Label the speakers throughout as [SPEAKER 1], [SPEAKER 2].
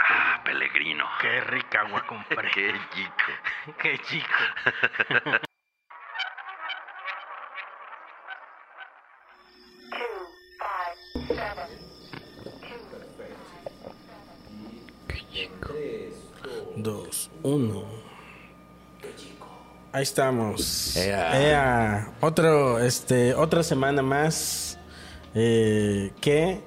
[SPEAKER 1] Ah, Pellegrino.
[SPEAKER 2] Mm. Qué rica agua compré.
[SPEAKER 1] Qué chico.
[SPEAKER 2] Qué chico. Dos, uno. Ahí estamos.
[SPEAKER 1] Ea.
[SPEAKER 2] Ea. Otro, este, otra semana más eh, que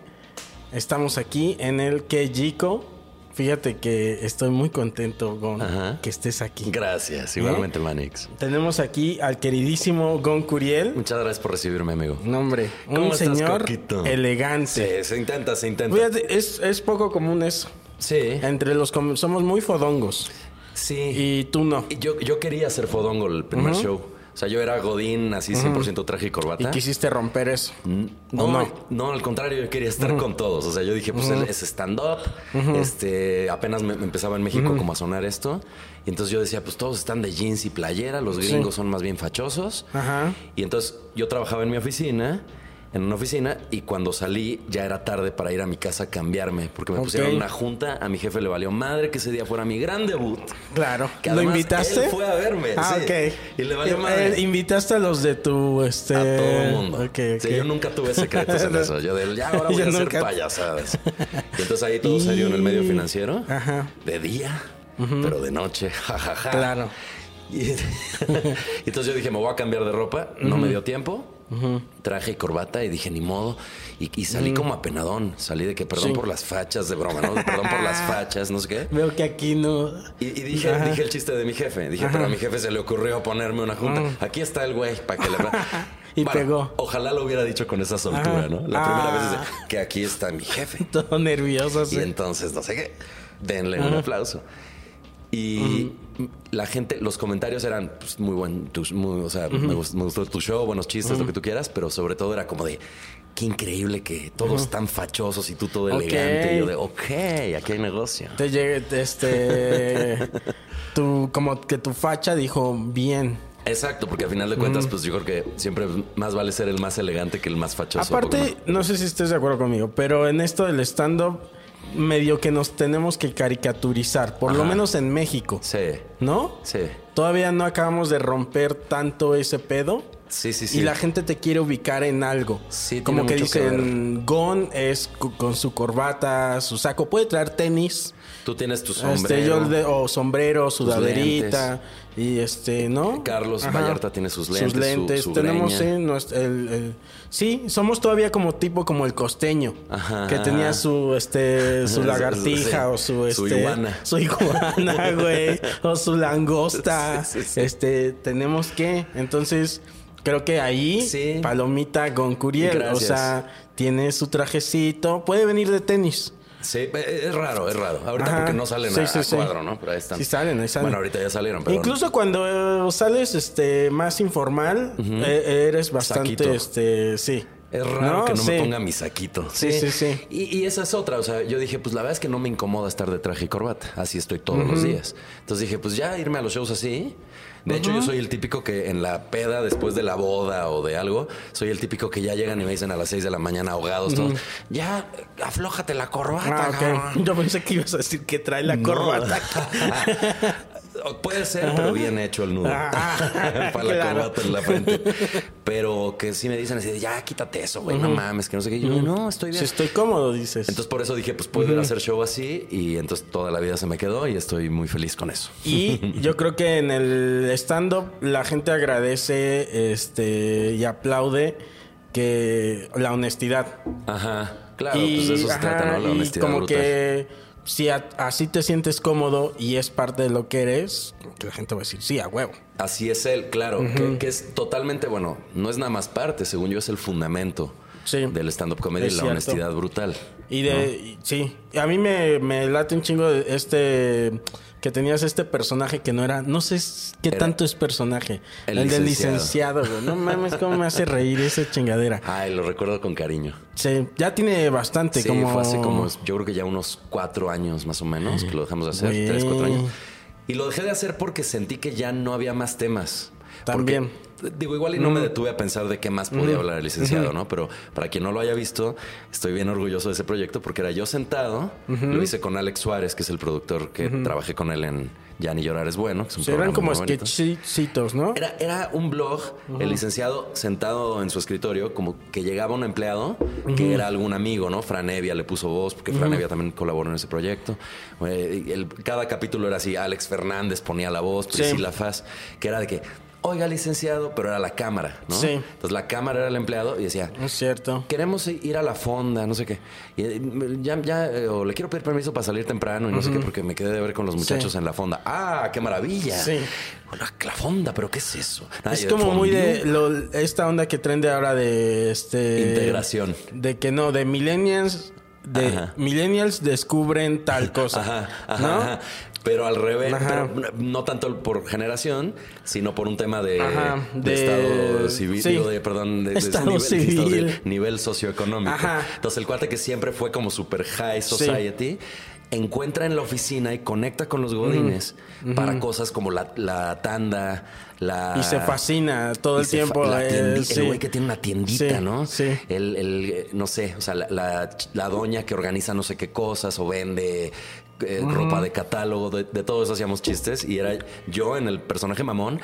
[SPEAKER 2] estamos aquí en el Kejico. Fíjate que estoy muy contento, Gon,
[SPEAKER 1] Ajá.
[SPEAKER 2] que estés aquí.
[SPEAKER 1] Gracias,
[SPEAKER 2] ¿Eh?
[SPEAKER 1] igualmente, Manix.
[SPEAKER 2] Tenemos aquí al queridísimo Gon Curiel.
[SPEAKER 1] Muchas gracias por recibirme, amigo.
[SPEAKER 2] Nombre,
[SPEAKER 1] ¿Cómo
[SPEAKER 2] un
[SPEAKER 1] estás,
[SPEAKER 2] señor
[SPEAKER 1] Coquito?
[SPEAKER 2] elegante.
[SPEAKER 1] Sí, se intenta, se intenta.
[SPEAKER 2] Fíjate, es, es poco común eso.
[SPEAKER 1] Sí,
[SPEAKER 2] Entre los com- somos muy fodongos.
[SPEAKER 1] sí.
[SPEAKER 2] Y tú no.
[SPEAKER 1] Y yo, yo quería ser fodongo el primer show. O sea, yo era Godín, así 100% traje y
[SPEAKER 2] Y
[SPEAKER 1] corbata.
[SPEAKER 2] quisiste romper eso.
[SPEAKER 1] No,
[SPEAKER 2] ¿O
[SPEAKER 1] no,
[SPEAKER 2] no?
[SPEAKER 1] al contrario, yo quería estar con todos. O sea, yo dije, pues él es stand-up. Este, apenas me, me empezaba en México como a sonar esto. Y entonces yo decía, pues todos están de jeans y playera, los gringos son más bien fachosos.
[SPEAKER 2] Ajá.
[SPEAKER 1] Y entonces yo trabajaba en mi oficina, en una oficina, y cuando salí ya era tarde para ir a mi casa a cambiarme, porque me
[SPEAKER 2] Ok.
[SPEAKER 1] pusieron una junta, a mi jefe le valió madre que ese día fuera mi gran debut.
[SPEAKER 2] Claro.
[SPEAKER 1] Que
[SPEAKER 2] ¿Lo
[SPEAKER 1] además,
[SPEAKER 2] invitaste?
[SPEAKER 1] él fue a verme,
[SPEAKER 2] Ah,
[SPEAKER 1] sí.
[SPEAKER 2] ok.
[SPEAKER 1] Y le valió
[SPEAKER 2] Eh,
[SPEAKER 1] madre.
[SPEAKER 2] invitaste a los de tu, este...
[SPEAKER 1] A todo el mundo.
[SPEAKER 2] Ok, ok.
[SPEAKER 1] Sí, yo nunca tuve secretos en eso. Yo de, ya ahora voy
[SPEAKER 2] Yo
[SPEAKER 1] a hacer
[SPEAKER 2] nunca-
[SPEAKER 1] payasadas. Y entonces ahí todo se dio en el medio financiero.
[SPEAKER 2] Ajá.
[SPEAKER 1] De día, pero de noche. Jajaja.
[SPEAKER 2] Claro.
[SPEAKER 1] Y entonces yo dije, me voy a cambiar de ropa. No me dio tiempo. Traje y corbata y dije, ni modo. Y, y salí
[SPEAKER 2] Mm.
[SPEAKER 1] como apenadón. Salí de que perdón por las fachas de broma, ¿no? Perdón por las fachas, no sé qué.
[SPEAKER 2] Veo que aquí no...
[SPEAKER 1] Y, y dije, dije el chiste de mi jefe. Dije, pero a mi jefe se le ocurrió ponerme una junta. Aquí está el güey para que le.
[SPEAKER 2] Mm. Y pegó.
[SPEAKER 1] Ojalá lo hubiera dicho con esa soltura,
[SPEAKER 2] Ajá.
[SPEAKER 1] ¿no? La primera vez
[SPEAKER 2] Ah.
[SPEAKER 1] es de, que aquí está mi jefe.
[SPEAKER 2] Todo nervioso.
[SPEAKER 1] Y
[SPEAKER 2] sí.
[SPEAKER 1] entonces, no sé qué. Denle un aplauso. Y la gente, los comentarios eran pues, muy buen, tu- muy- o sea, me, gust- me gustó, tu show, buenos chistes, lo que tú quieras, pero sobre todo era como de qué increíble que todos tan fachosos y tú todo
[SPEAKER 2] Ok.
[SPEAKER 1] elegante. Y yo de, ok, aquí hay negocio.
[SPEAKER 2] Te llegué, te- este... tu, como que tu facha dijo bien.
[SPEAKER 1] Exacto, porque al final de cuentas, pues yo creo que siempre más vale ser el más elegante que el más fachoso.
[SPEAKER 2] Aparte, no sé si estés de acuerdo conmigo, pero en esto del stand-up, medio que nos tenemos que caricaturizar, por lo
[SPEAKER 1] Ajá.
[SPEAKER 2] menos en México.
[SPEAKER 1] Sí,
[SPEAKER 2] ¿No?
[SPEAKER 1] sí,
[SPEAKER 2] Todavía no acabamos de romper tanto ese pedo.
[SPEAKER 1] sí, sí, sí.
[SPEAKER 2] Y la gente te quiere ubicar en algo.
[SPEAKER 1] Sí, tiene
[SPEAKER 2] Como que
[SPEAKER 1] mucho que
[SPEAKER 2] dicen, Gon es cu- con su corbata, su saco. Puede traer tenis.
[SPEAKER 1] Tú tienes tu sombrero.
[SPEAKER 2] Este, yo le- o sombrero, sudaderita.
[SPEAKER 1] lentes.
[SPEAKER 2] Y este, ¿no?
[SPEAKER 1] Carlos Vallarta tiene sus lentes, su-
[SPEAKER 2] Sus lentes.
[SPEAKER 1] su
[SPEAKER 2] Tenemos, sí,
[SPEAKER 1] greña.
[SPEAKER 2] nues- el- el- sí, somos todavía como tipo como el costeño.
[SPEAKER 1] Ajá.
[SPEAKER 2] Que tenía su, este,
[SPEAKER 1] Su-
[SPEAKER 2] su
[SPEAKER 1] su-
[SPEAKER 2] lagartija
[SPEAKER 1] sí.
[SPEAKER 2] o su,
[SPEAKER 1] Su
[SPEAKER 2] este.
[SPEAKER 1] iguana.
[SPEAKER 2] Su iguana, güey. o su langosta.
[SPEAKER 1] Sí, sí, sí.
[SPEAKER 2] Este, tenemos que. Entonces, creo que ahí,
[SPEAKER 1] Sí.
[SPEAKER 2] Palomita Goncuriel, o
[SPEAKER 1] Gracias.
[SPEAKER 2] sea, tiene su trajecito. Puede venir de tenis.
[SPEAKER 1] Sí, eh, es raro, es raro. Ahorita
[SPEAKER 2] Ajá.
[SPEAKER 1] porque no salen
[SPEAKER 2] Sí,
[SPEAKER 1] a,
[SPEAKER 2] sí,
[SPEAKER 1] a
[SPEAKER 2] sí.
[SPEAKER 1] cuadro, ¿no? Pero ahí están.
[SPEAKER 2] Sí salen, ahí salen. E
[SPEAKER 1] Bueno, ahorita ya salieron, pero.
[SPEAKER 2] Incluso cuando eh, sales este más informal, eh, eres bastante
[SPEAKER 1] Saquito.
[SPEAKER 2] este sí.
[SPEAKER 1] Es raro que no me
[SPEAKER 2] Sí.
[SPEAKER 1] ponga mi saquito.
[SPEAKER 2] Sí, sí, sí.
[SPEAKER 1] Y, y esa es otra. O sea, yo dije, pues la verdad es que no me incomoda estar de traje y corbata. Así estoy todos los días. Entonces dije, pues ya irme a los shows así. De hecho, yo soy el típico que en la peda, después de la boda o de algo, soy el típico que ya llegan y me dicen a las 6 de la mañana ahogados todos, ya aflójate la corbata,
[SPEAKER 2] Ah, ok.
[SPEAKER 1] cabrón".
[SPEAKER 2] Yo pensé que ibas a decir que trae la
[SPEAKER 1] No.
[SPEAKER 2] corbata.
[SPEAKER 1] o puede ser, pero bien hecho el nudo.
[SPEAKER 2] Ah,
[SPEAKER 1] para la
[SPEAKER 2] claro.
[SPEAKER 1] corbata en la frente. Pero que sí me dicen así, de, ya quítate eso, güey, no mames, que no sé qué. Yo, no, estoy bien.
[SPEAKER 2] Si estoy cómodo, dices.
[SPEAKER 1] Entonces por eso dije, pues puedo ir a hacer show así y entonces toda la vida se me quedó y estoy muy feliz con eso.
[SPEAKER 2] Y yo creo que en el stand-up la gente agradece este, y aplaude que la honestidad.
[SPEAKER 1] Ajá, claro,
[SPEAKER 2] y,
[SPEAKER 1] pues de eso se trata,
[SPEAKER 2] ajá,
[SPEAKER 1] ¿no? La
[SPEAKER 2] y
[SPEAKER 1] honestidad
[SPEAKER 2] como
[SPEAKER 1] brutal.
[SPEAKER 2] que si a- así te sientes cómodo y es parte de lo que eres, la gente va a decir, sí, a huevo.
[SPEAKER 1] Así es él, claro, que, que es totalmente, bueno, no es nada más parte, según yo es el fundamento
[SPEAKER 2] Sí.
[SPEAKER 1] del stand-up comedy,
[SPEAKER 2] Es
[SPEAKER 1] la
[SPEAKER 2] cierto.
[SPEAKER 1] honestidad brutal.
[SPEAKER 2] Y de, y- sí, a mí me, me late un chingo de este que tenías este personaje que no era, no sé s- qué
[SPEAKER 1] Era-
[SPEAKER 2] tanto es personaje,
[SPEAKER 1] El
[SPEAKER 2] el, del
[SPEAKER 1] licenciado.
[SPEAKER 2] licenciado, güey. No mames, cómo me hace reír esa chingadera.
[SPEAKER 1] Ay, lo recuerdo con cariño.
[SPEAKER 2] Sí, ya tiene bastante,
[SPEAKER 1] Sí,
[SPEAKER 2] como
[SPEAKER 1] fue hace como, yo creo que ya unos cuatro años más o menos, que lo dejamos de hacer,
[SPEAKER 2] Güey.
[SPEAKER 1] tres, cuatro años. Y lo dejé de hacer porque sentí que ya no había más temas. Porque,
[SPEAKER 2] También. Mm.
[SPEAKER 1] digo, igual y no me detuve a pensar de qué más podía hablar el licenciado, ¿no? Pero para quien no lo haya visto, estoy bien orgulloso de ese proyecto porque era yo sentado, lo hice con Alex Suárez, que es el productor que trabajé con él en Ya ni llorar es bueno. que es un
[SPEAKER 2] Sí, eran
[SPEAKER 1] programa
[SPEAKER 2] como
[SPEAKER 1] muy bonito.
[SPEAKER 2] sketchitos, ¿no?
[SPEAKER 1] Era, era un blog, el licenciado sentado en su escritorio, como que llegaba un empleado que era algún amigo, ¿no? Franevia le puso voz, porque Franevia también colaboró en ese proyecto. Eh, el- cada capítulo era así, Alex Fernández ponía la voz, Priscila Faz, que era de que, oiga, licenciado, pero era la cámara, ¿no?
[SPEAKER 2] Sí.
[SPEAKER 1] Entonces la cámara era el empleado y decía,
[SPEAKER 2] No es cierto.
[SPEAKER 1] queremos ir a la fonda, no sé qué. Y, eh, ya, ya, eh, o le quiero pedir permiso para salir temprano y no sé qué, porque me quedé de ver con los muchachos en la fonda. ¡Ah, qué maravilla!
[SPEAKER 2] Sí.
[SPEAKER 1] La, la fonda, ¿pero qué es eso? Ah, y
[SPEAKER 2] es
[SPEAKER 1] el
[SPEAKER 2] como muy de
[SPEAKER 1] fondue.
[SPEAKER 2] lo- esta onda que trende ahora de este
[SPEAKER 1] Integración.
[SPEAKER 2] De que no, de millennials, de
[SPEAKER 1] Ajá.
[SPEAKER 2] millennials descubren tal cosa.
[SPEAKER 1] Ajá, ajá,
[SPEAKER 2] ¿no?
[SPEAKER 1] ajá. Pero al revés,
[SPEAKER 2] Ajá.
[SPEAKER 1] pero no tanto por generación, sino por un tema de,
[SPEAKER 2] Ajá,
[SPEAKER 1] de
[SPEAKER 2] de-
[SPEAKER 1] estado civil,
[SPEAKER 2] sí.
[SPEAKER 1] digo, de, perdón, de, de-
[SPEAKER 2] Estado
[SPEAKER 1] nivel,
[SPEAKER 2] civil.
[SPEAKER 1] de- nivel socioeconómico.
[SPEAKER 2] Ajá.
[SPEAKER 1] Entonces el cuate que siempre fue como super high society, encuentra en la oficina y conecta con los godines para cosas como la, la tanda, la...
[SPEAKER 2] Y se fascina todo
[SPEAKER 1] Ah, Y
[SPEAKER 2] el
[SPEAKER 1] se
[SPEAKER 2] tiempo.
[SPEAKER 1] fa- la
[SPEAKER 2] eh,
[SPEAKER 1] tiendi-
[SPEAKER 2] sí.
[SPEAKER 1] El güey que tiene una tiendita,
[SPEAKER 2] Sí,
[SPEAKER 1] ¿no?
[SPEAKER 2] Sí.
[SPEAKER 1] El, el, eh, no sé, o sea, la, la ch- la doña que organiza no sé qué cosas o vende eh, ropa de catálogo, de, de todo eso hacíamos chistes y era yo en el personaje mamón.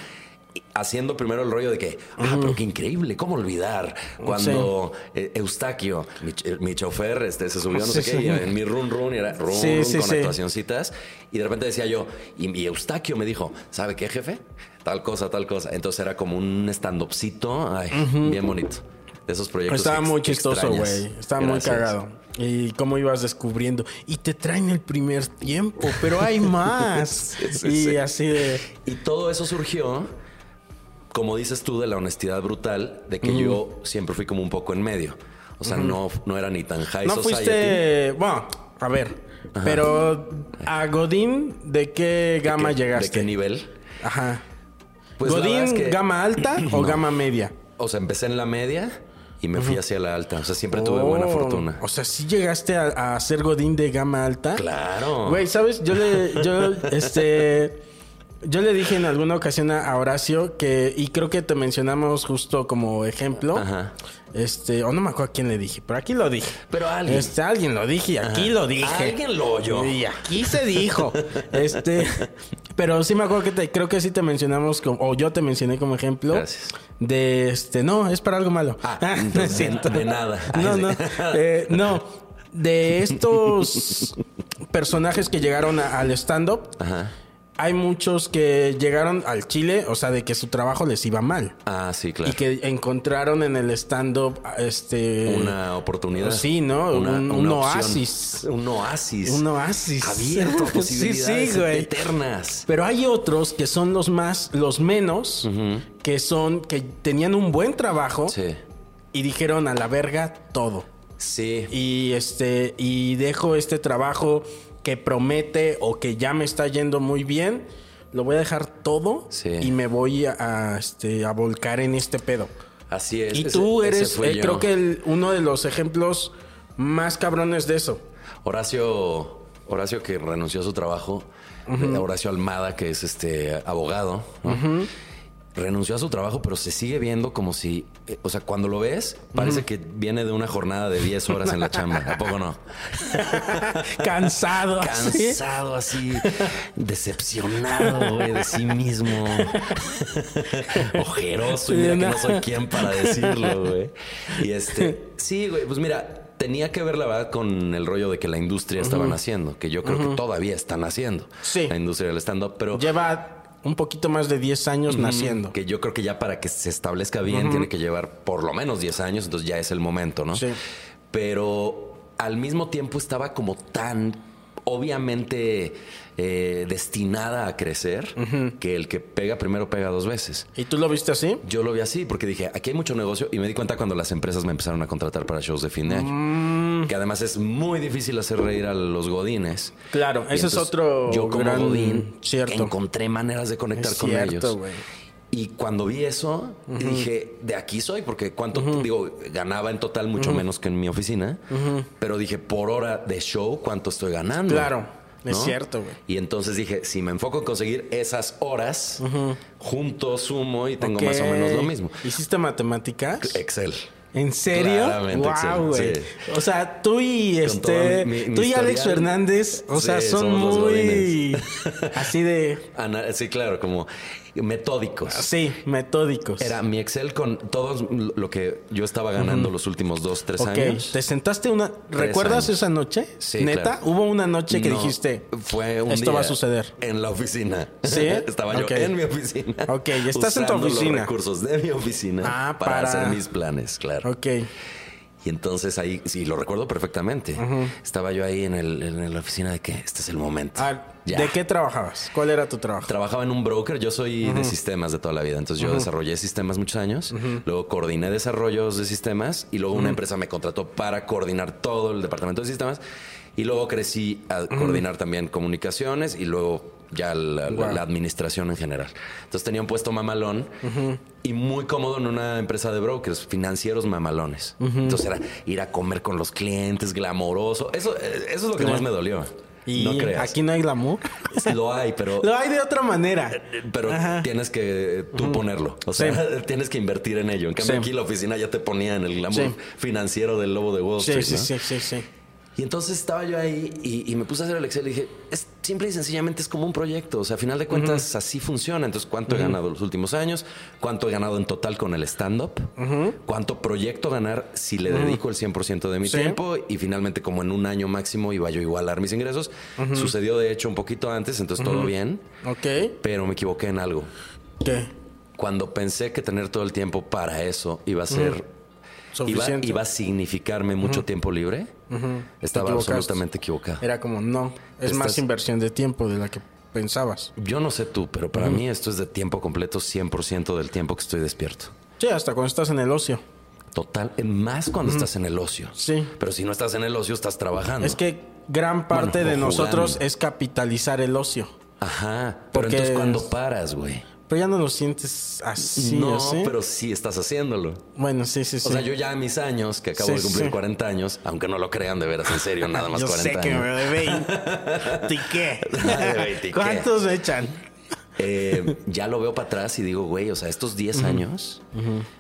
[SPEAKER 1] y- Haciendo primero el rollo de que, ah, pero qué increíble, cómo olvidar cuando eh, Eustaquio, mi, ch- eh, mi chofer, este, se subió, no
[SPEAKER 2] Sí,
[SPEAKER 1] sé qué,
[SPEAKER 2] sí.
[SPEAKER 1] y en mi run run, y era run
[SPEAKER 2] Sí,
[SPEAKER 1] run
[SPEAKER 2] sí,
[SPEAKER 1] con
[SPEAKER 2] sí.
[SPEAKER 1] actuacioncitas, y de repente decía yo, y, y Eustaquio me dijo, ¿sabe qué, jefe? Tal cosa, tal cosa. Entonces era como un stand-upcito, ay, bien bonito. De esos
[SPEAKER 2] Pues
[SPEAKER 1] proyectos.
[SPEAKER 2] Estaba
[SPEAKER 1] que ex-
[SPEAKER 2] muy
[SPEAKER 1] que
[SPEAKER 2] chistoso,
[SPEAKER 1] extrañas.
[SPEAKER 2] güey. Estaba
[SPEAKER 1] Gracias.
[SPEAKER 2] muy cagado. Y cómo ibas descubriendo. Y te traen el primer tiempo, pero hay más.
[SPEAKER 1] sí,
[SPEAKER 2] y
[SPEAKER 1] sí.
[SPEAKER 2] así de.
[SPEAKER 1] Y todo eso surgió, como dices tú, de la honestidad brutal, de que yo siempre fui como un poco en medio. O sea, no, no era ni tan high
[SPEAKER 2] No
[SPEAKER 1] society.
[SPEAKER 2] fuiste. Bueno, a ver. Pero a Godín, ¿de qué gama
[SPEAKER 1] ¿De qué-
[SPEAKER 2] llegaste?
[SPEAKER 1] ¿De qué nivel?
[SPEAKER 2] Ajá.
[SPEAKER 1] Pues la
[SPEAKER 2] ¿Godín,
[SPEAKER 1] verdad es que-
[SPEAKER 2] gama alta o
[SPEAKER 1] No.
[SPEAKER 2] gama media?
[SPEAKER 1] O sea, empecé en la media y me fui hacia la alta. O sea, siempre tuve buena
[SPEAKER 2] Oh,
[SPEAKER 1] fortuna.
[SPEAKER 2] O sea, si llegaste a, a ser Godín de gama alta.
[SPEAKER 1] Claro.
[SPEAKER 2] Güey, ¿sabes? Yo le. Yo, este. Yo le dije en alguna ocasión a a Horacio que. Y creo que te mencionamos justo como ejemplo.
[SPEAKER 1] Ajá.
[SPEAKER 2] Este. O no me acuerdo a quién le dije, pero aquí lo dije.
[SPEAKER 1] Pero alguien.
[SPEAKER 2] Este, alguien lo dije y aquí
[SPEAKER 1] Ajá.
[SPEAKER 2] lo dije.
[SPEAKER 1] Alguien lo oyó.
[SPEAKER 2] Y aquí se dijo. este. Pero sí me acuerdo que te, creo que sí te mencionamos como, o yo te mencioné como ejemplo.
[SPEAKER 1] Gracias.
[SPEAKER 2] De este, no, es para algo malo.
[SPEAKER 1] Ah, entonces, de- de nada.
[SPEAKER 2] No,
[SPEAKER 1] Ay,
[SPEAKER 2] no.
[SPEAKER 1] sí.
[SPEAKER 2] Eh, no. De estos personajes que llegaron a- al stand-up,
[SPEAKER 1] Ajá.
[SPEAKER 2] hay muchos que llegaron al Chile, o sea, de que su trabajo les iba mal.
[SPEAKER 1] Ah, sí, claro.
[SPEAKER 2] Y que encontraron en el stand-up este,
[SPEAKER 1] una oportunidad.
[SPEAKER 2] Sí, ¿no? Un- un oasis.
[SPEAKER 1] Un oasis.
[SPEAKER 2] un oasis.
[SPEAKER 1] Abierto a posibilidades
[SPEAKER 2] sí, sí, güey.
[SPEAKER 1] eternas.
[SPEAKER 2] Pero hay otros que son los más, los menos, que son, que tenían un buen trabajo
[SPEAKER 1] Sí.
[SPEAKER 2] y dijeron a la verga todo.
[SPEAKER 1] Sí.
[SPEAKER 2] Y este, y dejo este trabajo que promete o que ya me está yendo muy bien. Lo voy a dejar todo
[SPEAKER 1] Sí.
[SPEAKER 2] y me voy a, a, este, a volcar en este pedo.
[SPEAKER 1] Así es.
[SPEAKER 2] Y
[SPEAKER 1] Ese-
[SPEAKER 2] tú
[SPEAKER 1] ese
[SPEAKER 2] eres,
[SPEAKER 1] fui
[SPEAKER 2] eh,
[SPEAKER 1] yo.
[SPEAKER 2] creo que el- uno de los ejemplos más cabrones de eso.
[SPEAKER 1] Horacio, Horacio que eh, renunció a su trabajo, Horacio Almada, que es este abogado, ¿no? renunció a su trabajo, pero se sigue viendo como si, eh, o sea, cuando lo ves, parece que viene de una jornada de 10 horas en la chamba. ¿A poco no?
[SPEAKER 2] Cansado. así.
[SPEAKER 1] Cansado así, decepcionado, güey, de sí mismo. Ojeroso, y mira que no soy quien para decirlo, güey. Y este, sí, güey, pues mira, tenía que ver la verdad con el rollo de que la industria estaban haciendo, que yo creo que todavía están haciendo.
[SPEAKER 2] Sí.
[SPEAKER 1] La industria del stand-up, pero
[SPEAKER 2] Lleva un poquito más de 10 años naciendo.
[SPEAKER 1] que yo creo que ya para que se establezca bien tiene que llevar por lo menos 10 años, entonces ya es el momento, ¿no?
[SPEAKER 2] Sí.
[SPEAKER 1] Pero al mismo tiempo estaba como tan obviamente eh, destinada a crecer que el que pega primero pega dos veces.
[SPEAKER 2] ¿Y tú lo viste así?
[SPEAKER 1] Yo lo vi así porque dije, aquí hay mucho negocio y me di cuenta cuando las empresas me empezaron a contratar para shows de fin de año.
[SPEAKER 2] Mm.
[SPEAKER 1] Que además es muy difícil hacer reír a los godines.
[SPEAKER 2] Claro,
[SPEAKER 1] Y
[SPEAKER 2] ese es
[SPEAKER 1] entonces
[SPEAKER 2] otro
[SPEAKER 1] Yo como
[SPEAKER 2] gran-
[SPEAKER 1] godín
[SPEAKER 2] cierto.
[SPEAKER 1] encontré maneras de conectar
[SPEAKER 2] Es
[SPEAKER 1] con
[SPEAKER 2] cierto,
[SPEAKER 1] ellos.
[SPEAKER 2] güey.
[SPEAKER 1] Y cuando vi eso, dije, de aquí soy, porque cuánto, digo, ganaba en total mucho menos que en mi oficina, pero dije, por hora de show, ¿cuánto estoy ganando?
[SPEAKER 2] Claro, es cierto, güey.
[SPEAKER 1] Y entonces dije, si me enfoco en conseguir esas horas, junto sumo y tengo
[SPEAKER 2] Ok.
[SPEAKER 1] más o menos lo mismo.
[SPEAKER 2] ¿Hiciste matemáticas?
[SPEAKER 1] Excel.
[SPEAKER 2] ¿En serio?
[SPEAKER 1] Claramente, Excel,
[SPEAKER 2] wow, güey.
[SPEAKER 1] sí.
[SPEAKER 2] O sea, tú y
[SPEAKER 1] todo
[SPEAKER 2] este,
[SPEAKER 1] mi- mi
[SPEAKER 2] tú y Alex
[SPEAKER 1] historial.
[SPEAKER 2] Fernández, o
[SPEAKER 1] Sí,
[SPEAKER 2] sea, son
[SPEAKER 1] somos los
[SPEAKER 2] muy
[SPEAKER 1] godines.
[SPEAKER 2] así de
[SPEAKER 1] Ana- sí, claro, como metódicos.
[SPEAKER 2] sí, metódicos.
[SPEAKER 1] Era mi Excel con todo lo que yo estaba ganando los últimos dos, tres
[SPEAKER 2] Ok,
[SPEAKER 1] años.
[SPEAKER 2] te sentaste una. ¿Recuerdas
[SPEAKER 1] años.
[SPEAKER 2] esa noche?
[SPEAKER 1] Sí,
[SPEAKER 2] Neta,
[SPEAKER 1] claro.
[SPEAKER 2] hubo una noche que
[SPEAKER 1] No,
[SPEAKER 2] dijiste.
[SPEAKER 1] Fue un
[SPEAKER 2] esto
[SPEAKER 1] día
[SPEAKER 2] va a suceder.
[SPEAKER 1] En la oficina.
[SPEAKER 2] ¿Sí?
[SPEAKER 1] Estaba yo
[SPEAKER 2] Ok.
[SPEAKER 1] en mi oficina.
[SPEAKER 2] Ok, estás en tu
[SPEAKER 1] usando
[SPEAKER 2] oficina.
[SPEAKER 1] Los recursos de mi oficina
[SPEAKER 2] Ah,
[SPEAKER 1] para,
[SPEAKER 2] para-
[SPEAKER 1] hacer mis planes, claro.
[SPEAKER 2] Ok.
[SPEAKER 1] Y entonces ahí, sí, lo recuerdo perfectamente. Estaba yo ahí en, el, en la oficina de que este es el momento.
[SPEAKER 2] Ah,
[SPEAKER 1] Ya.
[SPEAKER 2] ¿De qué trabajabas? ¿Cuál era tu trabajo?
[SPEAKER 1] Trabajaba en un broker, yo soy de sistemas de toda la vida, entonces yo desarrollé sistemas muchos años, luego coordiné desarrollos de sistemas y luego una empresa me contrató para coordinar todo el departamento de sistemas y luego crecí a coordinar también comunicaciones y luego ya la, la-
[SPEAKER 2] Wow.
[SPEAKER 1] la administración en general. Entonces tenía un puesto mamalón y muy cómodo en una empresa de brokers, financieros mamalones. Entonces era ir a comer con los clientes, glamoroso. Eso, eh, eso es lo que más me dolió.
[SPEAKER 2] Y
[SPEAKER 1] no creas.
[SPEAKER 2] aquí no hay glamour.
[SPEAKER 1] Lo hay, pero
[SPEAKER 2] Lo hay de otra manera.
[SPEAKER 1] Eh, pero tienes que eh, tú ponerlo. O sea, tienes que invertir en ello. En cambio,
[SPEAKER 2] Sí.
[SPEAKER 1] aquí la oficina ya te ponía en el glamour
[SPEAKER 2] Sí.
[SPEAKER 1] financiero del lobo de Wall
[SPEAKER 2] Sí,
[SPEAKER 1] Street.
[SPEAKER 2] sí,
[SPEAKER 1] ¿no?
[SPEAKER 2] sí, sí, sí.
[SPEAKER 1] Y entonces estaba yo ahí y, y me puse a hacer el Excel y dije, es simple y sencillamente es como un proyecto. O sea, a final de cuentas, así funciona. Entonces, ¿cuánto he ganado los últimos años? ¿Cuánto he ganado en total con el stand-up? ¿Cuánto proyecto ganar si le dedico el 100% de mi
[SPEAKER 2] Sí.
[SPEAKER 1] tiempo? Y finalmente, como en un año máximo, iba yo a igualar mis ingresos. Sucedió, de hecho, un poquito antes, entonces todo bien.
[SPEAKER 2] Ok.
[SPEAKER 1] Pero me equivoqué en algo
[SPEAKER 2] ¿Qué?
[SPEAKER 1] cuando pensé que tener todo el tiempo para eso iba a ser iba,
[SPEAKER 2] Suficiente.
[SPEAKER 1] iba a significarme mucho tiempo libre, estaba
[SPEAKER 2] Te equivocaste.
[SPEAKER 1] absolutamente equivocado.
[SPEAKER 2] Era como, no, es más
[SPEAKER 1] Estás-
[SPEAKER 2] inversión de tiempo de la que pensabas.
[SPEAKER 1] Yo no sé tú, pero para mí esto es de tiempo completo 100% del tiempo que estoy despierto.
[SPEAKER 2] Sí, hasta cuando estás en el ocio.
[SPEAKER 1] Total, más cuando estás en el ocio.
[SPEAKER 2] Sí.
[SPEAKER 1] Pero si no estás en el ocio, estás trabajando.
[SPEAKER 2] Es que gran parte
[SPEAKER 1] Bueno,
[SPEAKER 2] de
[SPEAKER 1] o
[SPEAKER 2] nosotros
[SPEAKER 1] jugando.
[SPEAKER 2] es capitalizar el ocio.
[SPEAKER 1] Ajá. Pero
[SPEAKER 2] Porque
[SPEAKER 1] entonces
[SPEAKER 2] es-
[SPEAKER 1] cuando paras, güey.
[SPEAKER 2] Pero ya no lo sientes así,
[SPEAKER 1] no,
[SPEAKER 2] así.
[SPEAKER 1] pero sí estás haciéndolo.
[SPEAKER 2] Bueno, sí, sí, sí.
[SPEAKER 1] O sea, yo ya a mis años, que acabo
[SPEAKER 2] Sí,
[SPEAKER 1] de cumplir
[SPEAKER 2] sí.
[SPEAKER 1] 40 años, aunque no lo crean de veras en serio, nada más
[SPEAKER 2] Yo
[SPEAKER 1] 40
[SPEAKER 2] sé que
[SPEAKER 1] años.
[SPEAKER 2] me deben. Tiqué.
[SPEAKER 1] Me deben, tiqué.
[SPEAKER 2] ¿Cuántos me echan?
[SPEAKER 1] Eh, ya lo veo para atrás y digo, güey, o sea, estos 10 años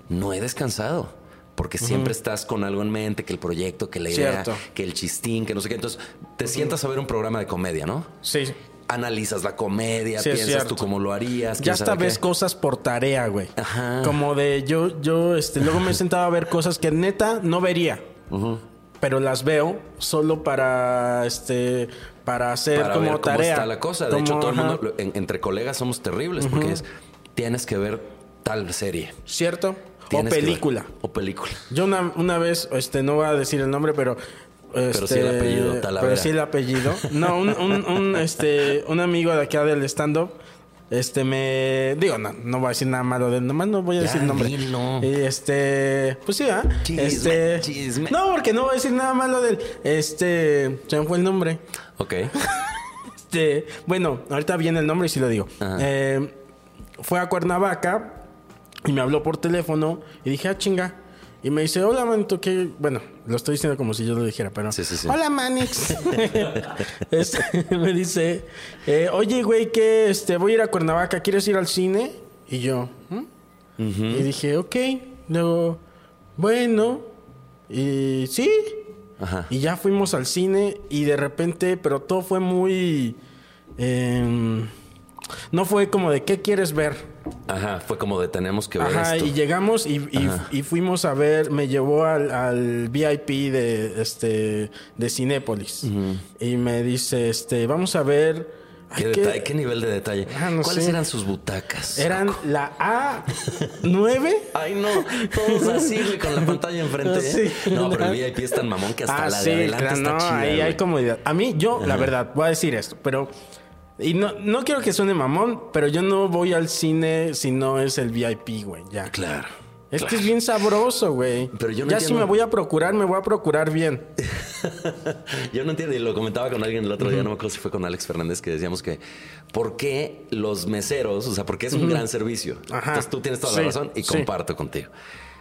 [SPEAKER 1] no he descansado. Porque siempre estás con algo en mente, que el proyecto, que la idea,
[SPEAKER 2] Cierto.
[SPEAKER 1] que el chistín, que no sé qué. Entonces, te sientas a ver un programa de comedia, ¿no?
[SPEAKER 2] Sí.
[SPEAKER 1] Analizas la comedia,
[SPEAKER 2] Sí, es
[SPEAKER 1] piensas tú
[SPEAKER 2] cierto.
[SPEAKER 1] cómo lo harías.
[SPEAKER 2] Ya
[SPEAKER 1] quién
[SPEAKER 2] hasta
[SPEAKER 1] sabe
[SPEAKER 2] ves
[SPEAKER 1] qué.
[SPEAKER 2] cosas por tarea, güey.
[SPEAKER 1] Ajá.
[SPEAKER 2] Como de yo, yo, este, luego me sentaba a ver cosas que neta no vería. Pero las veo solo para, este, para hacer
[SPEAKER 1] para
[SPEAKER 2] como
[SPEAKER 1] ver cómo
[SPEAKER 2] tarea.
[SPEAKER 1] está la cosa. De
[SPEAKER 2] Como,
[SPEAKER 1] hecho, todo el
[SPEAKER 2] ajá.
[SPEAKER 1] mundo, lo- en- entre colegas somos terribles porque es, tienes que ver tal serie.
[SPEAKER 2] ¿Cierto? O
[SPEAKER 1] tienes que ver-
[SPEAKER 2] película.
[SPEAKER 1] O película.
[SPEAKER 2] Yo una, una vez, este, no voy a decir el nombre, pero... este,
[SPEAKER 1] sí el apellido, Talavera.
[SPEAKER 2] Pero sí el apellido. No, un, un- un, este, un amigo de acá del stand-up, este, me... Digo, no, no voy a decir nada malo de él, nomás no voy a
[SPEAKER 1] Ya,
[SPEAKER 2] decir el nombre.
[SPEAKER 1] dilo.
[SPEAKER 2] Y este... Pues sí, ¿ah?
[SPEAKER 1] Chisme,
[SPEAKER 2] este,
[SPEAKER 1] chisme.
[SPEAKER 2] No, porque no voy a decir nada malo de él. Este... Se me fue el nombre.
[SPEAKER 1] Ok.
[SPEAKER 2] Este, bueno, ahorita viene el nombre y sí lo digo.
[SPEAKER 1] Ajá.
[SPEAKER 2] Eh, fue a Cuernavaca y me habló por teléfono y dije, ah, chinga. Y me dice, hola, manito, que... Bueno, lo estoy diciendo como si yo lo dijera, pero...
[SPEAKER 1] Sí, sí, sí.
[SPEAKER 2] Hola, Manix. Este, me dice, eh, oye, güey, que este, voy a ir a Cuernavaca, ¿quieres ir al cine? Y yo, ¿hmm? y dije, ok. Luego, bueno, y sí.
[SPEAKER 1] Ajá.
[SPEAKER 2] Y ya fuimos al cine y de repente, pero todo fue muy... em, no fue como de, ¿qué quieres ver?
[SPEAKER 1] Ajá, fue como de tenemos que ver
[SPEAKER 2] Ajá,
[SPEAKER 1] esto.
[SPEAKER 2] y llegamos y, y- y fuimos a ver, me llevó al, al VIP de este de Cinépolis. Y me dice, este, vamos a ver. ay,
[SPEAKER 1] ¿Qué,
[SPEAKER 2] ¿qué?
[SPEAKER 1] detalle, ¿Qué nivel de detalle?
[SPEAKER 2] Ah, no
[SPEAKER 1] ¿Cuáles
[SPEAKER 2] sé.
[SPEAKER 1] eran sus butacas?
[SPEAKER 2] Eran la A9.
[SPEAKER 1] Ay, no, todos así, güey, con la pantalla enfrente. ¿eh?
[SPEAKER 2] Ah, Sí.
[SPEAKER 1] No, pero el VIP es tan mamón que hasta la de adelante
[SPEAKER 2] Ah, claro,
[SPEAKER 1] está
[SPEAKER 2] no,
[SPEAKER 1] chida.
[SPEAKER 2] ahí hay
[SPEAKER 1] güey.
[SPEAKER 2] comodidad. A mí, yo, la verdad, voy a decir esto, pero. Y no, no quiero que suene mamón, pero yo no voy al cine si no es el VIP, güey, ya.
[SPEAKER 1] Claro.
[SPEAKER 2] Es que es bien sabroso, güey.
[SPEAKER 1] Pero yo no
[SPEAKER 2] ya si
[SPEAKER 1] entiendo-
[SPEAKER 2] me voy a procurar, me voy a procurar bien.
[SPEAKER 1] Yo no entiendo, y lo comentaba con alguien el otro día, no me acuerdo si fue con Alex Fernández, que decíamos que ¿por qué los meseros? O sea, porque es un gran servicio.
[SPEAKER 2] Ajá.
[SPEAKER 1] Entonces tú tienes toda
[SPEAKER 2] Sí,
[SPEAKER 1] la razón y
[SPEAKER 2] sí.
[SPEAKER 1] comparto contigo.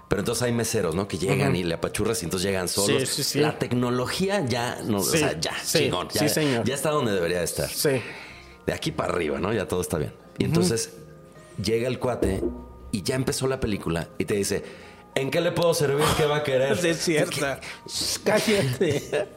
[SPEAKER 1] Pero entonces hay meseros, ¿no? Que llegan y le apachurras y entonces llegan solos.
[SPEAKER 2] Sí, sí, sí.
[SPEAKER 1] La tecnología ya, no, o
[SPEAKER 2] Sí,
[SPEAKER 1] sea, ya,
[SPEAKER 2] sí,
[SPEAKER 1] chingón. Ya,
[SPEAKER 2] sí, señor.
[SPEAKER 1] ya está donde debería estar.
[SPEAKER 2] Sí.
[SPEAKER 1] de aquí para arriba, ¿no? Ya todo está bien. Y entonces llega el cuate y ya empezó la película y te dice, ¿en qué le puedo servir? ¿Qué va a querer?
[SPEAKER 2] Cállate.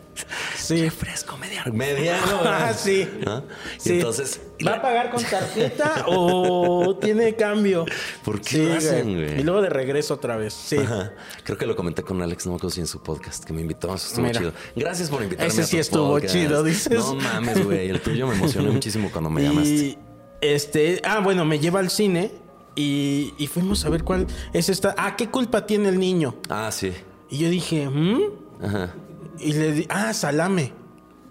[SPEAKER 2] Sí.
[SPEAKER 1] Fresco, mediano. Mediano. ¿verdad?
[SPEAKER 2] Ah, sí.
[SPEAKER 1] ¿No? Y
[SPEAKER 2] Sí.
[SPEAKER 1] entonces...
[SPEAKER 2] ¿Va a pagar con tarjeta o tiene cambio?
[SPEAKER 1] ¿Por qué lo hacen, güey?
[SPEAKER 2] Y luego de regreso otra vez. Sí.
[SPEAKER 1] Ajá. Creo que lo comenté con Alex, no me acuerdo si en su podcast, que me invitó. Eso estuvo
[SPEAKER 2] Mira.
[SPEAKER 1] chido. Gracias por invitarme.
[SPEAKER 2] Ese
[SPEAKER 1] a
[SPEAKER 2] sí
[SPEAKER 1] tu
[SPEAKER 2] estuvo
[SPEAKER 1] podcast.
[SPEAKER 2] chido, dices.
[SPEAKER 1] No mames, güey. El tuyo me emocionó muchísimo cuando me llamaste.
[SPEAKER 2] Y este, ah, bueno, me lleva al cine y, y fuimos a ver cuál es esta. Ah, ¿qué culpa tiene el niño?
[SPEAKER 1] Ah, sí.
[SPEAKER 2] Y yo dije, ¿hmm?
[SPEAKER 1] Ajá.
[SPEAKER 2] Y le di, ah, salame.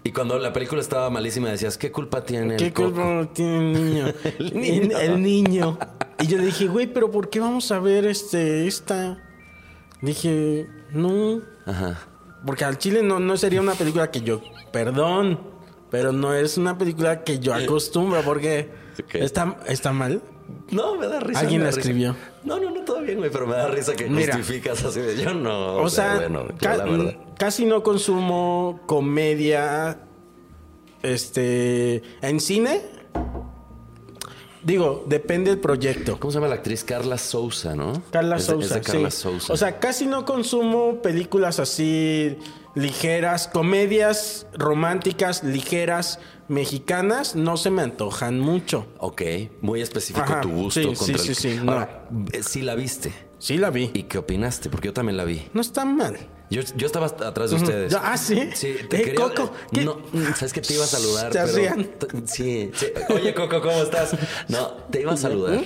[SPEAKER 1] Y cuando la película estaba malísima decías, ¿qué culpa tiene
[SPEAKER 2] ¿Qué
[SPEAKER 1] el coco?
[SPEAKER 2] culpa tiene el niño?
[SPEAKER 1] El
[SPEAKER 2] el
[SPEAKER 1] niño.
[SPEAKER 2] niño. Y yo le dije, güey, pero ¿por qué vamos a ver este, esta? Dije, no.
[SPEAKER 1] Ajá.
[SPEAKER 2] Porque al chile no, no sería una película que yo, perdón, pero no es una película que yo acostumbro porque
[SPEAKER 1] Eh. Ok.
[SPEAKER 2] está, está mal.
[SPEAKER 1] No, me da risa.
[SPEAKER 2] Alguien
[SPEAKER 1] me da
[SPEAKER 2] la
[SPEAKER 1] risa.
[SPEAKER 2] escribió.
[SPEAKER 1] No, no, no, todo bien, güey, pero me da risa que
[SPEAKER 2] Mira.
[SPEAKER 1] justificas así de yo no.
[SPEAKER 2] O sea,
[SPEAKER 1] bueno, yo
[SPEAKER 2] ca-
[SPEAKER 1] la verdad.
[SPEAKER 2] casi no consumo comedia este en cine. Digo, depende del proyecto.
[SPEAKER 1] ¿Cómo se llama la actriz? Carla Sousa, ¿no?
[SPEAKER 2] Carla
[SPEAKER 1] Es de-
[SPEAKER 2] Sousa,
[SPEAKER 1] Es de Carla
[SPEAKER 2] sí.
[SPEAKER 1] Sousa.
[SPEAKER 2] O sea, casi no consumo películas así ligeras, comedias románticas ligeras mexicanas, no se me antojan mucho.
[SPEAKER 1] Ok, muy específico
[SPEAKER 2] Ajá,
[SPEAKER 1] tu gusto
[SPEAKER 2] sí,
[SPEAKER 1] contra
[SPEAKER 2] sí, sí,
[SPEAKER 1] el-
[SPEAKER 2] sí, no.
[SPEAKER 1] Ahora, eh, sí la viste.
[SPEAKER 2] Sí la vi.
[SPEAKER 1] ¿Y qué opinaste? Porque yo también la vi.
[SPEAKER 2] No está mal.
[SPEAKER 1] Yo, yo estaba hasta atrás de ustedes.
[SPEAKER 2] Yo- ah, ¿sí?
[SPEAKER 1] Sí, te
[SPEAKER 2] Eh,
[SPEAKER 1] quería-
[SPEAKER 2] Coco, ¿qué?
[SPEAKER 1] No, mm, sabes que te iba a saludar.
[SPEAKER 2] Te
[SPEAKER 1] pero-
[SPEAKER 2] hacían.
[SPEAKER 1] t- Sí, sí. Oye, Coco, ¿cómo estás? No, te iba a saludar.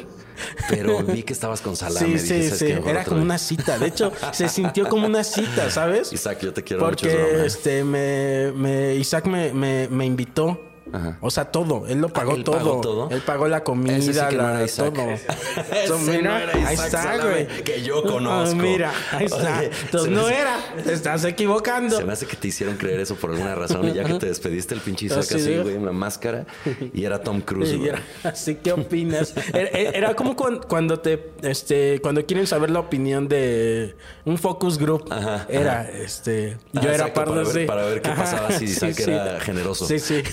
[SPEAKER 1] Pero vi que estabas con salame.
[SPEAKER 2] sí,
[SPEAKER 1] Dije,
[SPEAKER 2] sí,
[SPEAKER 1] "¿Sabes
[SPEAKER 2] sí.
[SPEAKER 1] qué? Mejor
[SPEAKER 2] Era
[SPEAKER 1] otra
[SPEAKER 2] como
[SPEAKER 1] vez".
[SPEAKER 2] una cita. De hecho, se sintió como una cita, ¿sabes?
[SPEAKER 1] Isaac, yo te quiero
[SPEAKER 2] Porque
[SPEAKER 1] mucho. es broma.
[SPEAKER 2] este me, me- Isaac me, me, me invitó.
[SPEAKER 1] Ajá. Ah,
[SPEAKER 2] O sea, todo. Él lo pagó,
[SPEAKER 1] ¿él
[SPEAKER 2] todo.
[SPEAKER 1] pagó todo?
[SPEAKER 2] Él pagó la comida,
[SPEAKER 1] Ese sí que no
[SPEAKER 2] la-
[SPEAKER 1] era Isaac.
[SPEAKER 2] todo.
[SPEAKER 1] Ese
[SPEAKER 2] Eso,
[SPEAKER 1] no
[SPEAKER 2] mira,
[SPEAKER 1] era
[SPEAKER 2] ahí
[SPEAKER 1] Isaac
[SPEAKER 2] está,
[SPEAKER 1] Salame,
[SPEAKER 2] güey.
[SPEAKER 1] que yo
[SPEAKER 2] Ah,
[SPEAKER 1] conozco.
[SPEAKER 2] mira, ahí está.
[SPEAKER 1] Oye, se
[SPEAKER 2] Entonces
[SPEAKER 1] me
[SPEAKER 2] no
[SPEAKER 1] hace-
[SPEAKER 2] era. Te estás equivocando.
[SPEAKER 1] Se me hace que te hicieron creer eso por alguna razón y ya que te despediste el pinche Isaac
[SPEAKER 2] Así
[SPEAKER 1] así,
[SPEAKER 2] digo.
[SPEAKER 1] güey, en la máscara y era Tom Cruise,
[SPEAKER 2] Y
[SPEAKER 1] güey.
[SPEAKER 2] era así, ¿qué opinas? Era, era como cuan- cuando te, este, cuando quieren saber la opinión de un focus group.
[SPEAKER 1] Ajá,
[SPEAKER 2] era, este,
[SPEAKER 1] Ah,
[SPEAKER 2] yo era
[SPEAKER 1] exacto,
[SPEAKER 2] pardo
[SPEAKER 1] para ver-
[SPEAKER 2] sí.
[SPEAKER 1] para ver qué
[SPEAKER 2] Ajá,
[SPEAKER 1] pasaba si Isaac era generoso.
[SPEAKER 2] Sí, sí.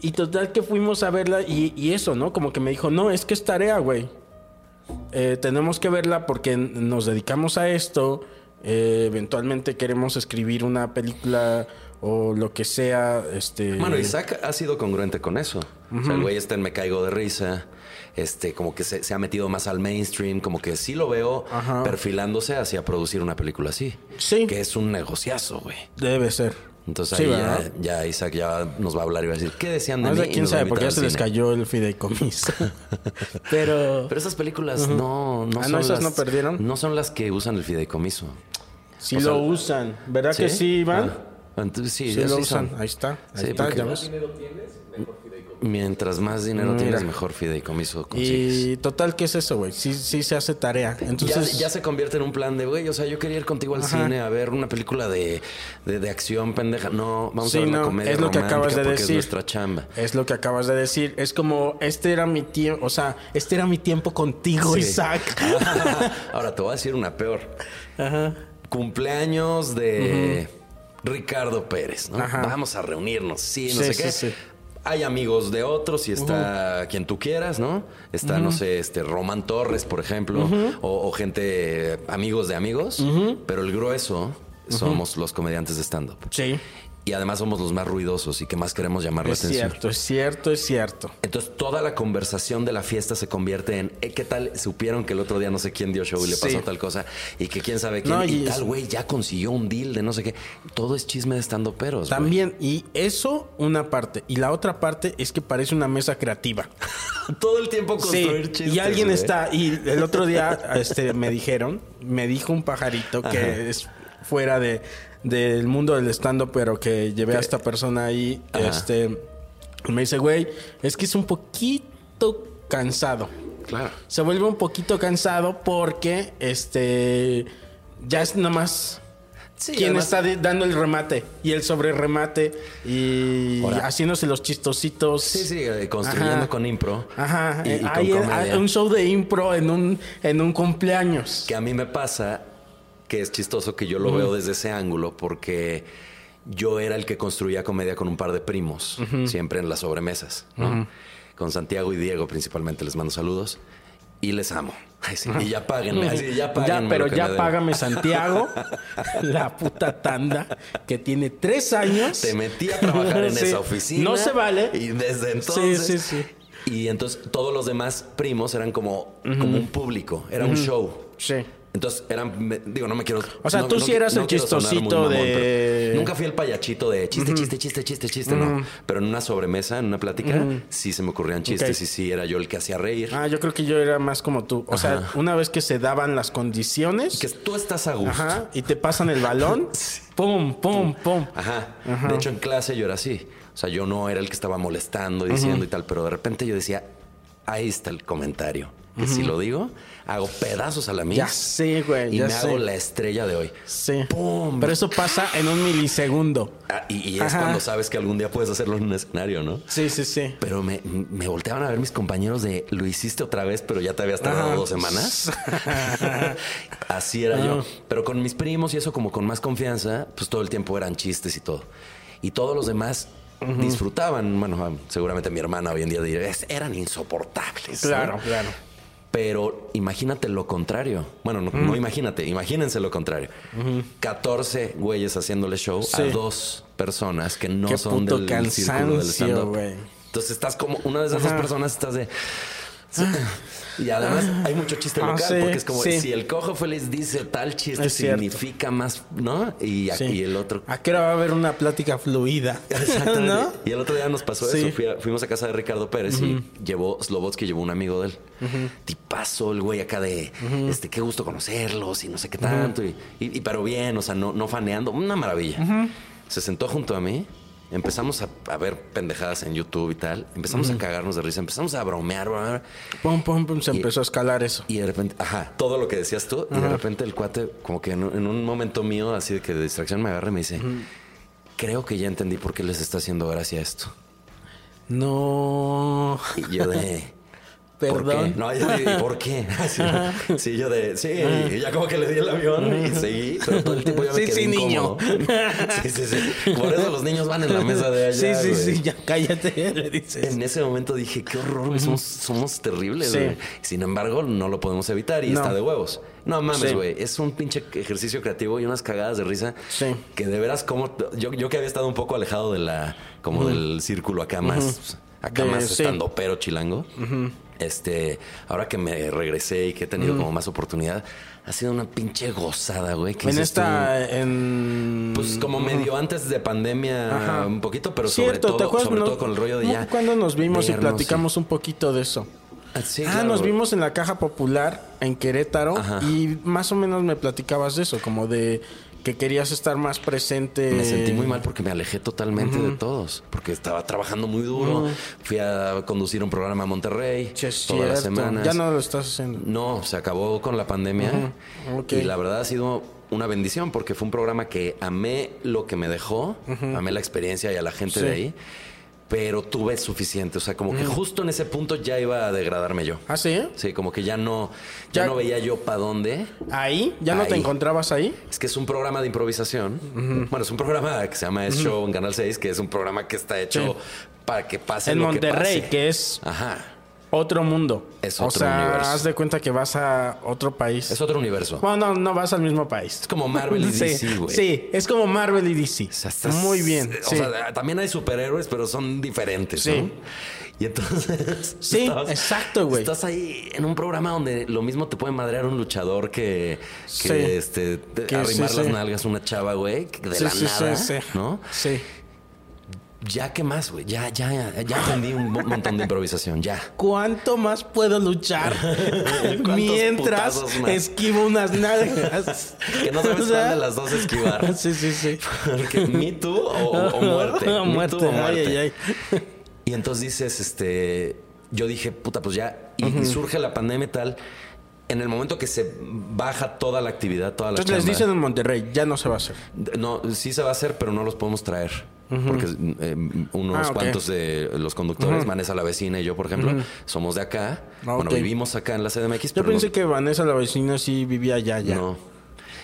[SPEAKER 2] y total que fuimos a verla y, y eso, ¿no? Como que me dijo, no, es que es tarea, güey. Eh, tenemos que verla porque n- nos dedicamos a esto. Eh, eventualmente queremos escribir una película o lo que sea, este.
[SPEAKER 1] Bueno, Isaac ha sido congruente con eso. O sea, el güey este en Me Caigo de Risa. Este, como que se, se ha metido más al mainstream, como que sí lo veo
[SPEAKER 2] Ajá.
[SPEAKER 1] perfilándose hacia producir una película así.
[SPEAKER 2] Sí.
[SPEAKER 1] Que es un negociazo, güey.
[SPEAKER 2] Debe ser.
[SPEAKER 1] Entonces
[SPEAKER 2] Sí,
[SPEAKER 1] ahí ya,
[SPEAKER 2] ¿verdad?
[SPEAKER 1] ya Isaac ya nos va a hablar y va a decir, ¿qué decían de
[SPEAKER 2] No
[SPEAKER 1] mí?
[SPEAKER 2] sé
[SPEAKER 1] Y
[SPEAKER 2] quién
[SPEAKER 1] nos va a
[SPEAKER 2] sabe, porque ya
[SPEAKER 1] invitar
[SPEAKER 2] se
[SPEAKER 1] al
[SPEAKER 2] les
[SPEAKER 1] cine.
[SPEAKER 2] cayó el fideicomiso. Pero
[SPEAKER 1] Pero esas películas no, no
[SPEAKER 2] Ah,
[SPEAKER 1] son
[SPEAKER 2] ¿no? ¿Esas
[SPEAKER 1] las,
[SPEAKER 2] no perdieron?
[SPEAKER 1] No son las que usan el fideicomiso.
[SPEAKER 2] si
[SPEAKER 1] o sea,
[SPEAKER 2] lo usan, ¿verdad que sí, Iván?
[SPEAKER 1] Ah, entonces sí,
[SPEAKER 2] Sí
[SPEAKER 1] ya
[SPEAKER 2] lo
[SPEAKER 1] sí
[SPEAKER 2] usan.
[SPEAKER 1] son.
[SPEAKER 2] Ahí está. Ahí
[SPEAKER 1] Sí,
[SPEAKER 2] está,
[SPEAKER 1] porque-
[SPEAKER 2] ya ves.
[SPEAKER 1] Mientras más dinero tienes,
[SPEAKER 2] Mira.
[SPEAKER 1] mejor fideicomiso consigues.
[SPEAKER 2] Y total, ¿qué es eso, güey? Sí, sí se hace tarea.
[SPEAKER 1] Ya,
[SPEAKER 2] Entonces,
[SPEAKER 1] ya se convierte en un plan de, güey, o sea, yo quería ir contigo al cine a ver una película de, de, de acción pendeja. No, vamos
[SPEAKER 2] Sí,
[SPEAKER 1] a ver una
[SPEAKER 2] no,
[SPEAKER 1] comedia
[SPEAKER 2] es lo que
[SPEAKER 1] romántica
[SPEAKER 2] acabas de
[SPEAKER 1] porque es
[SPEAKER 2] decir.
[SPEAKER 1] nuestra chamba.
[SPEAKER 2] es lo que acabas de decir. Es como, este era mi tiempo, o sea, este era mi tiempo contigo,
[SPEAKER 1] Sí.
[SPEAKER 2] Isaac.
[SPEAKER 1] Ahora te voy a decir una peor. Cumpleaños de Ricardo Pérez, ¿no?
[SPEAKER 2] Ajá.
[SPEAKER 1] Vamos a reunirnos, sí, no
[SPEAKER 2] Sí,
[SPEAKER 1] sé
[SPEAKER 2] sí,
[SPEAKER 1] qué.
[SPEAKER 2] sí.
[SPEAKER 1] hay amigos de otros y está quien tú quieras, ¿no? Está, no sé, este Román Torres, por ejemplo, o, o gente, eh, amigos de amigos, pero el grueso somos los comediantes de stand-up.
[SPEAKER 2] Sí.
[SPEAKER 1] Y además somos los más ruidosos y que más queremos llamar la
[SPEAKER 2] Es
[SPEAKER 1] atención.
[SPEAKER 2] cierto, es cierto, es cierto.
[SPEAKER 1] Entonces toda la conversación de la fiesta se convierte en "Eh, ¿qué tal? Supieron que el otro día no sé quién dio show y le
[SPEAKER 2] Sí.
[SPEAKER 1] pasó tal cosa y que quién sabe quién
[SPEAKER 2] No,
[SPEAKER 1] y,
[SPEAKER 2] y es-
[SPEAKER 1] tal güey ya consiguió un deal de no sé qué. Todo es chisme de estando peros.
[SPEAKER 2] También, y eso una parte. Y la otra parte es que parece una mesa creativa.
[SPEAKER 1] todo el tiempo
[SPEAKER 2] Sí,
[SPEAKER 1] construir chistes.
[SPEAKER 2] y alguien
[SPEAKER 1] güey.
[SPEAKER 2] está, y el otro día este, me dijeron, me dijo un pajarito que es fuera de, del mundo del stand-up, pero que llevé a esta persona ahí,
[SPEAKER 1] Ajá.
[SPEAKER 2] este, me dice, güey, es que es un poquito cansado.
[SPEAKER 1] Claro.
[SPEAKER 2] Se vuelve un poquito cansado porque, este, ya es nomás...
[SPEAKER 1] Sí,
[SPEAKER 2] ¿Quién
[SPEAKER 1] además-
[SPEAKER 2] está de- dando el remate? Y el sobre remate. Y
[SPEAKER 1] Ahora.
[SPEAKER 2] haciéndose los chistositos.
[SPEAKER 1] Sí, sí, eh, construyendo
[SPEAKER 2] Ajá.
[SPEAKER 1] con impro.
[SPEAKER 2] Ajá,
[SPEAKER 1] y- y
[SPEAKER 2] eh,
[SPEAKER 1] con
[SPEAKER 2] hay, hay
[SPEAKER 1] comedia.
[SPEAKER 2] un show de impro en un, en un cumpleaños.
[SPEAKER 1] Que a mí me pasa que es chistoso que yo lo veo desde ese ángulo porque yo era el que construía comedia con un par de primos, siempre en las sobremesas, ¿no? Con Santiago y Diego principalmente, les mando saludos y les amo. Ay, sí, y ya páguenme, ay, sí, ya páguenme.
[SPEAKER 2] Ya,
[SPEAKER 1] lo
[SPEAKER 2] pero
[SPEAKER 1] que me
[SPEAKER 2] ya
[SPEAKER 1] deben.
[SPEAKER 2] págame Santiago, la puta tanda, que tiene tres años.
[SPEAKER 1] Te metí a trabajar en
[SPEAKER 2] Sí.
[SPEAKER 1] esa oficina.
[SPEAKER 2] No se vale.
[SPEAKER 1] Y desde entonces.
[SPEAKER 2] Sí, sí, sí.
[SPEAKER 1] Y entonces todos los demás primos eran como, como un público, era un show.
[SPEAKER 2] Sí.
[SPEAKER 1] Entonces eran, me- digo, no me quiero.
[SPEAKER 2] O sea,
[SPEAKER 1] no-
[SPEAKER 2] tú
[SPEAKER 1] no
[SPEAKER 2] sí
[SPEAKER 1] qui-
[SPEAKER 2] eras el
[SPEAKER 1] quiero sonar muy
[SPEAKER 2] chistosito de-
[SPEAKER 1] pero Nunca fui el payachito de chiste, chiste, chiste, chiste, chiste, no. Pero en una sobremesa, en una plática, sí se me ocurrían chistes
[SPEAKER 2] Ok.
[SPEAKER 1] y sí era yo el que hacía reír.
[SPEAKER 2] Ah, yo creo que yo era más como tú. O sea, una vez que se daban las condiciones.
[SPEAKER 1] Que tú estás a gusto.
[SPEAKER 2] Ajá, y te pasan el balón. Pum, pum, pum.
[SPEAKER 1] Ajá. De hecho, en clase yo era así. O sea, yo no era el que estaba molestando y diciendo y tal, pero de repente yo decía, ahí está el comentario. Que si lo digo, hago pedazos a la mía.
[SPEAKER 2] Ya sé, güey,
[SPEAKER 1] Y
[SPEAKER 2] ya
[SPEAKER 1] me
[SPEAKER 2] sé.
[SPEAKER 1] hago la estrella de hoy.
[SPEAKER 2] Sí.
[SPEAKER 1] ¡Pum!
[SPEAKER 2] Pero eso pasa en un milisegundo.
[SPEAKER 1] Ah, y, y es
[SPEAKER 2] Ajá.
[SPEAKER 1] cuando sabes que algún día puedes hacerlo en un escenario, ¿no?
[SPEAKER 2] Sí, sí, sí.
[SPEAKER 1] Pero me, me volteaban a ver mis compañeros de lo hiciste otra vez, pero ya te habías tardado
[SPEAKER 2] Ajá.
[SPEAKER 1] dos semanas. Así era yo. Pero con mis primos y eso, como con más confianza, pues todo el tiempo eran chistes y todo. Y todos los demás disfrutaban. Bueno, ah, seguramente mi hermana hoy en día diría, "Es- eran insoportables. ¿no?
[SPEAKER 2] Claro, claro.
[SPEAKER 1] Pero imagínate lo contrario. Bueno, no,
[SPEAKER 2] Mm.
[SPEAKER 1] no imagínate, imagínense lo contrario. 14 güeyes haciéndole show a
[SPEAKER 2] Sí.
[SPEAKER 1] dos personas que no
[SPEAKER 2] Qué
[SPEAKER 1] son
[SPEAKER 2] puto
[SPEAKER 1] del círculo del
[SPEAKER 2] cansancio,
[SPEAKER 1] stand-up.
[SPEAKER 2] güey.
[SPEAKER 1] Entonces estás como una de esas dos personas, estás de. Y además hay mucho chiste
[SPEAKER 2] Ah,
[SPEAKER 1] local,
[SPEAKER 2] sí,
[SPEAKER 1] porque es como
[SPEAKER 2] sí.
[SPEAKER 1] si el cojo feliz dice tal chiste,
[SPEAKER 2] Es cierto.
[SPEAKER 1] significa más, ¿no? Y,
[SPEAKER 2] Sí.
[SPEAKER 1] y el otro.
[SPEAKER 2] ¿A qué hora va a haber una plática fluida?
[SPEAKER 1] Exactamente.
[SPEAKER 2] ¿No?
[SPEAKER 1] Y el otro día nos pasó
[SPEAKER 2] Sí.
[SPEAKER 1] eso. Fui a- fuimos a casa de Ricardo Pérez y llevó Slobotsky, llevó un amigo de él. Tipazo el güey acá de este, qué gusto conocerlos y no sé qué tanto. y- y, y pero bien, o sea, no, no faneando. Una maravilla. Se sentó junto a mí. Empezamos a, a ver pendejadas en YouTube y tal. Empezamos a cagarnos de risa. Empezamos a bromear, bromear.
[SPEAKER 2] Pum, pum, pum, se empezó a escalar eso.
[SPEAKER 1] Y de repente, ajá, todo lo que decías tú, y de repente el cuate, como que en, un- en un momento mío, así de que de distracción me agarra y me dice, creo que ya entendí por qué les está haciendo gracia esto.
[SPEAKER 2] No.
[SPEAKER 1] Y yo de... ¿Por qué?
[SPEAKER 2] Perdón.
[SPEAKER 1] No, yo de, ¿y ¿por qué? Sí, sí, yo de, sí, y ya como que le di el avión y seguí, pero todo el tiempo yo
[SPEAKER 2] Ah.
[SPEAKER 1] me
[SPEAKER 2] Sí,
[SPEAKER 1] quedé
[SPEAKER 2] sí, niño.
[SPEAKER 1] incómodo. Sí, sí, sí. Por eso los niños van en la mesa de allá.
[SPEAKER 2] Sí, sí,
[SPEAKER 1] güey.
[SPEAKER 2] sí, ya cállate, le dices.
[SPEAKER 1] En ese momento dije, qué horror, güey, somos, somos terribles,
[SPEAKER 2] Sí.
[SPEAKER 1] güey. Sin embargo, no lo podemos evitar y
[SPEAKER 2] No.
[SPEAKER 1] está de huevos. No mames,
[SPEAKER 2] Sí.
[SPEAKER 1] güey. Es un pinche ejercicio creativo y unas cagadas de risa.
[SPEAKER 2] Sí.
[SPEAKER 1] Que de veras, como. Yo, yo que había estado un poco alejado de la. como del círculo acá más. Acá
[SPEAKER 2] De-
[SPEAKER 1] más
[SPEAKER 2] sí.
[SPEAKER 1] estando pero chilango. Este. Ahora que me regresé y que he tenido como más oportunidad, ha sido una pinche gozada, güey. que
[SPEAKER 2] En
[SPEAKER 1] dices tú,
[SPEAKER 2] esta, en...
[SPEAKER 1] Pues como medio antes de pandemia,
[SPEAKER 2] Mm, Ajá.
[SPEAKER 1] un poquito, pero sobre,
[SPEAKER 2] Cierto,
[SPEAKER 1] todo,
[SPEAKER 2] ¿te acuerdas?
[SPEAKER 1] sobre
[SPEAKER 2] No-
[SPEAKER 1] todo con el rollo de
[SPEAKER 2] no,
[SPEAKER 1] ya.
[SPEAKER 2] Cuando nos vimos y
[SPEAKER 1] vernos
[SPEAKER 2] platicamos un poquito de eso.
[SPEAKER 1] Ah, sí,
[SPEAKER 2] ah,
[SPEAKER 1] claro.
[SPEAKER 2] nos vimos en la caja popular en Querétaro
[SPEAKER 1] Ajá.
[SPEAKER 2] y más o menos me platicabas de eso, como de que querías estar más presente.
[SPEAKER 1] Me sentí
[SPEAKER 2] eh,
[SPEAKER 1] muy mal porque me alejé totalmente de todos, porque estaba trabajando muy duro. Fui a conducir un programa a Monterrey
[SPEAKER 2] Sí, es
[SPEAKER 1] todas las
[SPEAKER 2] cierto.
[SPEAKER 1] semanas.
[SPEAKER 2] Ya no lo estás haciendo.
[SPEAKER 1] No, se acabó con la pandemia.
[SPEAKER 2] Ujú. Ok.
[SPEAKER 1] Y la verdad ha sido una bendición porque fue un programa que amé lo que me dejó, amé la experiencia y a la gente
[SPEAKER 2] Sí.
[SPEAKER 1] de ahí. pero tuve suficiente. O sea, como que justo en ese punto ya iba a degradarme yo.
[SPEAKER 2] ¿Ah, sí?
[SPEAKER 1] Sí, como que ya no, ya,
[SPEAKER 2] Ya-
[SPEAKER 1] no veía yo para dónde.
[SPEAKER 2] ¿Ahí? ¿Ya no te
[SPEAKER 1] Ahí.
[SPEAKER 2] encontrabas ahí?
[SPEAKER 1] Es que es un programa de improvisación. Bueno, es un programa que se llama Es Show en Canal 6, que es un programa que está hecho para que pase
[SPEAKER 2] En
[SPEAKER 1] lo
[SPEAKER 2] Monterrey, que,
[SPEAKER 1] que, pase.
[SPEAKER 2] es
[SPEAKER 1] Ajá.
[SPEAKER 2] otro mundo.
[SPEAKER 1] Es
[SPEAKER 2] o
[SPEAKER 1] otro
[SPEAKER 2] sea,
[SPEAKER 1] universo.
[SPEAKER 2] haz de cuenta que vas a otro país.
[SPEAKER 1] Es otro universo.
[SPEAKER 2] Bueno, no, no vas al mismo país.
[SPEAKER 1] Es como Marvel y
[SPEAKER 2] Sí,
[SPEAKER 1] DC, güey.
[SPEAKER 2] Sí, es como Marvel y DC.
[SPEAKER 1] O sea, estás-
[SPEAKER 2] Muy bien.
[SPEAKER 1] O
[SPEAKER 2] sí.
[SPEAKER 1] sea, también hay superhéroes, pero son diferentes.
[SPEAKER 2] Sí.
[SPEAKER 1] ¿no? Y entonces.
[SPEAKER 2] Sí, exacto, güey.
[SPEAKER 1] Estás ahí en un programa donde lo mismo te puede madrear un luchador que, que
[SPEAKER 2] Sí.
[SPEAKER 1] este, te-
[SPEAKER 2] Que sí,
[SPEAKER 1] arrimar las
[SPEAKER 2] sí.
[SPEAKER 1] nalgas una chava, güey, que de
[SPEAKER 2] Sí,
[SPEAKER 1] la
[SPEAKER 2] sí, sí,
[SPEAKER 1] nada.
[SPEAKER 2] sí.
[SPEAKER 1] ¿No?
[SPEAKER 2] Sí.
[SPEAKER 1] Ya, ¿qué más, güey? Ya, ya, ya entendí un mo- montón de improvisación. Ya.
[SPEAKER 2] ¿Cuánto más puedo luchar
[SPEAKER 1] ¿Cuántos
[SPEAKER 2] mientras
[SPEAKER 1] putazos más?
[SPEAKER 2] esquivo unas nalgas?
[SPEAKER 1] Que no sabes
[SPEAKER 2] O sea,
[SPEAKER 1] cuál de las dos esquivar.
[SPEAKER 2] Sí, sí, sí.
[SPEAKER 1] Porque me too o, o muerte.
[SPEAKER 2] O
[SPEAKER 1] Me Too
[SPEAKER 2] muerte.
[SPEAKER 1] o muerte. Pues
[SPEAKER 2] Ay, ay, ay.
[SPEAKER 1] Y entonces dices, este, yo dije, puta, pues ya, y, y surge la pandemia y tal. En el momento que se baja toda la actividad, toda la
[SPEAKER 2] Entonces les
[SPEAKER 1] chamba,
[SPEAKER 2] dicen en Monterrey, ya no se va a hacer.
[SPEAKER 1] No, sí se va a hacer, pero no los podemos traer. Porque eh, unos
[SPEAKER 2] Ah, ok.
[SPEAKER 1] cuantos de los conductores, Vanessa la vecina y yo, por ejemplo, somos de acá.
[SPEAKER 2] Ah,
[SPEAKER 1] Bueno,
[SPEAKER 2] ok.
[SPEAKER 1] vivimos acá en la CDMX,
[SPEAKER 2] Yo
[SPEAKER 1] pero
[SPEAKER 2] pensé
[SPEAKER 1] no-
[SPEAKER 2] que Vanessa la vecina sí vivía allá, ya.
[SPEAKER 1] no.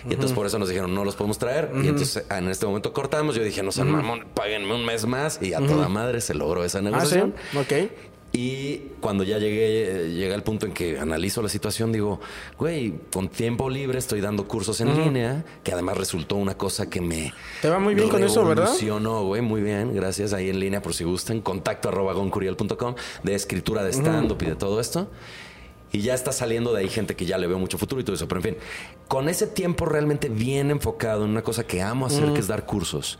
[SPEAKER 1] Y entonces por eso nos dijeron, no los podemos traer. Y entonces en este momento cortamos. Yo dije, no sean mamón, páguenme un mes más. Y a toda madre se logró esa
[SPEAKER 2] Ah, sí.
[SPEAKER 1] negociación.
[SPEAKER 2] Ok.
[SPEAKER 1] Y cuando ya llegué, eh, llegué al punto en que analizo la situación, digo, güey, con tiempo libre estoy dando cursos en línea, que además resultó una cosa que me...
[SPEAKER 2] Te va muy bien con eso, ¿verdad?
[SPEAKER 1] revolucionó, güey, muy bien. Gracias. Ahí en línea, por si gustan, contacto arroba goncuriel.com de escritura de stand-up y de todo esto. Y ya está saliendo de ahí gente que ya le veo mucho futuro y todo eso. Pero en fin, con ese tiempo realmente bien enfocado en una cosa que amo hacer, que es dar cursos.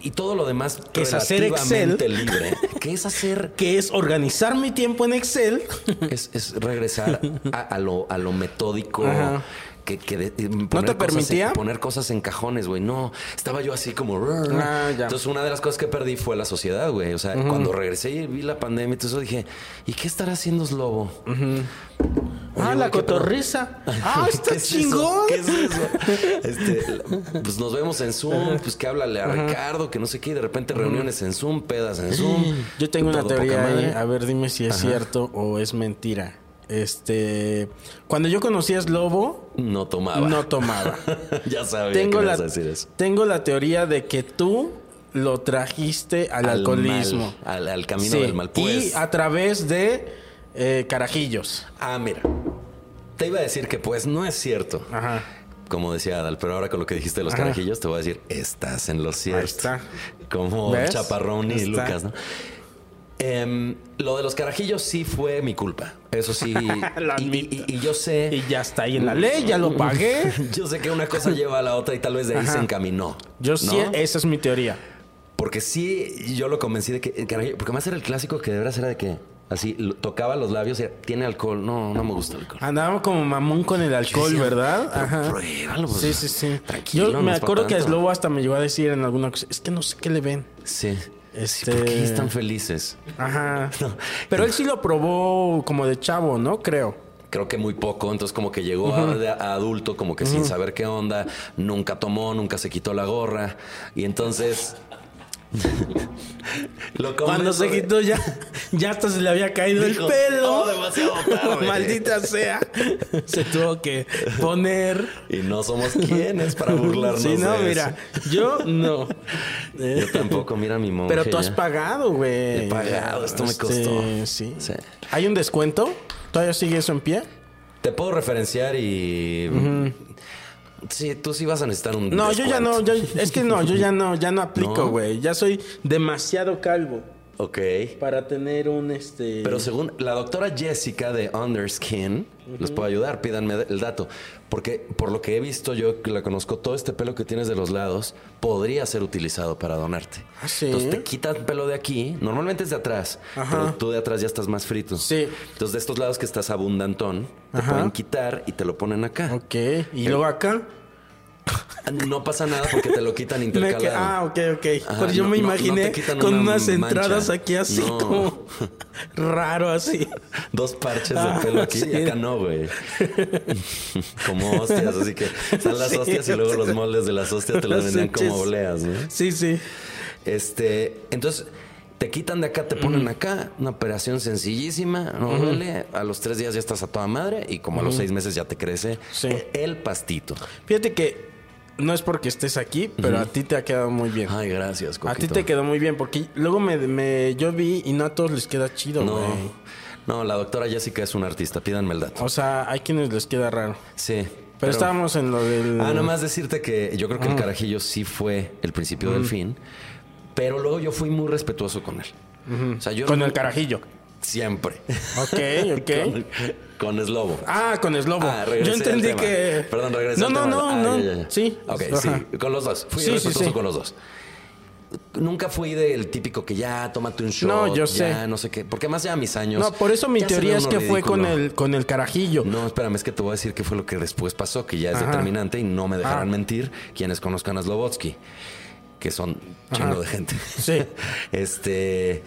[SPEAKER 1] Y todo lo demás
[SPEAKER 2] Que es hacer
[SPEAKER 1] relativamente libre. Que es hacer
[SPEAKER 2] que es organizar mi tiempo en Excel.
[SPEAKER 1] es, es regresar a, a lo, a lo metódico.
[SPEAKER 2] Ajá.
[SPEAKER 1] Que, que de- eh, poner
[SPEAKER 2] te
[SPEAKER 1] cosas en-
[SPEAKER 2] permitía?
[SPEAKER 1] poner cosas en cajones, güey. No, estaba yo así como.
[SPEAKER 2] Ah, ya.
[SPEAKER 1] Entonces, una de las cosas que perdí fue la sociedad, güey. O sea, cuando regresé y vi la pandemia y todo eso, dije, ¿y qué estará haciendo Slobo? Oye,
[SPEAKER 2] ah,
[SPEAKER 1] güey,
[SPEAKER 2] la
[SPEAKER 1] ¿qué pedo?
[SPEAKER 2] cotorriza. Ah, está
[SPEAKER 1] ¿Qué es eso?
[SPEAKER 2] chingón.
[SPEAKER 1] ¿Qué es eso? Este, la- pues nos vemos en Zoom, pues que háblale a Ricardo, que no sé qué, y de repente reuniones en Zoom, pedas en Zoom.
[SPEAKER 2] Yo tengo una
[SPEAKER 1] todo poca
[SPEAKER 2] teoría ahí.
[SPEAKER 1] madre.
[SPEAKER 2] A ver, dime si es cierto o es mentira. Este, cuando yo conocí a Slobo,
[SPEAKER 1] No tomaba.
[SPEAKER 2] no tomaba.
[SPEAKER 1] ya sabía Ah, que
[SPEAKER 2] tengo
[SPEAKER 1] me
[SPEAKER 2] la
[SPEAKER 1] ibas a decir eso.
[SPEAKER 2] tengo la teoría de que tú lo trajiste al,
[SPEAKER 1] Al
[SPEAKER 2] alcoholismo,
[SPEAKER 1] mal, al- al camino
[SPEAKER 2] Sí,
[SPEAKER 1] del mal.
[SPEAKER 2] y
[SPEAKER 1] Pues-
[SPEAKER 2] a través de eh, carajillos.
[SPEAKER 1] Ah, mira. Te iba a decir que pues no es cierto.
[SPEAKER 2] Ajá.
[SPEAKER 1] Como decía Adal, pero ahora con lo que dijiste de los
[SPEAKER 2] Ajá.
[SPEAKER 1] carajillos, te voy a decir, estás en lo cierto.
[SPEAKER 2] está.
[SPEAKER 1] Como
[SPEAKER 2] ¿Ves?
[SPEAKER 1] Chaparrón y
[SPEAKER 2] Está.
[SPEAKER 1] Lucas, ¿no? Em, lo de los carajillos sí fue mi culpa. Eso sí.
[SPEAKER 2] Lo
[SPEAKER 1] y,
[SPEAKER 2] admito.
[SPEAKER 1] y- y yo sé.
[SPEAKER 2] Y ya está ahí en la ley, ya lo pagué.
[SPEAKER 1] Yo sé que una cosa lleva a la otra y tal vez de ahí
[SPEAKER 2] Ajá.
[SPEAKER 1] se encaminó.
[SPEAKER 2] Yo
[SPEAKER 1] ¿no?
[SPEAKER 2] sí, esa es mi teoría.
[SPEAKER 1] Porque sí, yo lo convencí de que. el carajillo- porque más era el clásico que de veras era de que así lo- tocaba los labios y era, tiene alcohol. No, no me gusta el alcohol.
[SPEAKER 2] Andaba como mamón con el
[SPEAKER 1] Yo
[SPEAKER 2] alcohol,
[SPEAKER 1] decía,
[SPEAKER 2] ¿verdad?
[SPEAKER 1] "Pero pruébalo, pues,
[SPEAKER 2] Sí, sí, sí.
[SPEAKER 1] tranquilo,
[SPEAKER 2] Yo
[SPEAKER 1] no
[SPEAKER 2] me
[SPEAKER 1] es pa'
[SPEAKER 2] acuerdo que
[SPEAKER 1] tanto".
[SPEAKER 2] Slobo hasta me llegó a decir en alguna ocasión, es que no sé qué le ven.
[SPEAKER 1] Sí.
[SPEAKER 2] Este-
[SPEAKER 1] Sí, ¿Por qué están felices?
[SPEAKER 2] Ajá. Pero él sí lo probó como de chavo, ¿no? Creo.
[SPEAKER 1] Creo que muy poco, entonces como que llegó a- de- a, adulto, como que sin saber qué onda, nunca tomó, nunca se quitó la gorra. Y entonces. lo
[SPEAKER 2] Cuando
[SPEAKER 1] convenzo
[SPEAKER 2] se
[SPEAKER 1] de-
[SPEAKER 2] quitó ya, ya hasta se le había caído
[SPEAKER 1] Dijo,
[SPEAKER 2] el pelo.
[SPEAKER 1] "Oh, demasiado tarde".
[SPEAKER 2] Maldita sea. Se tuvo que poner.
[SPEAKER 1] Y no somos quienes para burlarnos.
[SPEAKER 2] Sí, no,
[SPEAKER 1] de
[SPEAKER 2] mira, yo no.
[SPEAKER 1] eso. Yo tampoco, mira mi monje.
[SPEAKER 2] Pero tú has
[SPEAKER 1] ya.
[SPEAKER 2] pagado, güey.
[SPEAKER 1] He pagado, esto me
[SPEAKER 2] Este,
[SPEAKER 1] costó.
[SPEAKER 2] Sí.
[SPEAKER 1] Sí.
[SPEAKER 2] ¿Hay un descuento? ¿Todavía sigue eso en pie?
[SPEAKER 1] Te puedo referenciar y. Sí, tú sí vas a necesitar un.
[SPEAKER 2] No, yo ya no,
[SPEAKER 1] descuento.
[SPEAKER 2] yo- es que no, yo ya no, ya no aplico,
[SPEAKER 1] ¿No?
[SPEAKER 2] güey. Ya soy demasiado calvo
[SPEAKER 1] Ok.
[SPEAKER 2] para tener un este.
[SPEAKER 1] Pero según la doctora Jessica de Underskin, les puedo ayudar, pídanme el dato. Porque por lo que he visto, yo que la conozco, todo este pelo que tienes de los lados podría ser utilizado para donarte.
[SPEAKER 2] ¿Ah, sí?
[SPEAKER 1] Entonces te quitan pelo de aquí, normalmente es de atrás,
[SPEAKER 2] Ajá.
[SPEAKER 1] pero tú de atrás ya estás más frito.
[SPEAKER 2] Sí.
[SPEAKER 1] Entonces de estos lados que estás abundantón, te
[SPEAKER 2] Ajá.
[SPEAKER 1] pueden quitar y te lo ponen acá.
[SPEAKER 2] Ok, y luego acá.
[SPEAKER 1] No pasa nada porque te lo quitan
[SPEAKER 2] Me que-
[SPEAKER 1] intercalado.
[SPEAKER 2] ah, ok, ok.
[SPEAKER 1] Ajá,
[SPEAKER 2] Pero yo
[SPEAKER 1] no-
[SPEAKER 2] me
[SPEAKER 1] no- no te
[SPEAKER 2] imaginé
[SPEAKER 1] quitan
[SPEAKER 2] con
[SPEAKER 1] una
[SPEAKER 2] unas
[SPEAKER 1] mancha.
[SPEAKER 2] entradas aquí así
[SPEAKER 1] No.
[SPEAKER 2] como raro así.
[SPEAKER 1] Dos parches
[SPEAKER 2] Ah,
[SPEAKER 1] de pelo aquí
[SPEAKER 2] sí.
[SPEAKER 1] y acá no, güey. como hostias, así que están las
[SPEAKER 2] Sí.
[SPEAKER 1] hostias y luego los moldes de las hostias te las
[SPEAKER 2] Las
[SPEAKER 1] vendían como
[SPEAKER 2] hostias.
[SPEAKER 1] obleas, ¿no?
[SPEAKER 2] Sí, sí.
[SPEAKER 1] Este, entonces, Te quitan de acá, te
[SPEAKER 2] Mm.
[SPEAKER 1] ponen acá. Una operación sencillísima, no duele. A los tres días ya estás a toda madre y como a los seis meses ya te crece
[SPEAKER 2] Sí.
[SPEAKER 1] e- el pastito.
[SPEAKER 2] Fíjate que no es porque estés aquí, pero a ti te ha quedado muy bien.
[SPEAKER 1] Ay, gracias,
[SPEAKER 2] a ti
[SPEAKER 1] Coquito.
[SPEAKER 2] te quedó muy bien, porque luego me, me- yo vi y no a todos les queda chido,
[SPEAKER 1] No,
[SPEAKER 2] güey.
[SPEAKER 1] no, la doctora Jessica es una artista. Pídanme el dato.
[SPEAKER 2] O sea, hay quienes les queda raro.
[SPEAKER 1] Sí.
[SPEAKER 2] Pero, estábamos en lo del.
[SPEAKER 1] Ah, nomás decirte que yo creo
[SPEAKER 2] Ah.
[SPEAKER 1] que el carajillo sí fue el principio
[SPEAKER 2] Mm.
[SPEAKER 1] del fin, pero luego yo fui muy respetuoso con él. O sea, yo
[SPEAKER 2] Con
[SPEAKER 1] no-
[SPEAKER 2] el carajillo.
[SPEAKER 1] siempre.
[SPEAKER 2] Ok, ok.
[SPEAKER 1] con el lobo.
[SPEAKER 2] Ah, con el lobo.
[SPEAKER 1] Ah, regresé
[SPEAKER 2] yo
[SPEAKER 1] al
[SPEAKER 2] entendí
[SPEAKER 1] tema.
[SPEAKER 2] que.
[SPEAKER 1] Perdón, regresé
[SPEAKER 2] No,
[SPEAKER 1] al
[SPEAKER 2] no,
[SPEAKER 1] tema.
[SPEAKER 2] no,
[SPEAKER 1] Ah,
[SPEAKER 2] no.
[SPEAKER 1] ya, ya, ya.
[SPEAKER 2] Sí.
[SPEAKER 1] Ok,
[SPEAKER 2] Ajá.
[SPEAKER 1] sí. Con los dos. Fui
[SPEAKER 2] Sí, sí,
[SPEAKER 1] respetuoso
[SPEAKER 2] sí.
[SPEAKER 1] con los dos. Nunca fui del típico que ya, tómate un shot.
[SPEAKER 2] No, yo
[SPEAKER 1] ya,
[SPEAKER 2] sé.
[SPEAKER 1] no sé qué. Porque más ya a mis años.
[SPEAKER 2] No, por eso mi
[SPEAKER 1] ya se
[SPEAKER 2] teoría
[SPEAKER 1] ve
[SPEAKER 2] es
[SPEAKER 1] uno
[SPEAKER 2] que fue con
[SPEAKER 1] ridículo.
[SPEAKER 2] el, con el carajillo.
[SPEAKER 1] No, espérame, es que te voy a decir qué fue lo que después pasó, que ya es
[SPEAKER 2] Ajá.
[SPEAKER 1] determinante y no me dejarán
[SPEAKER 2] Ah.
[SPEAKER 1] mentir quienes conozcan a Slobotsky, que son chingo de gente.
[SPEAKER 2] Sí.
[SPEAKER 1] Este.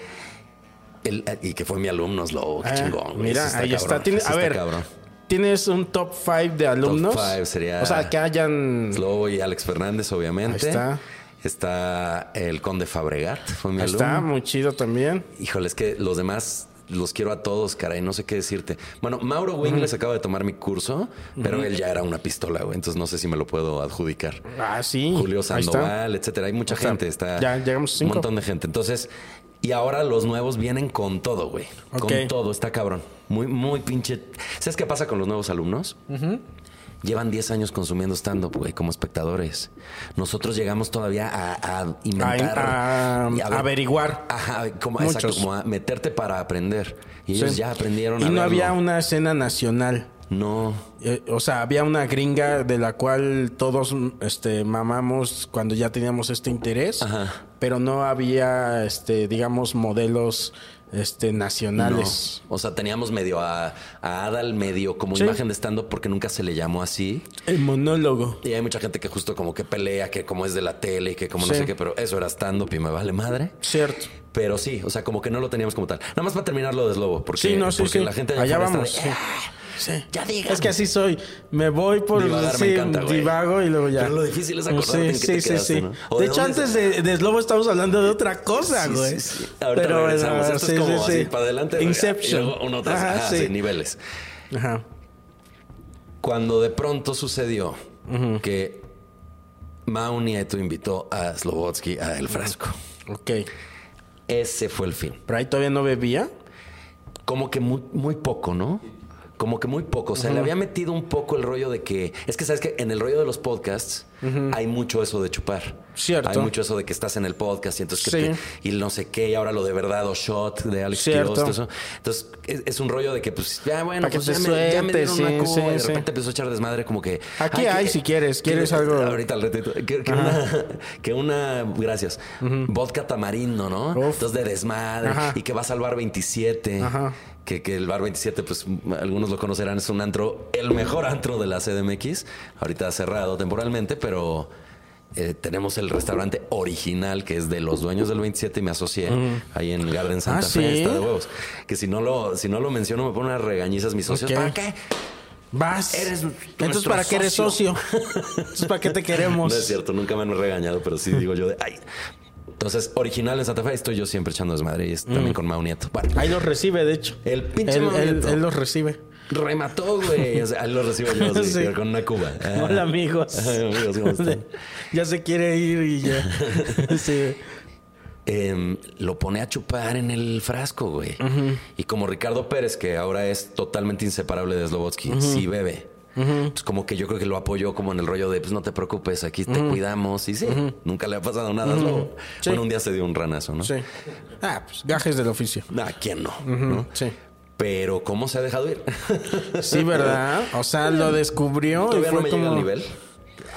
[SPEAKER 1] el- y que fue mi alumno Slobo, qué
[SPEAKER 2] Ah,
[SPEAKER 1] chingón. güey,
[SPEAKER 2] Mira,
[SPEAKER 1] ese
[SPEAKER 2] ahí
[SPEAKER 1] cabrón,
[SPEAKER 2] está. Tiene-
[SPEAKER 1] ese
[SPEAKER 2] a
[SPEAKER 1] está
[SPEAKER 2] ver,
[SPEAKER 1] cabrón.
[SPEAKER 2] tienes un top 5 de alumnos.
[SPEAKER 1] five sería-
[SPEAKER 2] O sea, que hayan.
[SPEAKER 1] Slobo y Alex Fernández, obviamente.
[SPEAKER 2] Ahí está.
[SPEAKER 1] Está el Conde Fabregat, fue mi
[SPEAKER 2] Ahí
[SPEAKER 1] alumno.
[SPEAKER 2] está, muy chido también.
[SPEAKER 1] Híjole, es que los demás los quiero a todos, caray, no sé qué decirte. Bueno, Mauro Wing les acaba de tomar mi curso, pero él ya era una pistola, güey, entonces no sé si me lo puedo adjudicar.
[SPEAKER 2] Ah, sí.
[SPEAKER 1] Julio
[SPEAKER 2] ahí está.
[SPEAKER 1] Sandoval, etcétera. Hay mucha
[SPEAKER 2] Ahí está.
[SPEAKER 1] gente, está
[SPEAKER 2] Ya llegamos a
[SPEAKER 1] un
[SPEAKER 2] cinco.
[SPEAKER 1] montón de gente. Entonces, y ahora los nuevos vienen con todo, güey.
[SPEAKER 2] Ok.
[SPEAKER 1] Con todo, está cabrón. Muy, muy pinche. ¿Sabes qué pasa con los nuevos alumnos? Llevan 10 años consumiendo stand-up, güey, como espectadores. Nosotros llegamos todavía a, a inventar.
[SPEAKER 2] A- a-
[SPEAKER 1] y ver-
[SPEAKER 2] ah,
[SPEAKER 1] ah,
[SPEAKER 2] averiguar.
[SPEAKER 1] Ajá, como,
[SPEAKER 2] Muchos.
[SPEAKER 1] exacto, como a meterte para aprender. Y
[SPEAKER 2] Sí.
[SPEAKER 1] ellos ya aprendieron
[SPEAKER 2] Y
[SPEAKER 1] a
[SPEAKER 2] no
[SPEAKER 1] verlo.
[SPEAKER 2] había una escena nacional.
[SPEAKER 1] No.
[SPEAKER 2] Eh, o sea, había una gringa de la cual todos mm, este, mamamos cuando ya teníamos este interés,
[SPEAKER 1] Ajá.
[SPEAKER 2] pero no había, este, digamos, modelos este, nacionales.
[SPEAKER 1] No. O sea, teníamos medio a, a Adal, medio como
[SPEAKER 2] Sí.
[SPEAKER 1] imagen de stand-up porque nunca se le llamó así.
[SPEAKER 2] El monólogo.
[SPEAKER 1] Y hay mucha gente que justo como que pelea, que como es de la tele y que como no
[SPEAKER 2] Sí.
[SPEAKER 1] sé qué, pero eso era stand-up y me vale madre.
[SPEAKER 2] Cierto.
[SPEAKER 1] Pero sí, o sea, como que no lo teníamos como tal. Nada más para terminar lo de Slobo, porque,
[SPEAKER 2] Sí, no, sí,
[SPEAKER 1] porque
[SPEAKER 2] sí.
[SPEAKER 1] la gente allá,
[SPEAKER 2] Allá
[SPEAKER 1] afuera
[SPEAKER 2] vamos.
[SPEAKER 1] está
[SPEAKER 2] sí.
[SPEAKER 1] de, "Ah,
[SPEAKER 2] Sí.
[SPEAKER 1] ya digan.
[SPEAKER 2] Es que así soy. Me voy por
[SPEAKER 1] Divagar me
[SPEAKER 2] sí,
[SPEAKER 1] encanta, güey.
[SPEAKER 2] divago y luego ya.
[SPEAKER 1] Pero lo difícil es acordarte en qué te quedaste, ¿no? O
[SPEAKER 2] De,
[SPEAKER 1] de
[SPEAKER 2] hecho,
[SPEAKER 1] dónde
[SPEAKER 2] antes de, de Slobo estamos hablando de otra cosa,
[SPEAKER 1] Sí,
[SPEAKER 2] güey.
[SPEAKER 1] sí, sí. Ahorita
[SPEAKER 2] Pero,
[SPEAKER 1] regresamos.
[SPEAKER 2] bueno,
[SPEAKER 1] Esto
[SPEAKER 2] sí,
[SPEAKER 1] es como
[SPEAKER 2] sí,
[SPEAKER 1] así,
[SPEAKER 2] sí.
[SPEAKER 1] para adelante. y
[SPEAKER 2] Inception.
[SPEAKER 1] luego uno tras,
[SPEAKER 2] Ajá,
[SPEAKER 1] ajá,
[SPEAKER 2] sí.
[SPEAKER 1] sí, niveles.
[SPEAKER 2] Ajá.
[SPEAKER 1] Cuando de pronto sucedió que Mao Nieto invitó a Slobotsky a El Frasco.
[SPEAKER 2] Ok.
[SPEAKER 1] Ese fue el fin.
[SPEAKER 2] Pero ahí todavía no bebía.
[SPEAKER 1] Como que muy, muy poco, ¿no? Como que muy poco. O sea, le había metido un poco el rollo de que. Es que sabes que en el rollo de los podcasts hay mucho eso de chupar.
[SPEAKER 2] Cierto.
[SPEAKER 1] Hay mucho eso de que estás en el podcast y entonces que
[SPEAKER 2] Sí.
[SPEAKER 1] te- y no sé qué, y ahora lo de verdad o shot de Alex
[SPEAKER 2] Cierto.
[SPEAKER 1] Quiroz, todo eso. Entonces, es, es un rollo de que, pues, ya bueno,
[SPEAKER 2] Para que
[SPEAKER 1] pues,
[SPEAKER 2] te
[SPEAKER 1] ya, me, ya me
[SPEAKER 2] suelte,
[SPEAKER 1] dieron una
[SPEAKER 2] sí,
[SPEAKER 1] cuba y
[SPEAKER 2] sí,
[SPEAKER 1] de
[SPEAKER 2] sí.
[SPEAKER 1] repente empezó a echar desmadre, como que.
[SPEAKER 2] Aquí
[SPEAKER 1] "Ay,
[SPEAKER 2] hay,
[SPEAKER 1] que-
[SPEAKER 2] si quieres,
[SPEAKER 1] que-
[SPEAKER 2] ¿quieres algo?"
[SPEAKER 1] Ahorita al ratito. Que, que una, que una- Gracias. Vodka tamarindo, ¿no?
[SPEAKER 2] Uf.
[SPEAKER 1] Entonces, de desmadre.
[SPEAKER 2] Ajá.
[SPEAKER 1] Y que vas al bar 27.
[SPEAKER 2] Ajá.
[SPEAKER 1] Que, que el bar 27, pues algunos lo conocerán, es un antro, el mejor antro de la CDMX. Ahorita cerrado temporalmente, pero eh, tenemos el restaurante original que es de los dueños del 27 y me asocié ahí en Garden Santa
[SPEAKER 2] Mm. Ah,
[SPEAKER 1] Fe,
[SPEAKER 2] ¿sí?
[SPEAKER 1] está de huevos. Que si no lo, si no lo menciono, me ponen unas regañizas mis socios.
[SPEAKER 2] Ok.
[SPEAKER 1] ¿Para qué?
[SPEAKER 2] Vas.
[SPEAKER 1] Eres
[SPEAKER 2] Entonces,
[SPEAKER 1] nuestro
[SPEAKER 2] ¿para qué eres socio? Entonces, ¿para qué te queremos?
[SPEAKER 1] No es cierto, nunca me han regañado, pero sí digo yo de ay. Entonces, original en Santa Fe, estoy yo siempre echando desmadre y
[SPEAKER 2] Mm.
[SPEAKER 1] es también con Mau Nieto. Bueno,
[SPEAKER 2] Ahí los recibe, de hecho.
[SPEAKER 1] El pinche
[SPEAKER 2] Él- él-
[SPEAKER 1] momento.
[SPEAKER 2] él los recibe.
[SPEAKER 1] remató, güey. O sea, ahí lo recibo yo así,
[SPEAKER 2] Sí.
[SPEAKER 1] con una cuba. Ah.
[SPEAKER 2] Hola amigos.
[SPEAKER 1] Ay, amigos, ¿cómo están?
[SPEAKER 2] ya se quiere ir y ya. Sí.
[SPEAKER 1] em, lo pone a chupar en el frasco, güey. Y como Ricardo Pérez, que ahora es totalmente inseparable de Slobotsky, sí bebe. Pues como que yo creo que lo apoyó como en el rollo de, pues no te preocupes, aquí te cuidamos. Y sí, nunca le ha pasado nada a Slobo.
[SPEAKER 2] Sí.
[SPEAKER 1] Bueno, un día se dio un ranazo, ¿no?
[SPEAKER 2] Sí. Ah, pues gajes del oficio.
[SPEAKER 1] ¿A quién no? ¿No?
[SPEAKER 2] Sí.
[SPEAKER 1] Pero ¿cómo se ha dejado ir?
[SPEAKER 2] Sí, ¿verdad? O sea, lo descubrió y
[SPEAKER 1] Todavía
[SPEAKER 2] fue
[SPEAKER 1] no me
[SPEAKER 2] como...
[SPEAKER 1] llega al nivel,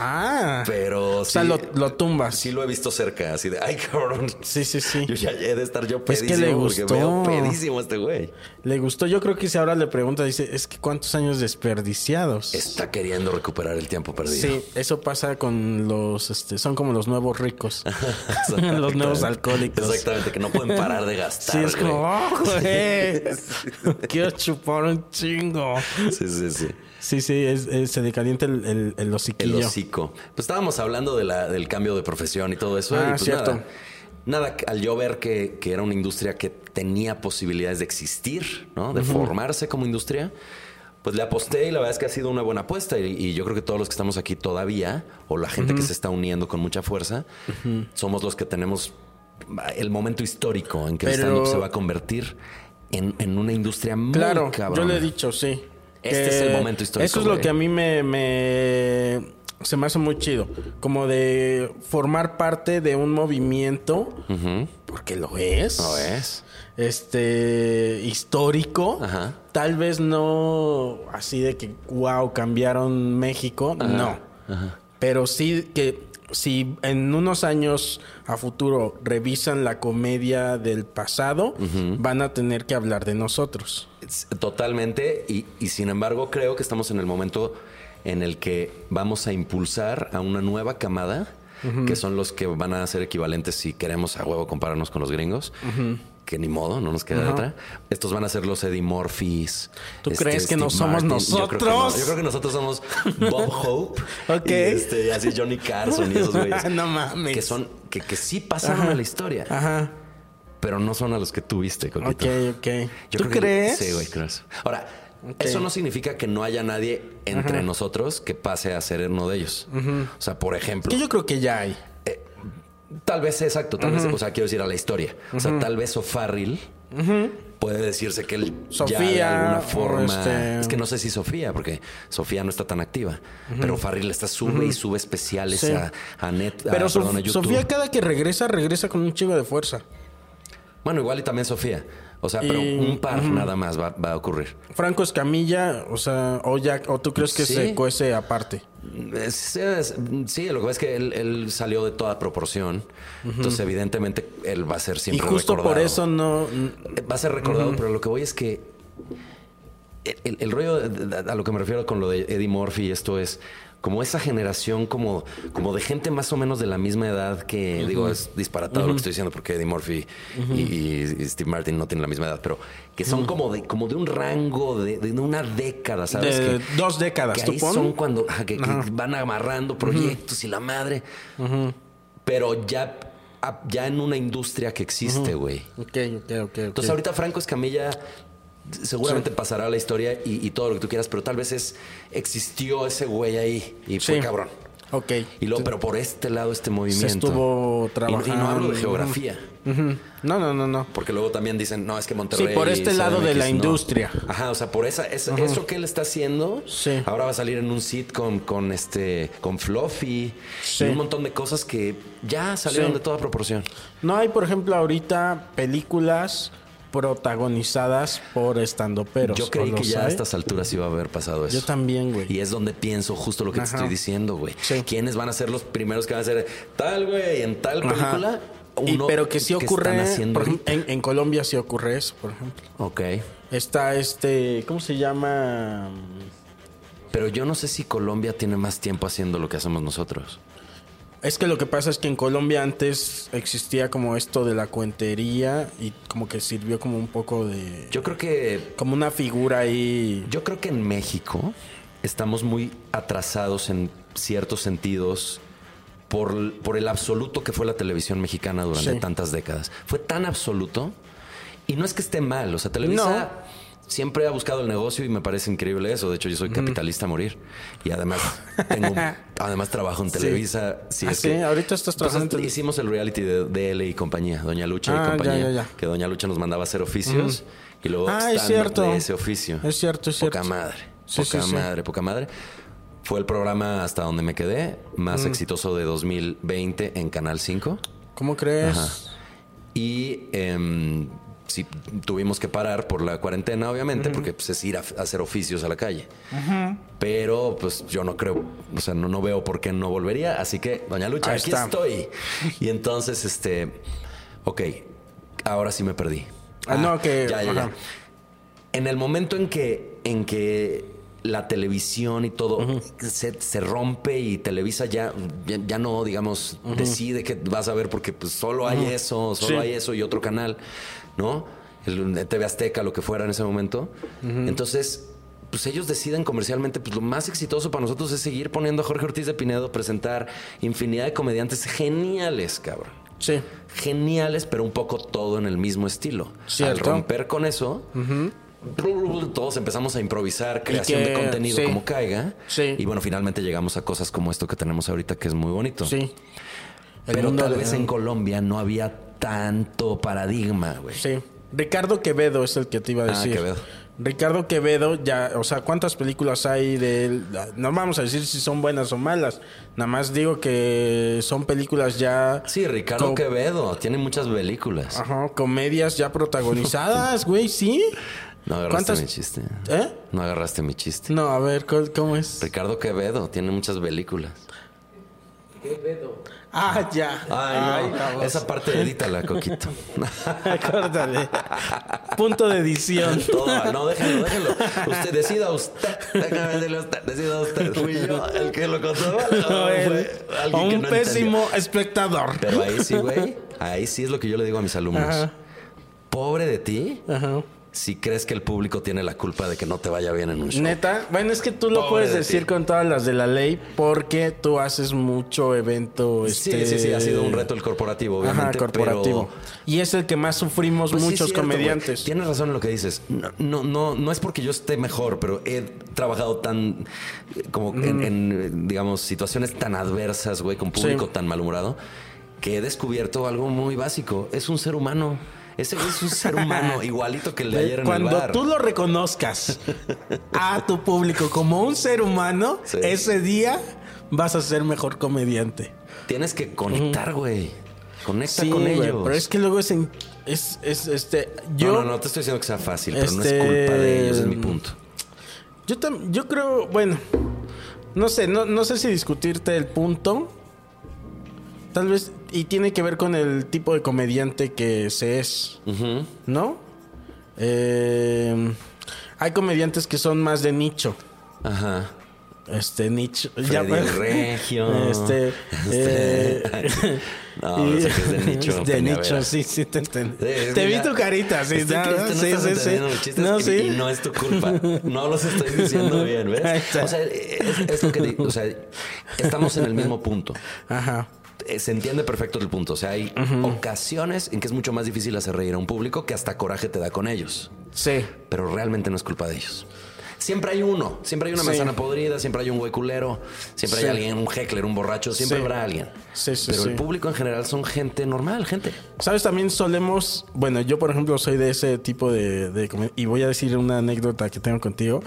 [SPEAKER 2] Ah.
[SPEAKER 1] pero
[SPEAKER 2] o sea,
[SPEAKER 1] sí,
[SPEAKER 2] lo, lo tumbas.
[SPEAKER 1] sí lo he visto cerca, así de, ay cabrón,
[SPEAKER 2] Sí, sí, sí.
[SPEAKER 1] yo ya he de estar yo
[SPEAKER 2] Es
[SPEAKER 1] pedísimo
[SPEAKER 2] que le gustó.
[SPEAKER 1] porque veo pedísimo a este güey.
[SPEAKER 2] Le gustó. Yo creo que si ahora le pregunta, dice, es que cuántos años desperdiciados.
[SPEAKER 1] Está queriendo recuperar el tiempo perdido.
[SPEAKER 2] Sí, eso pasa con los, este, son como los nuevos ricos, los nuevos alcohólicos.
[SPEAKER 1] Exactamente, que no pueden parar de gastar.
[SPEAKER 2] Sí, es como,
[SPEAKER 1] güey.
[SPEAKER 2] "Oh, güey, quiero chupar un chingo.
[SPEAKER 1] Sí, sí, sí.
[SPEAKER 2] Sí, sí, es, es- se le calienta el, el, el
[SPEAKER 1] El
[SPEAKER 2] hociquillo.
[SPEAKER 1] hocico. Pues estábamos hablando de la, del cambio de profesión y todo eso.
[SPEAKER 2] Ah,
[SPEAKER 1] y pues
[SPEAKER 2] cierto.
[SPEAKER 1] nada, nada, al yo ver que, que era una industria que tenía posibilidades de existir, ¿no? De formarse como industria, pues le aposté y la verdad es que ha sido una buena apuesta. Y, y yo creo que todos los que estamos aquí todavía, o la gente que se está uniendo con mucha fuerza, somos los que tenemos el momento histórico en que el
[SPEAKER 2] Pero-
[SPEAKER 1] stand-up se va a convertir en, en una industria muy
[SPEAKER 2] Claro, yo
[SPEAKER 1] cabrona.
[SPEAKER 2] le he dicho, sí.
[SPEAKER 1] Este
[SPEAKER 2] Que
[SPEAKER 1] es el momento histórico,
[SPEAKER 2] Eso es lo
[SPEAKER 1] güey.
[SPEAKER 2] que a mí me, me- se me hace muy chido. Como de formar parte de un movimiento, porque lo es.
[SPEAKER 1] Lo es.
[SPEAKER 2] Este histórico.
[SPEAKER 1] Ajá.
[SPEAKER 2] Tal vez no así de que wow, cambiaron México. No. Pero sí que si en unos años a futuro revisan la comedia del pasado, van a tener que hablar de nosotros.
[SPEAKER 1] Es- Totalmente. Y, y sin embargo, creo que estamos en el momento en el que vamos a impulsar a una nueva camada, que son los que van a ser equivalentes si queremos a huevo compararnos con los gringos. Que ni modo, no nos queda de otra. Estos van a ser los Eddie Murphys. este,
[SPEAKER 2] ¿Tú crees que no somos
[SPEAKER 1] Yo creo que no.
[SPEAKER 2] nosotros?
[SPEAKER 1] Yo creo que nosotros somos Bob Hope.
[SPEAKER 2] Ok.
[SPEAKER 1] Y este, y así Johnny Carson y esos güeyes.
[SPEAKER 2] No mames.
[SPEAKER 1] Que son, que, que sí pasaron a la historia,
[SPEAKER 2] Ajá.
[SPEAKER 1] pero no son a los que tuviste, Coquito.
[SPEAKER 2] Ok, ok.
[SPEAKER 1] Yo
[SPEAKER 2] ¿Tú
[SPEAKER 1] creo que-
[SPEAKER 2] crees?
[SPEAKER 1] Sí, güey, creo eso. Ahora, eso no significa que no haya nadie entre nosotros que pase a ser uno de ellos. O sea, por ejemplo,
[SPEAKER 2] Que yo creo que ya hay.
[SPEAKER 1] tal vez, exacto, tal vez, o sea, quiero decir a la historia. O sea, tal vez O'Farrill puede decirse que él ya de
[SPEAKER 2] Sofía,
[SPEAKER 1] alguna
[SPEAKER 2] o
[SPEAKER 1] forma.
[SPEAKER 2] este-
[SPEAKER 1] Es que no sé si Sofía, porque Sofía no está tan activa, pero O'Farrill está sube y sube especiales
[SPEAKER 2] Sí.
[SPEAKER 1] a, a Net, a-
[SPEAKER 2] Pero Sof-
[SPEAKER 1] perdón, a Ah, YouTube.
[SPEAKER 2] Sofía cada que regresa, regresa con un chivo de fuerza.
[SPEAKER 1] Bueno, igual y también Sofía. O sea, pero
[SPEAKER 2] Y-
[SPEAKER 1] un par nada más va- va a ocurrir.
[SPEAKER 2] Franco Escamilla, o sea, o ya, o tú crees que
[SPEAKER 1] Sí.
[SPEAKER 2] se cuece aparte.
[SPEAKER 1] Es- es- sí, lo que pasa es que él, él salió de toda proporción. Entonces, evidentemente, él va a ser
[SPEAKER 2] Y
[SPEAKER 1] siempre
[SPEAKER 2] justo por
[SPEAKER 1] recordado.
[SPEAKER 2] eso no.
[SPEAKER 1] Va a ser recordado, pero lo que voy es que... el- El, el rollo de- de- a lo que me refiero con lo de Eddie Murphy y esto es como esa generación como, como de gente más o menos de la misma edad que, digo, es disparatado lo que estoy diciendo porque Eddie Murphy y, y- y Steve Martin no tienen la misma edad, pero que son como, de, como de un rango de, de una década, ¿sabes?
[SPEAKER 2] De
[SPEAKER 1] Que-
[SPEAKER 2] dos décadas,
[SPEAKER 1] que
[SPEAKER 2] ¿tú
[SPEAKER 1] ahí
[SPEAKER 2] pon?
[SPEAKER 1] son cuando ajá, que, que van amarrando proyectos y la madre. Pero ya, a- ya en una industria que existe, güey.
[SPEAKER 2] Ok, ok, ok. ok.
[SPEAKER 1] Entonces ahorita Franco Escamilla seguramente pasará a la historia y, y todo lo que tú quieras, pero tal vez es existió ese güey ahí y fue
[SPEAKER 2] Sí.
[SPEAKER 1] cabrón.
[SPEAKER 2] Ok.
[SPEAKER 1] Y luego, pero por este lado, este
[SPEAKER 2] se
[SPEAKER 1] movimiento.
[SPEAKER 2] estuvo trabajando.
[SPEAKER 1] Y, y no hablo de geografía.
[SPEAKER 2] Ujú. No, no, no, no.
[SPEAKER 1] Porque luego también dicen, no, es que Monterrey.
[SPEAKER 2] Sí, por este lado de la industria.
[SPEAKER 1] Ajá, o sea, por esa, es- eso que él está haciendo,
[SPEAKER 2] Sí.
[SPEAKER 1] ahora va a salir en un sitcom con este, con Fluffy
[SPEAKER 2] Sí.
[SPEAKER 1] y un montón de cosas que ya salieron
[SPEAKER 2] Sí.
[SPEAKER 1] de toda proporción.
[SPEAKER 2] No hay, por ejemplo, ahorita películas protagonizadas por estandoperos.
[SPEAKER 1] Yo creí
[SPEAKER 2] ¿O
[SPEAKER 1] que
[SPEAKER 2] los
[SPEAKER 1] ya a
[SPEAKER 2] hay?
[SPEAKER 1] estas alturas iba a haber pasado eso.
[SPEAKER 2] Yo también, güey.
[SPEAKER 1] Y es donde pienso justo lo que te
[SPEAKER 2] Ajá.
[SPEAKER 1] estoy diciendo, güey.
[SPEAKER 2] Sí.
[SPEAKER 1] ¿Quiénes van a ser los primeros que van a ser tal, güey, en tal
[SPEAKER 2] Ajá.
[SPEAKER 1] película?
[SPEAKER 2] Y-
[SPEAKER 1] Uno
[SPEAKER 2] pero que sí ocurre.
[SPEAKER 1] están haciendo
[SPEAKER 2] por ejemplo,
[SPEAKER 1] ahorita.
[SPEAKER 2] en, en Colombia sí ocurre eso, por ejemplo.
[SPEAKER 1] Ok.
[SPEAKER 2] Está este. ¿Cómo se llama?
[SPEAKER 1] Pero yo no sé si Colombia tiene más tiempo haciendo lo que hacemos nosotros.
[SPEAKER 2] Es que lo que pasa es que en Colombia antes existía como esto de la cuentería y como que sirvió como un poco de.
[SPEAKER 1] Yo creo que
[SPEAKER 2] como una figura ahí.
[SPEAKER 1] Yo creo que en México estamos muy atrasados en ciertos sentidos por, por el absoluto que fue la televisión mexicana durante
[SPEAKER 2] Sí.
[SPEAKER 1] tantas décadas. Fue tan absoluto y no es que esté mal, o sea, Televisa siempre ha buscado el negocio y me parece increíble eso. De hecho, yo soy capitalista a morir y además tengo, además trabajo en Televisa. si
[SPEAKER 2] Ah,
[SPEAKER 1] es
[SPEAKER 2] sí,
[SPEAKER 1] que-
[SPEAKER 2] ahorita estás trabajando en
[SPEAKER 1] Entonces,
[SPEAKER 2] Televisa.
[SPEAKER 1] Hicimos el reality de DL y compañía, Doña Lucha
[SPEAKER 2] Ah,
[SPEAKER 1] y
[SPEAKER 2] ya,
[SPEAKER 1] compañía,
[SPEAKER 2] ya, ya.
[SPEAKER 1] que Doña Lucha nos mandaba a hacer oficios y luego
[SPEAKER 2] Ah, es
[SPEAKER 1] stand-up
[SPEAKER 2] cierto.
[SPEAKER 1] de ese oficio.
[SPEAKER 2] Es cierto, es
[SPEAKER 1] Poca
[SPEAKER 2] cierto.
[SPEAKER 1] madre.
[SPEAKER 2] Sí,
[SPEAKER 1] poca
[SPEAKER 2] sí, sí.
[SPEAKER 1] madre, poca madre. Fue el programa hasta donde me quedé, más
[SPEAKER 2] Mm.
[SPEAKER 1] exitoso de 2020 en Canal 5.
[SPEAKER 2] ¿Cómo crees?
[SPEAKER 1] Y em, sí, tuvimos que parar por la cuarentena, obviamente, porque pues, es ir a, a hacer oficios a la calle. Pero pues yo no creo, o sea, no, no veo por qué no volvería. Así que, doña Lucha,
[SPEAKER 2] Ahí
[SPEAKER 1] aquí
[SPEAKER 2] está.
[SPEAKER 1] estoy. Y entonces, este, ok, ahora sí me perdí.
[SPEAKER 2] Ah, no, que-
[SPEAKER 1] ya, ya, ya.
[SPEAKER 2] ajá.
[SPEAKER 1] En el momento en que, en que la televisión y todo se, se rompe y Televisa ya, ya, ya no, digamos, decide que vas a ver porque pues, solo hay eso, solo
[SPEAKER 2] Sí.
[SPEAKER 1] hay eso y otro canal, ¿no? El, el TV Azteca, lo que fuera en ese momento. Entonces, pues ellos deciden comercialmente, pues lo más exitoso para nosotros es seguir poniendo a Jorge Ortiz de Pinedo, presentar infinidad de comediantes geniales, cabrón.
[SPEAKER 2] Sí.
[SPEAKER 1] geniales, pero un poco todo en el mismo estilo. Al
[SPEAKER 2] Cierto.
[SPEAKER 1] romper con eso, todos empezamos a improvisar, creación
[SPEAKER 2] que-
[SPEAKER 1] de contenido
[SPEAKER 2] sí.
[SPEAKER 1] como caiga.
[SPEAKER 2] Sí.
[SPEAKER 1] Y bueno, finalmente llegamos a cosas como esto que tenemos ahorita, que es muy bonito.
[SPEAKER 2] Sí. El
[SPEAKER 1] Pero
[SPEAKER 2] mundo
[SPEAKER 1] tal
[SPEAKER 2] de-
[SPEAKER 1] vez en Colombia no había tanto paradigma, güey.
[SPEAKER 2] Sí. Ricardo Quevedo es el que te iba a
[SPEAKER 1] Ah,
[SPEAKER 2] decir.
[SPEAKER 1] Quevedo.
[SPEAKER 2] Ricardo Quevedo, ya, o sea, ¿cuántas películas hay de él? No vamos a decir si son buenas o malas. Nada más digo que son películas ya.
[SPEAKER 1] Sí, Ricardo
[SPEAKER 2] co-
[SPEAKER 1] Quevedo tiene muchas películas.
[SPEAKER 2] Ajá, comedias ya protagonizadas, güey, sí.
[SPEAKER 1] No agarraste
[SPEAKER 2] ¿Cuántas-
[SPEAKER 1] mi chiste.
[SPEAKER 2] ¿Eh?
[SPEAKER 1] No agarraste mi chiste.
[SPEAKER 2] No, a ver, ¿cuál- ¿cómo es?
[SPEAKER 1] Ricardo Quevedo tiene muchas películas.
[SPEAKER 2] Ah, ya.
[SPEAKER 1] Ay, no.
[SPEAKER 2] vamos.
[SPEAKER 1] Esa parte edítala, Coquito.
[SPEAKER 2] Córtale. Punto de edición.
[SPEAKER 1] Todo, no, déjenlo, déjenlo. Usted decida usted. Déjame decirle a usted. Decida usted. Fui yo el que lo contó.
[SPEAKER 2] O
[SPEAKER 1] O
[SPEAKER 2] el-
[SPEAKER 1] fue alguien
[SPEAKER 2] o
[SPEAKER 1] que
[SPEAKER 2] un
[SPEAKER 1] no entendió.
[SPEAKER 2] pésimo espectador.
[SPEAKER 1] Pero ahí sí, güey. Ahí sí es lo que yo le digo a mis alumnos.
[SPEAKER 2] Ajá.
[SPEAKER 1] Pobre de ti
[SPEAKER 2] Ajá.
[SPEAKER 1] si crees que el público tiene la culpa de que no te vaya bien en un show.
[SPEAKER 2] Neta, bueno, es que tú lo
[SPEAKER 1] Pobre
[SPEAKER 2] puedes
[SPEAKER 1] de
[SPEAKER 2] decir
[SPEAKER 1] ti.
[SPEAKER 2] con todas las de la ley porque tú haces mucho evento.
[SPEAKER 1] Sí,
[SPEAKER 2] este,
[SPEAKER 1] sí, sí, ha sido un reto el corporativo,
[SPEAKER 2] Ajá,
[SPEAKER 1] obviamente.
[SPEAKER 2] corporativo.
[SPEAKER 1] pero-
[SPEAKER 2] Y es el que más sufrimos
[SPEAKER 1] Pues sí,
[SPEAKER 2] muchos
[SPEAKER 1] es cierto,
[SPEAKER 2] comediantes.
[SPEAKER 1] güey. Tienes razón en lo que dices. No, no, no, no es porque yo esté mejor, pero he trabajado tan, eh, como en, en, eh, digamos, situaciones tan adversas, güey, con público
[SPEAKER 2] Mm. Sí.
[SPEAKER 1] tan malhumorado, que he descubierto algo muy básico. Es un ser humano. Ese güey es un ser humano igualito que el de ayer en
[SPEAKER 2] Cuando
[SPEAKER 1] el bar.
[SPEAKER 2] tú lo reconozcas a tu público como un ser humano,
[SPEAKER 1] Sí.
[SPEAKER 2] ese día vas a ser mejor comediante.
[SPEAKER 1] Tienes que conectar, güey. Conecta con
[SPEAKER 2] güey,
[SPEAKER 1] ellos.
[SPEAKER 2] pero es que luego es, en- es, es, este, yo,
[SPEAKER 1] pues. no, no, no te estoy diciendo que sea fácil, pero no es
[SPEAKER 2] Este-
[SPEAKER 1] culpa de ellos, es mi punto.
[SPEAKER 2] yo, tam- yo creo, bueno, no sé, no, no sé si discutirte el punto, tal vez, y tiene que ver con el tipo de comediante que se es, ¿no? Eh, hay comediantes que son más de nicho.
[SPEAKER 1] Ajá.
[SPEAKER 2] Este nicho.
[SPEAKER 1] Freddy el Regio.
[SPEAKER 2] Este.
[SPEAKER 1] Este-
[SPEAKER 2] eh,
[SPEAKER 1] No, no sé qué es de nicho,
[SPEAKER 2] De
[SPEAKER 1] Peñavera.
[SPEAKER 2] nicho, sí, sí, te entendí.
[SPEAKER 1] Sí, es
[SPEAKER 2] te
[SPEAKER 1] que
[SPEAKER 2] vi
[SPEAKER 1] ya-
[SPEAKER 2] tu carita, sí,
[SPEAKER 1] Estoy
[SPEAKER 2] no,
[SPEAKER 1] triste, no
[SPEAKER 2] sí,
[SPEAKER 1] estás
[SPEAKER 2] sí, sí.
[SPEAKER 1] entendiendo los chistes
[SPEAKER 2] No,
[SPEAKER 1] y-
[SPEAKER 2] sí.
[SPEAKER 1] y no es tu culpa. No los estoy diciendo bien,
[SPEAKER 2] Ahí
[SPEAKER 1] ¿ves?
[SPEAKER 2] está.
[SPEAKER 1] O sea, eh, es, es lo que digo. O sea, estamos en el mismo punto.
[SPEAKER 2] Ajá.
[SPEAKER 1] Eh, Se entiende perfecto el punto. O sea, hay ocasiones en que es mucho más difícil hacer reír a un público que hasta coraje te da con ellos.
[SPEAKER 2] Sí.
[SPEAKER 1] Pero realmente no es culpa de ellos. Siempre hay uno. Siempre hay una
[SPEAKER 2] Sí.
[SPEAKER 1] manzana podrida. Siempre hay un güey culero. Siempre
[SPEAKER 2] Sí.
[SPEAKER 1] hay alguien, un heckler, un borracho. Siempre
[SPEAKER 2] Sí.
[SPEAKER 1] habrá alguien.
[SPEAKER 2] Sí, sí,
[SPEAKER 1] Pero
[SPEAKER 2] sí.
[SPEAKER 1] el público en general son gente normal, gente.
[SPEAKER 2] Sabes, también solemos. Bueno, yo, por ejemplo, soy de ese tipo de. de comi- y voy a decir una anécdota que tengo contigo.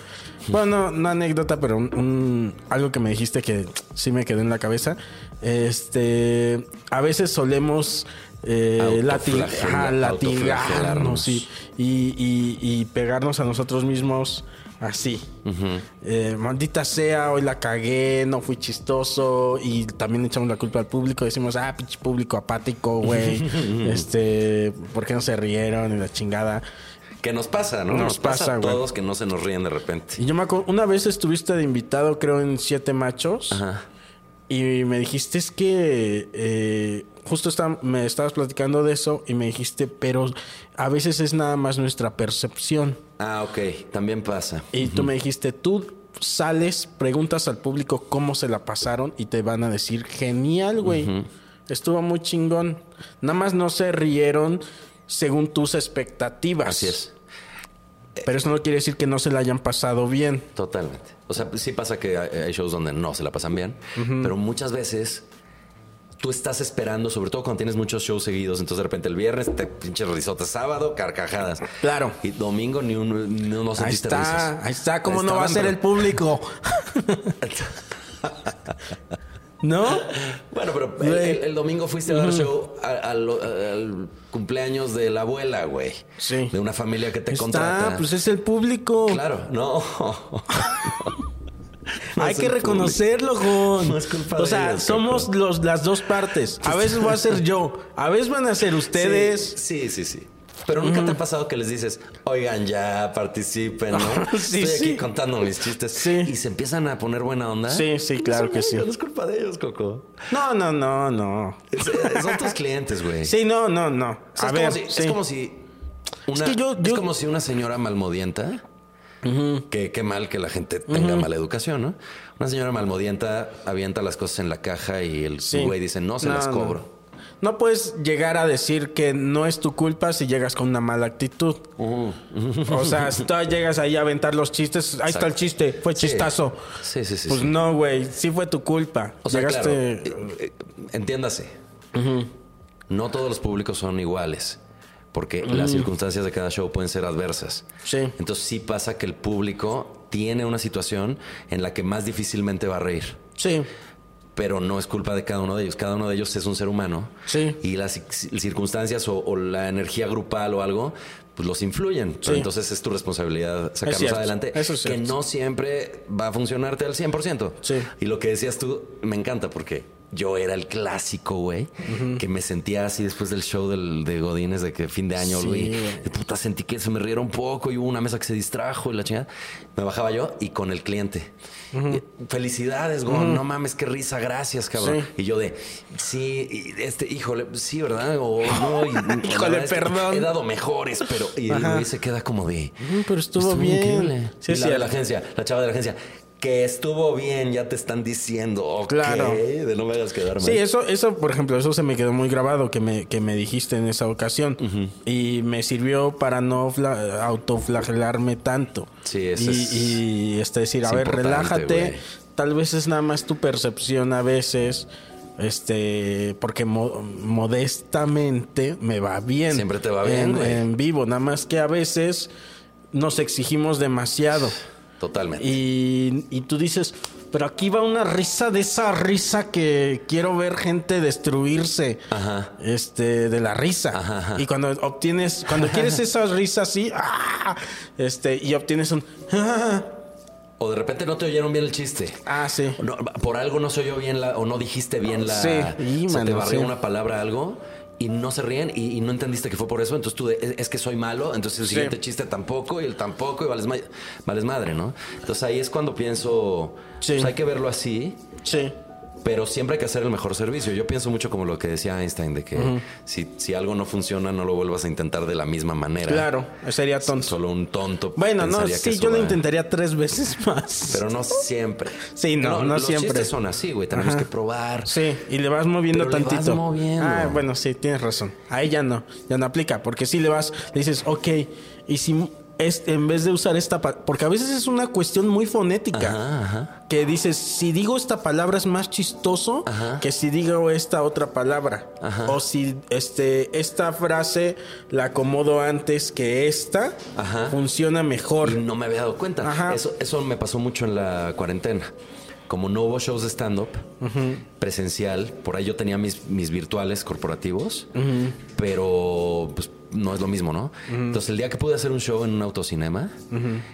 [SPEAKER 2] Bueno, no, no anécdota, pero un- un- algo que me dijiste que sí me quedó en la cabeza. Este. A veces solemos. Eh, lati-
[SPEAKER 1] Autoflagela-
[SPEAKER 2] ajá, latigarnos
[SPEAKER 1] autoflagelarnos.
[SPEAKER 2] y, y, y- y pegarnos a nosotros mismos así. Eh, maldita sea, hoy la cagué, no fui chistoso. Y también echamos la culpa al público. Decimos, ah, pinche público apático, güey. este, ¿por qué no se rieron? Y la chingada.
[SPEAKER 1] Que nos pasa, ¿no?
[SPEAKER 2] Nos
[SPEAKER 1] Nos, pasa,
[SPEAKER 2] pasa,
[SPEAKER 1] a
[SPEAKER 2] güey.
[SPEAKER 1] todos que no se nos ríen de repente.
[SPEAKER 2] Y yo me acuerdo, una vez estuviste de invitado, creo, en Siete Machos.
[SPEAKER 1] Ajá.
[SPEAKER 2] Y me dijiste, es que eh, justo está- me estabas platicando de eso. Y me dijiste, pero a veces es nada más nuestra percepción.
[SPEAKER 1] Ah, ok. También pasa.
[SPEAKER 2] Y tú me dijiste, tú sales, preguntas al público cómo se la pasaron y te van a decir, genial, güey. Estuvo muy chingón. Nada más no se rieron según tus expectativas.
[SPEAKER 1] Así es. Eh.
[SPEAKER 2] Pero eso no quiere decir que no se la hayan pasado bien.
[SPEAKER 1] Totalmente. O sea, sí pasa que hay hay shows donde no se la pasan bien, pero muchas veces tú estás esperando, sobre todo cuando tienes muchos shows seguidos, entonces de repente el viernes te pinches risotas, sábado carcajadas.
[SPEAKER 2] Claro.
[SPEAKER 1] Y domingo ni uno no, no
[SPEAKER 2] Ahí
[SPEAKER 1] sentiste risas.
[SPEAKER 2] está, ahí está. ¿Cómo no va a
[SPEAKER 1] Estaban,
[SPEAKER 2] ser el
[SPEAKER 1] pero-
[SPEAKER 2] público? ¿No?
[SPEAKER 1] Bueno, pero el,
[SPEAKER 2] Güey.
[SPEAKER 1] el- el domingo fuiste a dar show a- a lo- al cumpleaños de la abuela, güey.
[SPEAKER 2] Sí.
[SPEAKER 1] De una familia que te
[SPEAKER 2] Está,
[SPEAKER 1] contrata.
[SPEAKER 2] pues es el público.
[SPEAKER 1] Claro, no. No
[SPEAKER 2] Hay
[SPEAKER 1] es
[SPEAKER 2] que
[SPEAKER 1] el
[SPEAKER 2] reconocerlo, Gon.
[SPEAKER 1] No es culpa
[SPEAKER 2] o
[SPEAKER 1] de
[SPEAKER 2] sea,
[SPEAKER 1] ellos,
[SPEAKER 2] somos los, las dos partes. A veces voy a ser yo, a veces van a ser ustedes. Mm.
[SPEAKER 1] Sí, sí, sí. Pero nunca te ha pasado que les dices, oigan, ya participen, ¿no?
[SPEAKER 2] Sí,
[SPEAKER 1] Estoy
[SPEAKER 2] sí.
[SPEAKER 1] aquí contando mis chistes.
[SPEAKER 2] Sí.
[SPEAKER 1] Y se empiezan a poner buena onda.
[SPEAKER 2] Sí, sí,
[SPEAKER 1] No
[SPEAKER 2] claro
[SPEAKER 1] son
[SPEAKER 2] que
[SPEAKER 1] ellos,
[SPEAKER 2] sí.
[SPEAKER 1] No es culpa de ellos, Coco.
[SPEAKER 2] No, no, no, no.
[SPEAKER 1] Es- eh, son tus clientes, güey.
[SPEAKER 2] Sí, no, no, no.
[SPEAKER 1] O sea,
[SPEAKER 2] a
[SPEAKER 1] es
[SPEAKER 2] ver,
[SPEAKER 1] como si,
[SPEAKER 2] sí.
[SPEAKER 1] es como si una,
[SPEAKER 2] Es que yo-
[SPEAKER 1] es
[SPEAKER 2] yo-
[SPEAKER 1] como si una señora malmodienta, que qué mal que la gente tenga mala educación, ¿no? Una señora malmodienta avienta las cosas en la caja y el
[SPEAKER 2] Sí.
[SPEAKER 1] güey dice, no se
[SPEAKER 2] No,
[SPEAKER 1] las
[SPEAKER 2] no.
[SPEAKER 1] cobro.
[SPEAKER 2] No puedes llegar a decir que no es tu culpa si llegas con una mala actitud. O sea, si tú llegas ahí a aventar los chistes, ahí está el
[SPEAKER 1] Mm. Exacto.
[SPEAKER 2] chiste, fue
[SPEAKER 1] Sí.
[SPEAKER 2] chistazo.
[SPEAKER 1] Sí, sí, sí,
[SPEAKER 2] Pues
[SPEAKER 1] sí.
[SPEAKER 2] no, güey, sí fue tu culpa.
[SPEAKER 1] O sea,
[SPEAKER 2] Llegaste.
[SPEAKER 1] claro, eh, eh, entiéndase. No todos los públicos son iguales, porque las circunstancias de cada show pueden ser adversas.
[SPEAKER 2] Sí.
[SPEAKER 1] Entonces sí pasa que el público tiene una situación en la que más difícilmente va a reír.
[SPEAKER 2] Sí.
[SPEAKER 1] Pero no es culpa de cada uno de ellos. Cada uno de ellos es un ser humano.
[SPEAKER 2] Sí.
[SPEAKER 1] Y las ci- circunstancias o, o la energía grupal o algo, pues los influyen. Pero
[SPEAKER 2] Sí.
[SPEAKER 1] entonces es tu responsabilidad sacarlos
[SPEAKER 2] cierto,
[SPEAKER 1] adelante.
[SPEAKER 2] eso es
[SPEAKER 1] que
[SPEAKER 2] cierto.
[SPEAKER 1] no siempre va a funcionarte al 100%.
[SPEAKER 2] Sí.
[SPEAKER 1] Y lo que decías tú me encanta porque yo era el clásico, güey, que me sentía así después del show del, de Godines de que fin de año,
[SPEAKER 2] Sí,
[SPEAKER 1] güey.
[SPEAKER 2] güey.
[SPEAKER 1] De puta, sentí que se me rieron un poco y hubo una mesa que se distrajo y la chingada. Me bajaba yo y con el cliente. Eh, Felicidades, güey. No mames, qué risa, gracias, cabrón.
[SPEAKER 2] Sí.
[SPEAKER 1] Y yo de, sí, y este, híjole, sí, ¿verdad? O no. y- la
[SPEAKER 2] Híjole,
[SPEAKER 1] verdad es que
[SPEAKER 2] perdón.
[SPEAKER 1] He dado mejores, pero. Y el güey se queda como de.
[SPEAKER 2] Mm, pero estuvo bien. Sí,
[SPEAKER 1] Sí, la de
[SPEAKER 2] cierto.
[SPEAKER 1] la agencia, la chava de la agencia. Que estuvo bien, ya te están diciendo. ok,
[SPEAKER 2] Claro.
[SPEAKER 1] De no me hagas quedarme.
[SPEAKER 2] Sí, eso, eso, por ejemplo, eso se me quedó muy grabado que me, que me dijiste en esa ocasión. Y me sirvió para no fla- autoflagelarme tanto.
[SPEAKER 1] Sí,
[SPEAKER 2] y,
[SPEAKER 1] eso es-
[SPEAKER 2] y, este, decir, a
[SPEAKER 1] es
[SPEAKER 2] ver,
[SPEAKER 1] importante,
[SPEAKER 2] relájate.
[SPEAKER 1] güey.
[SPEAKER 2] Tal vez es nada más tu percepción a veces. Este, porque mo- modestamente me va bien.
[SPEAKER 1] Siempre te va bien,
[SPEAKER 2] En-
[SPEAKER 1] güey.
[SPEAKER 2] en vivo, nada más que a veces nos exigimos demasiado.
[SPEAKER 1] Totalmente.
[SPEAKER 2] Y, y tú dices, pero aquí va una risa de esa risa que quiero ver gente destruirse.
[SPEAKER 1] Ajá.
[SPEAKER 2] Este, de la risa.
[SPEAKER 1] Ajá, ajá.
[SPEAKER 2] Y cuando obtienes, cuando quieres esa risa así, ¡ah! este, y obtienes un, ah,
[SPEAKER 1] O de repente no te oyeron bien el chiste.
[SPEAKER 2] ah, sí.
[SPEAKER 1] No, por algo no se oyó bien la, o no dijiste bien la.
[SPEAKER 2] Sí, y,
[SPEAKER 1] se te
[SPEAKER 2] mano,
[SPEAKER 1] barrió
[SPEAKER 2] sí.
[SPEAKER 1] una palabra algo y no se ríen y, y no entendiste que fue por eso. Entonces tú de, es, es que soy malo. Entonces el
[SPEAKER 2] Sí.
[SPEAKER 1] siguiente chiste tampoco y el tampoco y vales, ma- vales madre, ¿no? Entonces ahí es cuando pienso.
[SPEAKER 2] Sí.
[SPEAKER 1] pues, hay que verlo así.
[SPEAKER 2] Sí.
[SPEAKER 1] Pero siempre hay que hacer el mejor servicio. Yo pienso mucho como lo que decía Einstein, de que si, si algo no funciona, no lo vuelvas a intentar de la misma manera.
[SPEAKER 2] Claro, sería tonto.
[SPEAKER 1] Solo un tonto.
[SPEAKER 2] Bueno, no,
[SPEAKER 1] pensaría que
[SPEAKER 2] sí,
[SPEAKER 1] eso
[SPEAKER 2] yo lo
[SPEAKER 1] va-
[SPEAKER 2] intentaría tres veces más.
[SPEAKER 1] Pero no siempre.
[SPEAKER 2] Sí, no, no
[SPEAKER 1] los
[SPEAKER 2] siempre.
[SPEAKER 1] chistes son así, güey. Tenemos que probar.
[SPEAKER 2] Sí, y le vas moviendo
[SPEAKER 1] Pero le vas
[SPEAKER 2] tantito.
[SPEAKER 1] moviendo.
[SPEAKER 2] Ah, bueno, sí, tienes razón. Ahí ya no, ya no aplica, porque si le vas, le dices, ok, y si es- en vez de usar esta, pa- porque a veces es una cuestión muy fonética,
[SPEAKER 1] Ajá, ajá.
[SPEAKER 2] que dices, si digo esta palabra es más chistoso
[SPEAKER 1] Ajá.
[SPEAKER 2] que si digo esta otra palabra,
[SPEAKER 1] Ajá.
[SPEAKER 2] o si este esta frase la acomodo antes que esta,
[SPEAKER 1] Ajá.
[SPEAKER 2] funciona mejor.
[SPEAKER 1] Y no me había dado cuenta.
[SPEAKER 2] Ajá.
[SPEAKER 1] Eso, eso me pasó mucho en la cuarentena. Como no hubo shows de stand-up presencial, por ahí yo tenía mis, mis virtuales corporativos, pero pues no es lo mismo, ¿no? Entonces el día que pude hacer un show en un autocinema,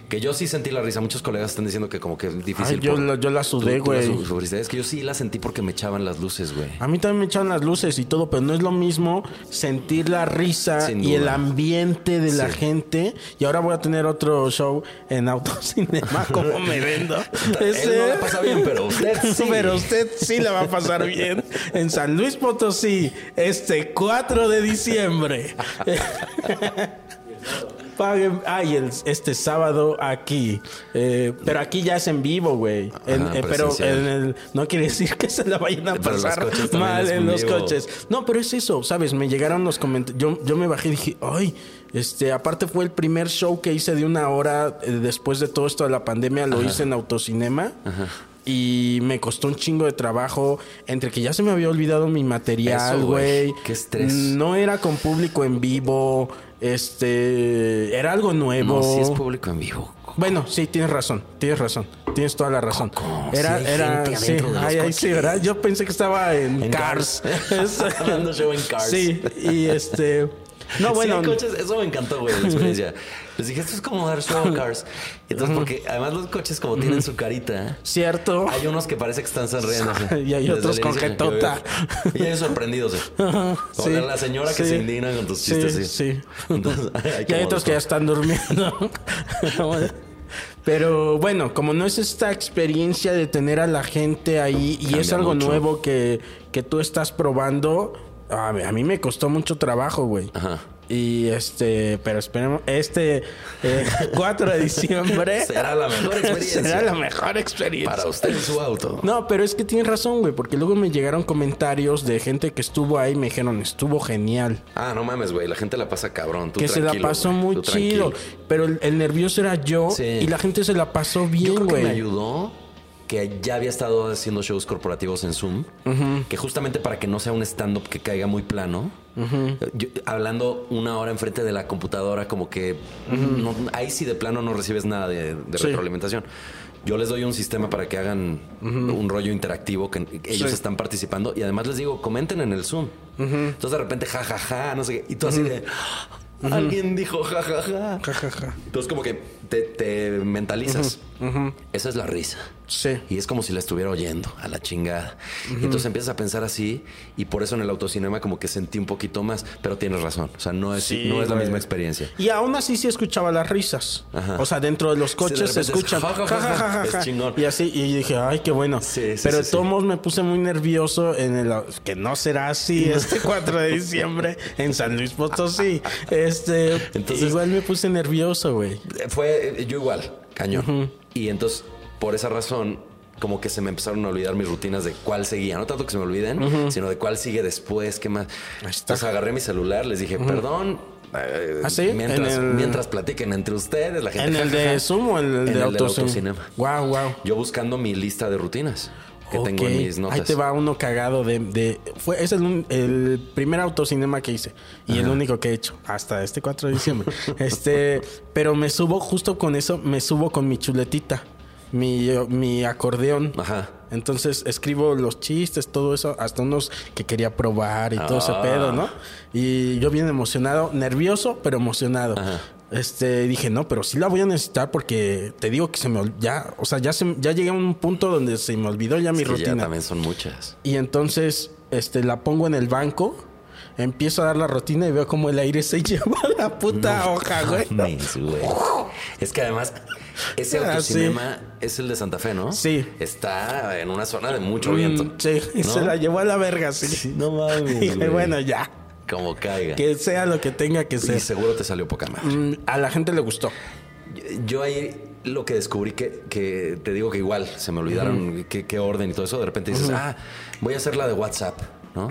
[SPEAKER 1] que yo sí sentí la risa, muchos colegas están diciendo que como que es difícil.
[SPEAKER 2] Ay, yo la- yo la sudé,
[SPEAKER 1] Tú- tú la
[SPEAKER 2] güey.
[SPEAKER 1] sufriste. Es que yo sí la sentí porque me echaban las luces, güey.
[SPEAKER 2] A mí también me echaban las luces y todo, pero no es lo mismo sentir la risa
[SPEAKER 1] Sin
[SPEAKER 2] y el
[SPEAKER 1] duda.
[SPEAKER 2] ambiente de la
[SPEAKER 1] Sí.
[SPEAKER 2] gente. Y ahora voy a tener otro show en autocinema, como me vendo.
[SPEAKER 1] Él no la pasa bien, pero usted sí.
[SPEAKER 2] Pero usted sí la va a pasar bien en San Luis Potosí, este 4 de diciembre. Paguen, ay, el, este sábado aquí. Eh, pero aquí ya es en vivo, güey. En-
[SPEAKER 1] Ajá,
[SPEAKER 2] eh, pero
[SPEAKER 1] presencial.
[SPEAKER 2] en el- no quiere decir que se la vayan a
[SPEAKER 1] Pero los
[SPEAKER 2] pasar
[SPEAKER 1] coches también
[SPEAKER 2] mal
[SPEAKER 1] es
[SPEAKER 2] en
[SPEAKER 1] en
[SPEAKER 2] los
[SPEAKER 1] vivo.
[SPEAKER 2] coches. No, pero es eso, ¿sabes? Me llegaron los comentarios. Yo, yo me bajé y dije, ay, este, aparte fue el primer show que hice de una hora eh, después de todo esto de la pandemia, lo hice en autocinema. Y me costó un chingo de trabajo. Entre que ya se me había olvidado mi material,
[SPEAKER 1] Eso, güey.
[SPEAKER 2] güey.
[SPEAKER 1] Qué estrés.
[SPEAKER 2] No era con público en vivo. Este. Era algo nuevo.
[SPEAKER 1] No, sí es público en vivo.
[SPEAKER 2] Bueno, sí, tienes razón, tienes razón, tienes toda la razón.
[SPEAKER 1] Coco,
[SPEAKER 2] Era,
[SPEAKER 1] sí hay
[SPEAKER 2] era,
[SPEAKER 1] gente
[SPEAKER 2] sí,
[SPEAKER 1] adentro de los
[SPEAKER 2] ay, ay, sí,
[SPEAKER 1] coches.
[SPEAKER 2] ¿verdad? Yo pensé que estaba en,
[SPEAKER 1] En
[SPEAKER 2] Cars.
[SPEAKER 1] Cars.
[SPEAKER 2] Es-
[SPEAKER 1] Hablando show en Cars.
[SPEAKER 2] Sí, y este. No,
[SPEAKER 1] Sí,
[SPEAKER 2] bueno.
[SPEAKER 1] hay coches, eso me encantó, güey, la experiencia. Les dije, esto es como dar show a cars. Entonces, porque además los coches, como tienen su carita,
[SPEAKER 2] Cierto.
[SPEAKER 1] hay unos que parece que están sonriendo. así.
[SPEAKER 2] Y hay
[SPEAKER 1] Desde
[SPEAKER 2] otros
[SPEAKER 1] el
[SPEAKER 2] con
[SPEAKER 1] inicio,
[SPEAKER 2] jetota.
[SPEAKER 1] Y hay sorprendidos. eh. O
[SPEAKER 2] sí,
[SPEAKER 1] la señora que
[SPEAKER 2] sí.
[SPEAKER 1] se indigna con tus chistes.
[SPEAKER 2] Sí, sí.
[SPEAKER 1] Entonces, hay
[SPEAKER 2] y hay
[SPEAKER 1] como
[SPEAKER 2] otros
[SPEAKER 1] los-
[SPEAKER 2] que ya están durmiendo. Pero bueno, como no es esta experiencia de tener a la gente ahí y es
[SPEAKER 1] Cambia
[SPEAKER 2] algo
[SPEAKER 1] mucho.
[SPEAKER 2] nuevo que, que tú estás probando, a, a mí me costó mucho trabajo, güey.
[SPEAKER 1] Ajá.
[SPEAKER 2] Y este, pero esperemos, este eh, 4 de diciembre
[SPEAKER 1] Será la mejor experiencia.
[SPEAKER 2] ¿Eh? será la mejor experiencia.
[SPEAKER 1] Para usted en su auto.
[SPEAKER 2] No, pero es que tienes razón, güey, porque luego me llegaron comentarios de gente que estuvo ahí y me dijeron, estuvo genial.
[SPEAKER 1] Ah, no mames, güey. La gente la pasa cabrón. Tú
[SPEAKER 2] que se la
[SPEAKER 1] tranquilo,
[SPEAKER 2] pasó
[SPEAKER 1] güey,
[SPEAKER 2] muy
[SPEAKER 1] tú
[SPEAKER 2] chido.
[SPEAKER 1] tranquilo.
[SPEAKER 2] Pero el, el nervioso era yo
[SPEAKER 1] Sí.
[SPEAKER 2] y la gente se la pasó
[SPEAKER 1] Yo
[SPEAKER 2] bien,
[SPEAKER 1] creo que me
[SPEAKER 2] güey.
[SPEAKER 1] ayudó que ya había estado haciendo shows corporativos en Zoom, que justamente para que no sea un stand-up que caiga muy plano, yo- hablando una hora enfrente de la computadora, como que no- ahí sí de plano no recibes nada de, de
[SPEAKER 2] Sí.
[SPEAKER 1] retroalimentación. Yo les doy un sistema para que hagan un rollo interactivo, que ellos están participando y además les digo, comenten en el Zoom. Entonces de repente, jajaja, no sé qué, y tú así de... Alguien dijo jajaja.
[SPEAKER 2] Ja, ja, ja.
[SPEAKER 1] Entonces como que te, te mentalizas. Esa es la risa.
[SPEAKER 2] Sí.
[SPEAKER 1] Y es como si la estuviera oyendo a la chingada. Y entonces empiezas a pensar así y por eso en el autocinema como que sentí un poquito más, pero tienes razón. O sea, no es,
[SPEAKER 2] Sí,
[SPEAKER 1] no es la
[SPEAKER 2] güey.
[SPEAKER 1] misma experiencia.
[SPEAKER 2] Y aún así sí escuchaba las risas.
[SPEAKER 1] Ajá.
[SPEAKER 2] O sea, dentro de los coches
[SPEAKER 1] Sí, de
[SPEAKER 2] se
[SPEAKER 1] repente
[SPEAKER 2] escuchan.
[SPEAKER 1] es ja, ja, ja, ja,
[SPEAKER 2] ja, ja,
[SPEAKER 1] es
[SPEAKER 2] ja.
[SPEAKER 1] chingón.
[SPEAKER 2] Y así, y dije, ay, qué bueno.
[SPEAKER 1] Sí, sí,
[SPEAKER 2] Pero
[SPEAKER 1] sí, sí.
[SPEAKER 2] Tomos me puse muy nervioso en el que no será así este 4 de diciembre en San Luis Potosí. Este
[SPEAKER 1] Entonces-
[SPEAKER 2] igual me puse nervioso, güey.
[SPEAKER 1] Eh, Fue eh, yo igual, cañón. Y entonces por esa razón como que se me empezaron a olvidar mis rutinas de cuál seguía. No tanto que se me olviden, sino de cuál sigue después, qué más.
[SPEAKER 2] está.
[SPEAKER 1] Entonces agarré mi celular, les dije, perdón. eh,
[SPEAKER 2] ¿Ah, sí?
[SPEAKER 1] Mientras,
[SPEAKER 2] En el-
[SPEAKER 1] mientras platiquen entre ustedes, la gente.
[SPEAKER 2] En el
[SPEAKER 1] ja, ja,
[SPEAKER 2] de
[SPEAKER 1] ja.
[SPEAKER 2] Zoom o en el
[SPEAKER 1] En
[SPEAKER 2] de
[SPEAKER 1] el del
[SPEAKER 2] autocinema.
[SPEAKER 1] autocinema.
[SPEAKER 2] Wow, wow.
[SPEAKER 1] Yo buscando mi lista de rutinas que tengo en
[SPEAKER 2] Ok.
[SPEAKER 1] mis notas.
[SPEAKER 2] Ahí te va uno cagado de... de- fue, es el, un- el primer autocinema que hice. Y el único que he hecho. Hasta este 4 de diciembre. este, pero me subo justo con eso. Me subo con mi chuletita. Mi, mi acordeón.
[SPEAKER 1] Ajá.
[SPEAKER 2] Entonces escribo los chistes, todo eso, hasta unos que quería probar y todo ese
[SPEAKER 1] Ah.
[SPEAKER 2] pedo, ¿no? Y yo bien emocionado, nervioso, pero emocionado. Este, dije, no, pero sí la voy a necesitar porque te digo que se me ol- ya, o sea, ya se- ya llegué a un punto donde se me olvidó ya mi
[SPEAKER 1] Que ya
[SPEAKER 2] rutina.
[SPEAKER 1] también son muchas.
[SPEAKER 2] Y entonces, este, la pongo en el banco, empiezo a dar la rutina y veo como el aire se lleva la puta hoja, güey.
[SPEAKER 1] Mames, güey. Es que además, ese
[SPEAKER 2] Ah,
[SPEAKER 1] autocinema es el de Santa Fe, ¿no?
[SPEAKER 2] Sí.
[SPEAKER 1] Está en una zona de mucho viento.
[SPEAKER 2] Mm, Sí, y
[SPEAKER 1] ¿No?
[SPEAKER 2] se la llevó a la verga, sí.
[SPEAKER 1] No mames.
[SPEAKER 2] Dije,
[SPEAKER 1] güey.
[SPEAKER 2] bueno, ya.
[SPEAKER 1] Como caiga.
[SPEAKER 2] Que sea lo que tenga que
[SPEAKER 1] Y
[SPEAKER 2] ser.
[SPEAKER 1] seguro te salió poca madre.
[SPEAKER 2] Mm, A la gente le gustó.
[SPEAKER 1] Yo ahí lo que descubrí que, que te digo que igual se me olvidaron qué, qué orden y todo eso. De repente dices, ah, voy a hacer la de WhatsApp, ¿no?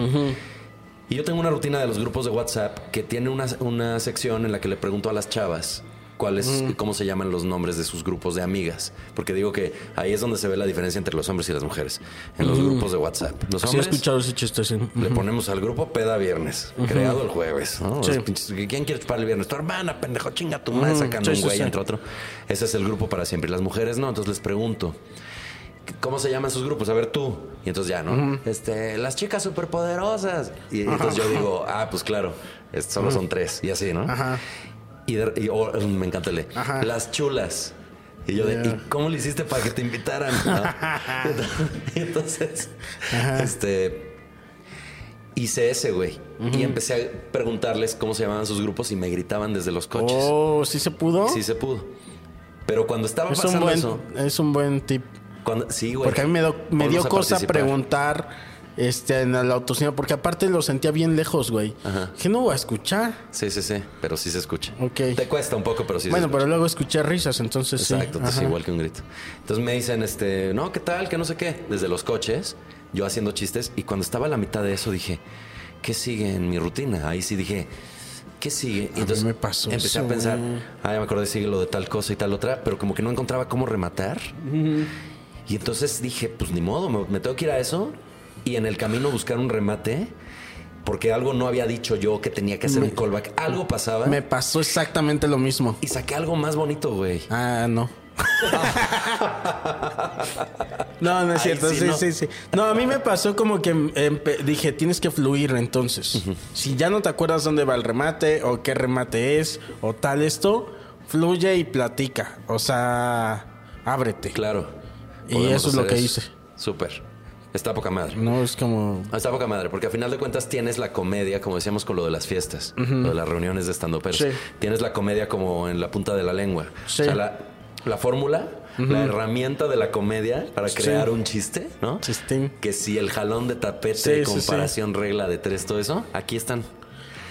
[SPEAKER 1] Y yo tengo una rutina de los grupos de WhatsApp que tiene una, una sección en la que le pregunto a las chavas cuáles, cómo se llaman los nombres de sus grupos de amigas. Porque digo que ahí es donde se ve la diferencia entre los hombres y las mujeres, en los grupos de WhatsApp. Los
[SPEAKER 2] Sí, he
[SPEAKER 1] hombres
[SPEAKER 2] escuchado ese chiste, sí.
[SPEAKER 1] le ponemos al grupo peda viernes, creado el jueves. ¿no?
[SPEAKER 2] Sí. Mm,
[SPEAKER 1] Los pinches- ¿Quién quiere chupar el viernes? Tu hermana, pendejo, chinga tu madre, sacan
[SPEAKER 2] sí,
[SPEAKER 1] un
[SPEAKER 2] sí,
[SPEAKER 1] güey
[SPEAKER 2] sí.
[SPEAKER 1] entre otro. Ese es el grupo para siempre. Las mujeres no, entonces les pregunto. ¿Cómo se llaman sus grupos? A ver tú. Y entonces ya, ¿no? Este, las chicas superpoderosas. Y entonces yo digo, ah, pues claro, es- solo son tres. Y así, ¿no?
[SPEAKER 2] Ajá.
[SPEAKER 1] Y, de- y- oh, me encanta el de,
[SPEAKER 2] Ajá.
[SPEAKER 1] Las chulas. Y yo de, ¿y cómo le hiciste para que te invitaran? ¿No? Entonces, este, hice ese, güey. Y empecé a preguntarles cómo se llamaban sus grupos y me gritaban desde los coches.
[SPEAKER 2] Oh, ¿sí se pudo?
[SPEAKER 1] Sí se pudo. Pero cuando estaba
[SPEAKER 2] es, un
[SPEAKER 1] pasando
[SPEAKER 2] buen,
[SPEAKER 1] eso,
[SPEAKER 2] es un buen tip.
[SPEAKER 1] cuando, sí, güey.
[SPEAKER 2] Porque a mí me, do- me
[SPEAKER 1] ponnos
[SPEAKER 2] dio
[SPEAKER 1] a
[SPEAKER 2] cosa
[SPEAKER 1] participar.
[SPEAKER 2] preguntar este, en el autocinema, porque aparte lo sentía bien lejos, güey. Que no voy a escuchar.
[SPEAKER 1] Sí, sí, sí, pero sí se escucha.
[SPEAKER 2] Ok.
[SPEAKER 1] Te cuesta un poco, pero sí
[SPEAKER 2] bueno,
[SPEAKER 1] se escucha.
[SPEAKER 2] pero luego escuché risas, entonces Pues sí.
[SPEAKER 1] Exacto, entonces
[SPEAKER 2] Ajá.
[SPEAKER 1] igual que un grito. Entonces me dicen, este, no, ¿qué tal? Que no sé qué. Desde los coches, yo haciendo chistes. Y cuando estaba a la mitad de eso dije, ¿qué sigue en mi rutina? Ahí sí dije, ¿qué sigue? Y
[SPEAKER 2] mí me pasó
[SPEAKER 1] empecé a
[SPEAKER 2] eso,
[SPEAKER 1] pensar,
[SPEAKER 2] güey.
[SPEAKER 1] ah, ya me acordé, sigue lo de tal cosa y tal otra, pero como que no encontraba cómo rematar. Y entonces dije, pues ni modo, me, me tengo que ir a eso. Y en el camino buscar un remate. Porque algo no había dicho yo que tenía que hacer un callback. Algo pasaba.
[SPEAKER 2] Me pasó exactamente lo mismo.
[SPEAKER 1] Y saqué algo más bonito, güey.
[SPEAKER 2] Ah, no. no, no es
[SPEAKER 1] Ahí
[SPEAKER 2] cierto.
[SPEAKER 1] sí,
[SPEAKER 2] Sí,
[SPEAKER 1] no.
[SPEAKER 2] sí, sí. No, a mí me pasó como que em, empe- dije, tienes que fluir entonces. Si ya no te acuerdas dónde va el remate o qué remate es o tal esto, fluye y platica. O sea, ábrete.
[SPEAKER 1] Claro.
[SPEAKER 2] Y
[SPEAKER 1] Podemos
[SPEAKER 2] eso es lo
[SPEAKER 1] hacer
[SPEAKER 2] que
[SPEAKER 1] eso.
[SPEAKER 2] hice.
[SPEAKER 1] Súper. Está poca madre.
[SPEAKER 2] No es como...
[SPEAKER 1] Está poca madre, porque a final de cuentas tienes la comedia, como decíamos con lo de las fiestas, lo de las reuniones de estando pero
[SPEAKER 2] Sí.
[SPEAKER 1] Tienes la comedia como en la punta de la lengua.
[SPEAKER 2] Sí.
[SPEAKER 1] O sea, la, la fórmula, la herramienta de la comedia para crear un chiste, ¿no?
[SPEAKER 2] Chistín.
[SPEAKER 1] Que si el jalón de tapete,
[SPEAKER 2] Sí, sí, sí.
[SPEAKER 1] comparación, regla de tres, todo eso, aquí están.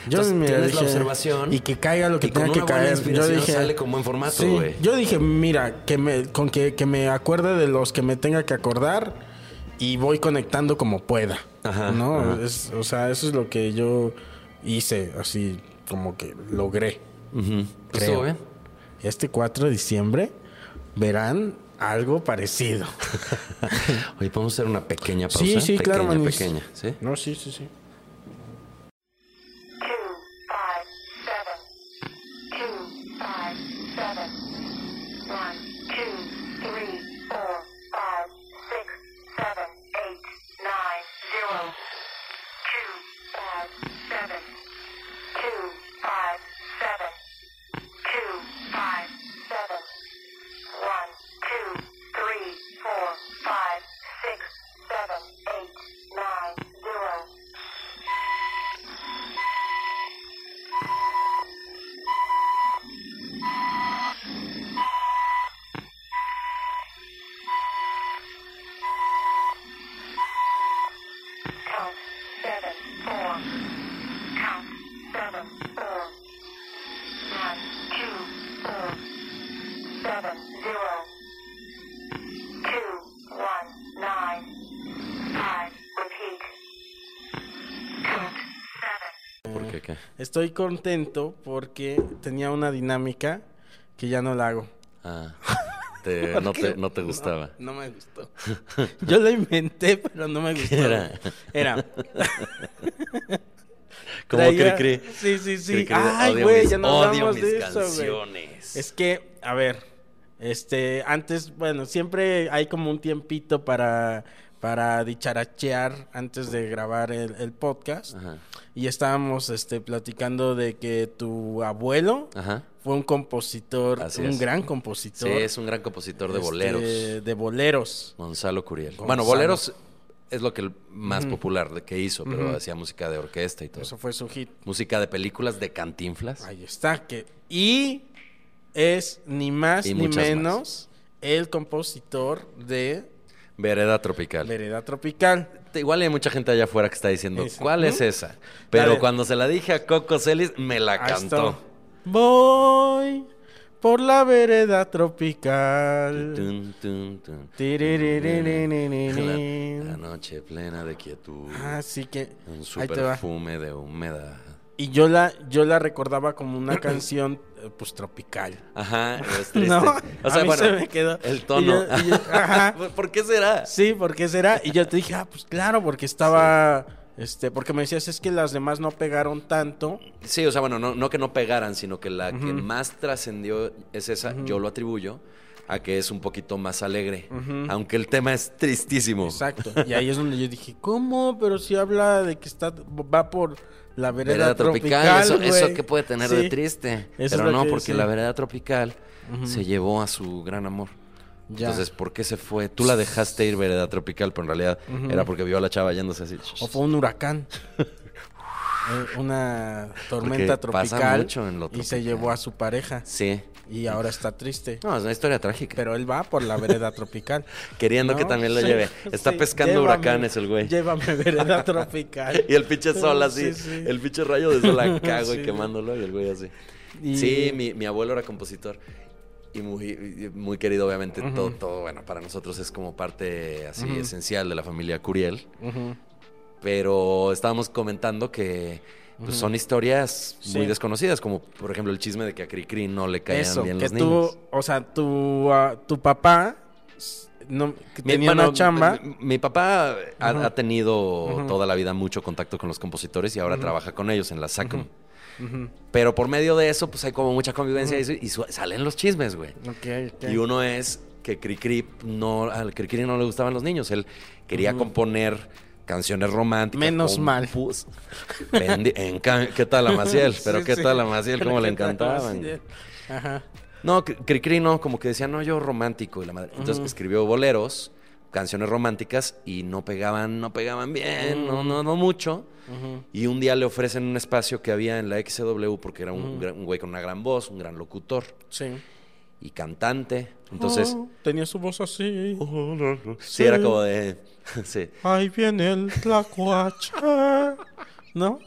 [SPEAKER 2] Yo
[SPEAKER 1] Entonces,
[SPEAKER 2] mira,
[SPEAKER 1] tienes la
[SPEAKER 2] dije,
[SPEAKER 1] observación.
[SPEAKER 2] Y que caiga lo que
[SPEAKER 1] y con
[SPEAKER 2] tenga que
[SPEAKER 1] una buena
[SPEAKER 2] caer. Yo
[SPEAKER 1] inspiración
[SPEAKER 2] dije,
[SPEAKER 1] sale con buen formato,
[SPEAKER 2] sí.
[SPEAKER 1] güey.
[SPEAKER 2] Yo dije, mira, que me, con que, que me acuerde de los que me tenga que acordar y voy conectando como pueda.
[SPEAKER 1] Ajá,
[SPEAKER 2] ¿No?
[SPEAKER 1] ajá.
[SPEAKER 2] Es- o sea, eso es lo que yo hice, así como que logré.
[SPEAKER 1] Ujú. Pues
[SPEAKER 2] creo.
[SPEAKER 1] Estuvo bien.
[SPEAKER 2] Este 4 de diciembre verán algo parecido.
[SPEAKER 1] Oye, podemos hacer una pequeña pausa.
[SPEAKER 2] sí, sí,
[SPEAKER 1] pequeña,
[SPEAKER 2] claro, manis.
[SPEAKER 1] pequeña, ¿sí?
[SPEAKER 2] No, sí, sí, sí.
[SPEAKER 3] two five seven two five seven one two three four five six seven eight nine zero two five seven two five seven two five seven one two three four five six seven eight nine zero Count seven, four. Count seven, four. One, two, four. Seven, zero. Two, one, nine. Five, repeat. Count seven.
[SPEAKER 1] ¿Por qué qué?
[SPEAKER 2] Estoy contento porque tenía una dinámica que ya no la hago.
[SPEAKER 1] Ah, te- no, te, no te gustaba.
[SPEAKER 2] No me gustó. Yo la inventé, pero no me gustó.
[SPEAKER 1] era?
[SPEAKER 2] Era.
[SPEAKER 1] Como
[SPEAKER 2] traía-
[SPEAKER 1] cri cri.
[SPEAKER 2] Sí, sí, sí.
[SPEAKER 1] Cri, cri,
[SPEAKER 2] Ay,
[SPEAKER 1] odio
[SPEAKER 2] güey,
[SPEAKER 1] mis-
[SPEAKER 2] ya no
[SPEAKER 1] odio
[SPEAKER 2] hablamos
[SPEAKER 1] mis
[SPEAKER 2] de eso, güey.
[SPEAKER 1] canciones.
[SPEAKER 2] Es que, a ver, este, antes, bueno, siempre hay como un tiempito para, para dicharachear antes de grabar el, el podcast.
[SPEAKER 1] Ajá.
[SPEAKER 2] Y estábamos, este, platicando de que tu abuelo
[SPEAKER 1] Ajá.
[SPEAKER 2] fue un compositor,
[SPEAKER 1] Así
[SPEAKER 2] un
[SPEAKER 1] es.
[SPEAKER 2] gran
[SPEAKER 1] Sí,
[SPEAKER 2] compositor.
[SPEAKER 1] es un gran compositor de
[SPEAKER 2] este,
[SPEAKER 1] boleros.
[SPEAKER 2] de boleros.
[SPEAKER 1] Gonzalo Curiel.
[SPEAKER 2] Gonzalo.
[SPEAKER 1] Bueno, boleros es lo que el más popular de- que hizo, pero hacía música de orquesta y todo.
[SPEAKER 2] Eso fue su hit.
[SPEAKER 1] Música de películas de cantinflas.
[SPEAKER 2] Ahí está. Que, y es ni más
[SPEAKER 1] Y
[SPEAKER 2] ni
[SPEAKER 1] muchas más.
[SPEAKER 2] menos el compositor de
[SPEAKER 1] Vereda tropical.
[SPEAKER 2] Vereda Tropical.
[SPEAKER 1] Igual hay mucha gente allá afuera que está diciendo,
[SPEAKER 2] Esa.
[SPEAKER 1] ¿cuál es
[SPEAKER 2] Ujú.
[SPEAKER 1] esa? Pero
[SPEAKER 2] Dale.
[SPEAKER 1] cuando se la dije a Coco Celis, me la
[SPEAKER 2] Ahí está.
[SPEAKER 1] cantó.
[SPEAKER 2] Voy por la vereda tropical.
[SPEAKER 1] Tun, tun, tun. La
[SPEAKER 2] Tiriririririririririn.
[SPEAKER 1] noche plena de quietud.
[SPEAKER 2] Así que
[SPEAKER 1] Un
[SPEAKER 2] Ah, ahí
[SPEAKER 1] super
[SPEAKER 2] te va.
[SPEAKER 1] perfume de humedad.
[SPEAKER 2] Y yo la, yo la recordaba como una canción eh, pues tropical.
[SPEAKER 1] Ajá, es triste.
[SPEAKER 2] No,
[SPEAKER 1] O
[SPEAKER 2] a
[SPEAKER 1] sea,
[SPEAKER 2] mí
[SPEAKER 1] bueno,
[SPEAKER 2] se me quedó.
[SPEAKER 1] el tono.
[SPEAKER 2] Y yo- y yo- ajá.
[SPEAKER 1] ¿Por qué será?
[SPEAKER 2] Sí, ¿por qué será? Y yo te dije, ah, pues claro, porque estaba, este, porque me decías, es que las demás no pegaron tanto.
[SPEAKER 1] Sí, o sea, bueno, no, no que no pegaran, sino que la que más trascendió es esa, yo lo atribuyo a que es un poquito más alegre, aunque el tema es tristísimo.
[SPEAKER 2] Exacto. Y ahí es donde yo dije, ¿cómo? Pero si habla de que está, va por la vereda,
[SPEAKER 1] Vereda
[SPEAKER 2] tropical.
[SPEAKER 1] tropical, eso, eso
[SPEAKER 2] güey.
[SPEAKER 1] que puede tener
[SPEAKER 2] Sí.
[SPEAKER 1] de triste,
[SPEAKER 2] Eso es
[SPEAKER 1] pero
[SPEAKER 2] lo
[SPEAKER 1] no,
[SPEAKER 2] que-
[SPEAKER 1] porque
[SPEAKER 2] sí.
[SPEAKER 1] la vereda tropical se llevó a su gran amor.
[SPEAKER 2] Ya.
[SPEAKER 1] Entonces, ¿por qué se fue? Tú la dejaste ir, vereda tropical, pero en realidad era porque vio a la chava yéndose así.
[SPEAKER 2] O fue un huracán. Eh, Una tormenta
[SPEAKER 1] Porque pasa
[SPEAKER 2] tropical.
[SPEAKER 1] mucho en lo
[SPEAKER 2] Y se
[SPEAKER 1] tropical.
[SPEAKER 2] llevó a su pareja.
[SPEAKER 1] Sí.
[SPEAKER 2] Y ahora está triste.
[SPEAKER 1] No, es una historia trágica.
[SPEAKER 2] Pero él va por la vereda tropical.
[SPEAKER 1] Queriendo que
[SPEAKER 2] ¿no?
[SPEAKER 1] también lo
[SPEAKER 2] Sí,
[SPEAKER 1] lleve. Está
[SPEAKER 2] sí,
[SPEAKER 1] pescando
[SPEAKER 2] llévame,
[SPEAKER 1] huracanes el güey.
[SPEAKER 2] Llévame vereda tropical.
[SPEAKER 1] Y el pinche sol
[SPEAKER 2] Sí,
[SPEAKER 1] así,
[SPEAKER 2] sí.
[SPEAKER 1] el pinche rayo de sol acá, güey,
[SPEAKER 2] Sí.
[SPEAKER 1] quemándolo y el güey así.
[SPEAKER 2] Y-
[SPEAKER 1] Sí, mi, mi abuelo era compositor y muy, y muy querido, obviamente, todo, todo, bueno, para nosotros es como parte así esencial de la familia Curiel. Pero estábamos comentando que pues, son historias
[SPEAKER 2] Sí.
[SPEAKER 1] muy desconocidas, como por ejemplo el chisme de que a Cricri no le caían
[SPEAKER 2] Eso,
[SPEAKER 1] bien
[SPEAKER 2] que
[SPEAKER 1] los
[SPEAKER 2] tú,
[SPEAKER 1] niños.
[SPEAKER 2] o sea, tu, ah, tu papá s- no, que
[SPEAKER 1] Mi-
[SPEAKER 2] tenía
[SPEAKER 1] bueno,
[SPEAKER 2] una chamba.
[SPEAKER 1] Mi, mi papá ha, ha tenido toda la vida mucho contacto con los compositores y ahora trabaja con ellos en la SACM. Pero por medio de eso, pues hay como mucha convivencia y eso- y, su- salen los chismes, güey.
[SPEAKER 2] Ok, ok.
[SPEAKER 1] Y uno es que Cricri no, al Cricri no le gustaban los niños. Él quería componer canciones románticas.
[SPEAKER 2] Menos mal.
[SPEAKER 1] pus- Bendi- en ca- ¿Qué tal a Maciel? Pero
[SPEAKER 2] Sí,
[SPEAKER 1] ¿qué
[SPEAKER 2] sí.
[SPEAKER 1] tal a Maciel?
[SPEAKER 2] Pero
[SPEAKER 1] ¿Cómo le
[SPEAKER 2] ¿qué tal a
[SPEAKER 1] encantaban?
[SPEAKER 2] Maciel? Ajá.
[SPEAKER 1] No, Cri- Cricri no, como que decía, no, yo romántico y la madre. Entonces escribió boleros, canciones románticas y no pegaban, no pegaban bien, no, no, no mucho. Y un día le ofrecen un espacio que había en la XW porque era un, gran- un güey con una gran voz, un gran locutor
[SPEAKER 2] Sí.
[SPEAKER 1] y cantante. Entonces,
[SPEAKER 2] Oh, tenía su voz así.
[SPEAKER 1] sí, era como de. sí.
[SPEAKER 2] Ahí viene el tlacuache. ¿No?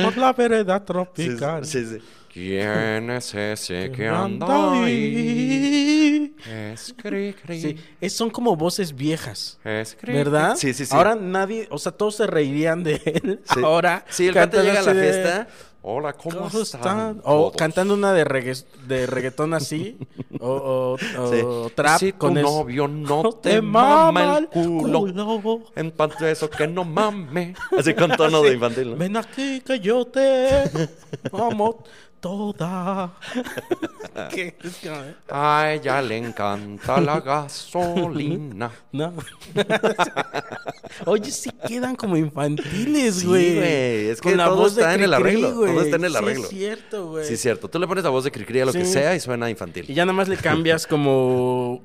[SPEAKER 2] Por la vereda tropical.
[SPEAKER 1] Sí, sí.
[SPEAKER 4] ¿Quién es ese que
[SPEAKER 2] Anda
[SPEAKER 4] anda ahí?
[SPEAKER 2] ahí.
[SPEAKER 4] Es cri cri.
[SPEAKER 2] Sí, es- son como voces viejas.
[SPEAKER 4] Es cri.
[SPEAKER 2] ¿Verdad?
[SPEAKER 1] Sí, sí, sí.
[SPEAKER 2] Ahora nadie, o sea, todos se reirían de él.
[SPEAKER 1] Sí.
[SPEAKER 2] Ahora.
[SPEAKER 4] Sí, el cante
[SPEAKER 2] cantan
[SPEAKER 4] llega a la
[SPEAKER 2] así de,
[SPEAKER 4] fiesta. Hola, ¿cómo,
[SPEAKER 2] ¿Cómo
[SPEAKER 4] están?
[SPEAKER 2] están? O
[SPEAKER 4] todos?
[SPEAKER 2] cantando una de, reggae- de reggaetón así. o o- o
[SPEAKER 1] Sí.
[SPEAKER 2] trap
[SPEAKER 4] si tu
[SPEAKER 2] con eso.
[SPEAKER 4] novio no te mama el culo,
[SPEAKER 2] culo.
[SPEAKER 4] en cuanto a eso que no mame.
[SPEAKER 1] Así con tono de infantil, ¿no?
[SPEAKER 2] Ven aquí que yo te amo toda. ¿Qué? Es que- ¿eh?
[SPEAKER 4] A ella le encanta la gasolina.
[SPEAKER 2] No. Oye, sí quedan como infantiles,
[SPEAKER 1] Sí,
[SPEAKER 2] güey.
[SPEAKER 1] güey, es que
[SPEAKER 2] Con la
[SPEAKER 1] todo
[SPEAKER 2] voz de
[SPEAKER 1] está en el
[SPEAKER 2] Cricri,
[SPEAKER 1] arreglo, todo
[SPEAKER 2] güey.
[SPEAKER 1] está en el
[SPEAKER 2] Sí,
[SPEAKER 1] arreglo.
[SPEAKER 2] es cierto, güey.
[SPEAKER 1] Sí, es cierto. Tú le pones la voz de Cricri a lo que
[SPEAKER 2] Sí.
[SPEAKER 1] sea y suena
[SPEAKER 2] Y
[SPEAKER 1] infantil.
[SPEAKER 2] ya nada más le cambias como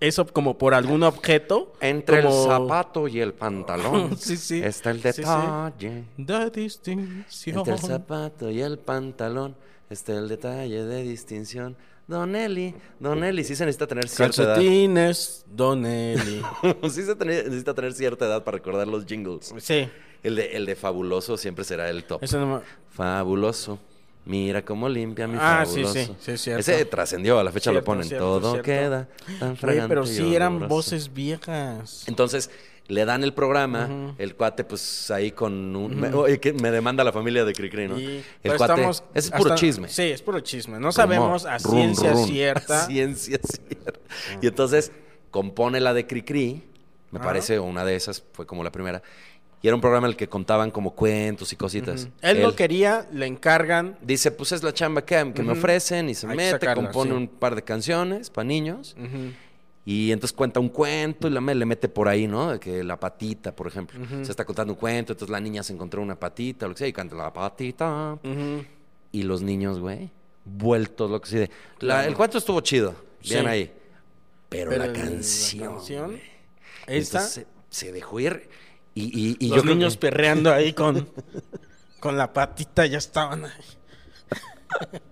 [SPEAKER 2] eso como por algún objeto.
[SPEAKER 4] Entre
[SPEAKER 2] como-
[SPEAKER 4] el zapato y el pantalón
[SPEAKER 2] Sí, sí.
[SPEAKER 4] está el
[SPEAKER 2] Sí, sí.
[SPEAKER 4] detalle.
[SPEAKER 2] De distinción.
[SPEAKER 1] Entre el zapato y el pantalón está el detalle de distinción. Don Eli, Don Eli, sí se necesita tener cierta edad.
[SPEAKER 2] Calcetines, Don Eli.
[SPEAKER 1] sí se teni- necesita tener cierta edad para recordar los jingles.
[SPEAKER 2] sí.
[SPEAKER 1] El de, el de fabuloso siempre será el top.
[SPEAKER 2] Eso no me-
[SPEAKER 1] Fabuloso. Mira cómo limpia mi
[SPEAKER 2] Ah, sí,
[SPEAKER 1] fabuloso.
[SPEAKER 2] sí, sí, es cierto.
[SPEAKER 1] Ese trascendió, a la fecha lo
[SPEAKER 2] Cierto,
[SPEAKER 1] ponen.
[SPEAKER 2] cierto,
[SPEAKER 1] Todo
[SPEAKER 2] cierto.
[SPEAKER 1] queda tan
[SPEAKER 2] Güey,
[SPEAKER 1] fragante.
[SPEAKER 2] pero
[SPEAKER 1] y
[SPEAKER 2] sí eran
[SPEAKER 1] oloroso.
[SPEAKER 2] voces viejas.
[SPEAKER 1] Entonces le dan el programa, el cuate pues ahí con un... me- oye, que me demanda la familia de Cricri, ¿no?
[SPEAKER 2] Y-
[SPEAKER 1] el
[SPEAKER 2] pero
[SPEAKER 1] cuate...
[SPEAKER 2] estamos-
[SPEAKER 1] ese es puro
[SPEAKER 2] hasta-
[SPEAKER 1] chisme.
[SPEAKER 2] Sí, es puro chisme. No sabemos a
[SPEAKER 4] Run,
[SPEAKER 2] ciencia
[SPEAKER 4] run.
[SPEAKER 2] cierta. Ah.
[SPEAKER 1] Ciencia cierta. Y entonces compone la de Cricri, me parece, o una de esas, fue como la primera. Y era un programa en el que contaban como cuentos y cositas.
[SPEAKER 2] Mm. Él lo
[SPEAKER 1] Él
[SPEAKER 2] quería, le encargan.
[SPEAKER 1] Dice, pues es la chamba que, que me ofrecen y se
[SPEAKER 2] Hay que
[SPEAKER 1] mete,
[SPEAKER 2] sacarla,
[SPEAKER 1] compone
[SPEAKER 2] sí.
[SPEAKER 1] un par de canciones para niños. Y entonces cuenta un cuento y la, me- le mete por ahí, ¿no? De Que la patita, por ejemplo. Se está contando un cuento, entonces la niña se encontró una patita, lo que sea, y canta la patita. Y los niños, güey, vueltos, lo que sea. de, la- El cuento estuvo chido, bien
[SPEAKER 2] Sí.
[SPEAKER 1] ahí. Pero,
[SPEAKER 2] pero
[SPEAKER 1] la canción. güey.
[SPEAKER 2] Esta,
[SPEAKER 1] Entonces se, se dejó ir. Y, y- y yo
[SPEAKER 2] los
[SPEAKER 1] creo
[SPEAKER 2] niños
[SPEAKER 1] que-
[SPEAKER 2] perreando ahí con, con la patita ya estaban ahí.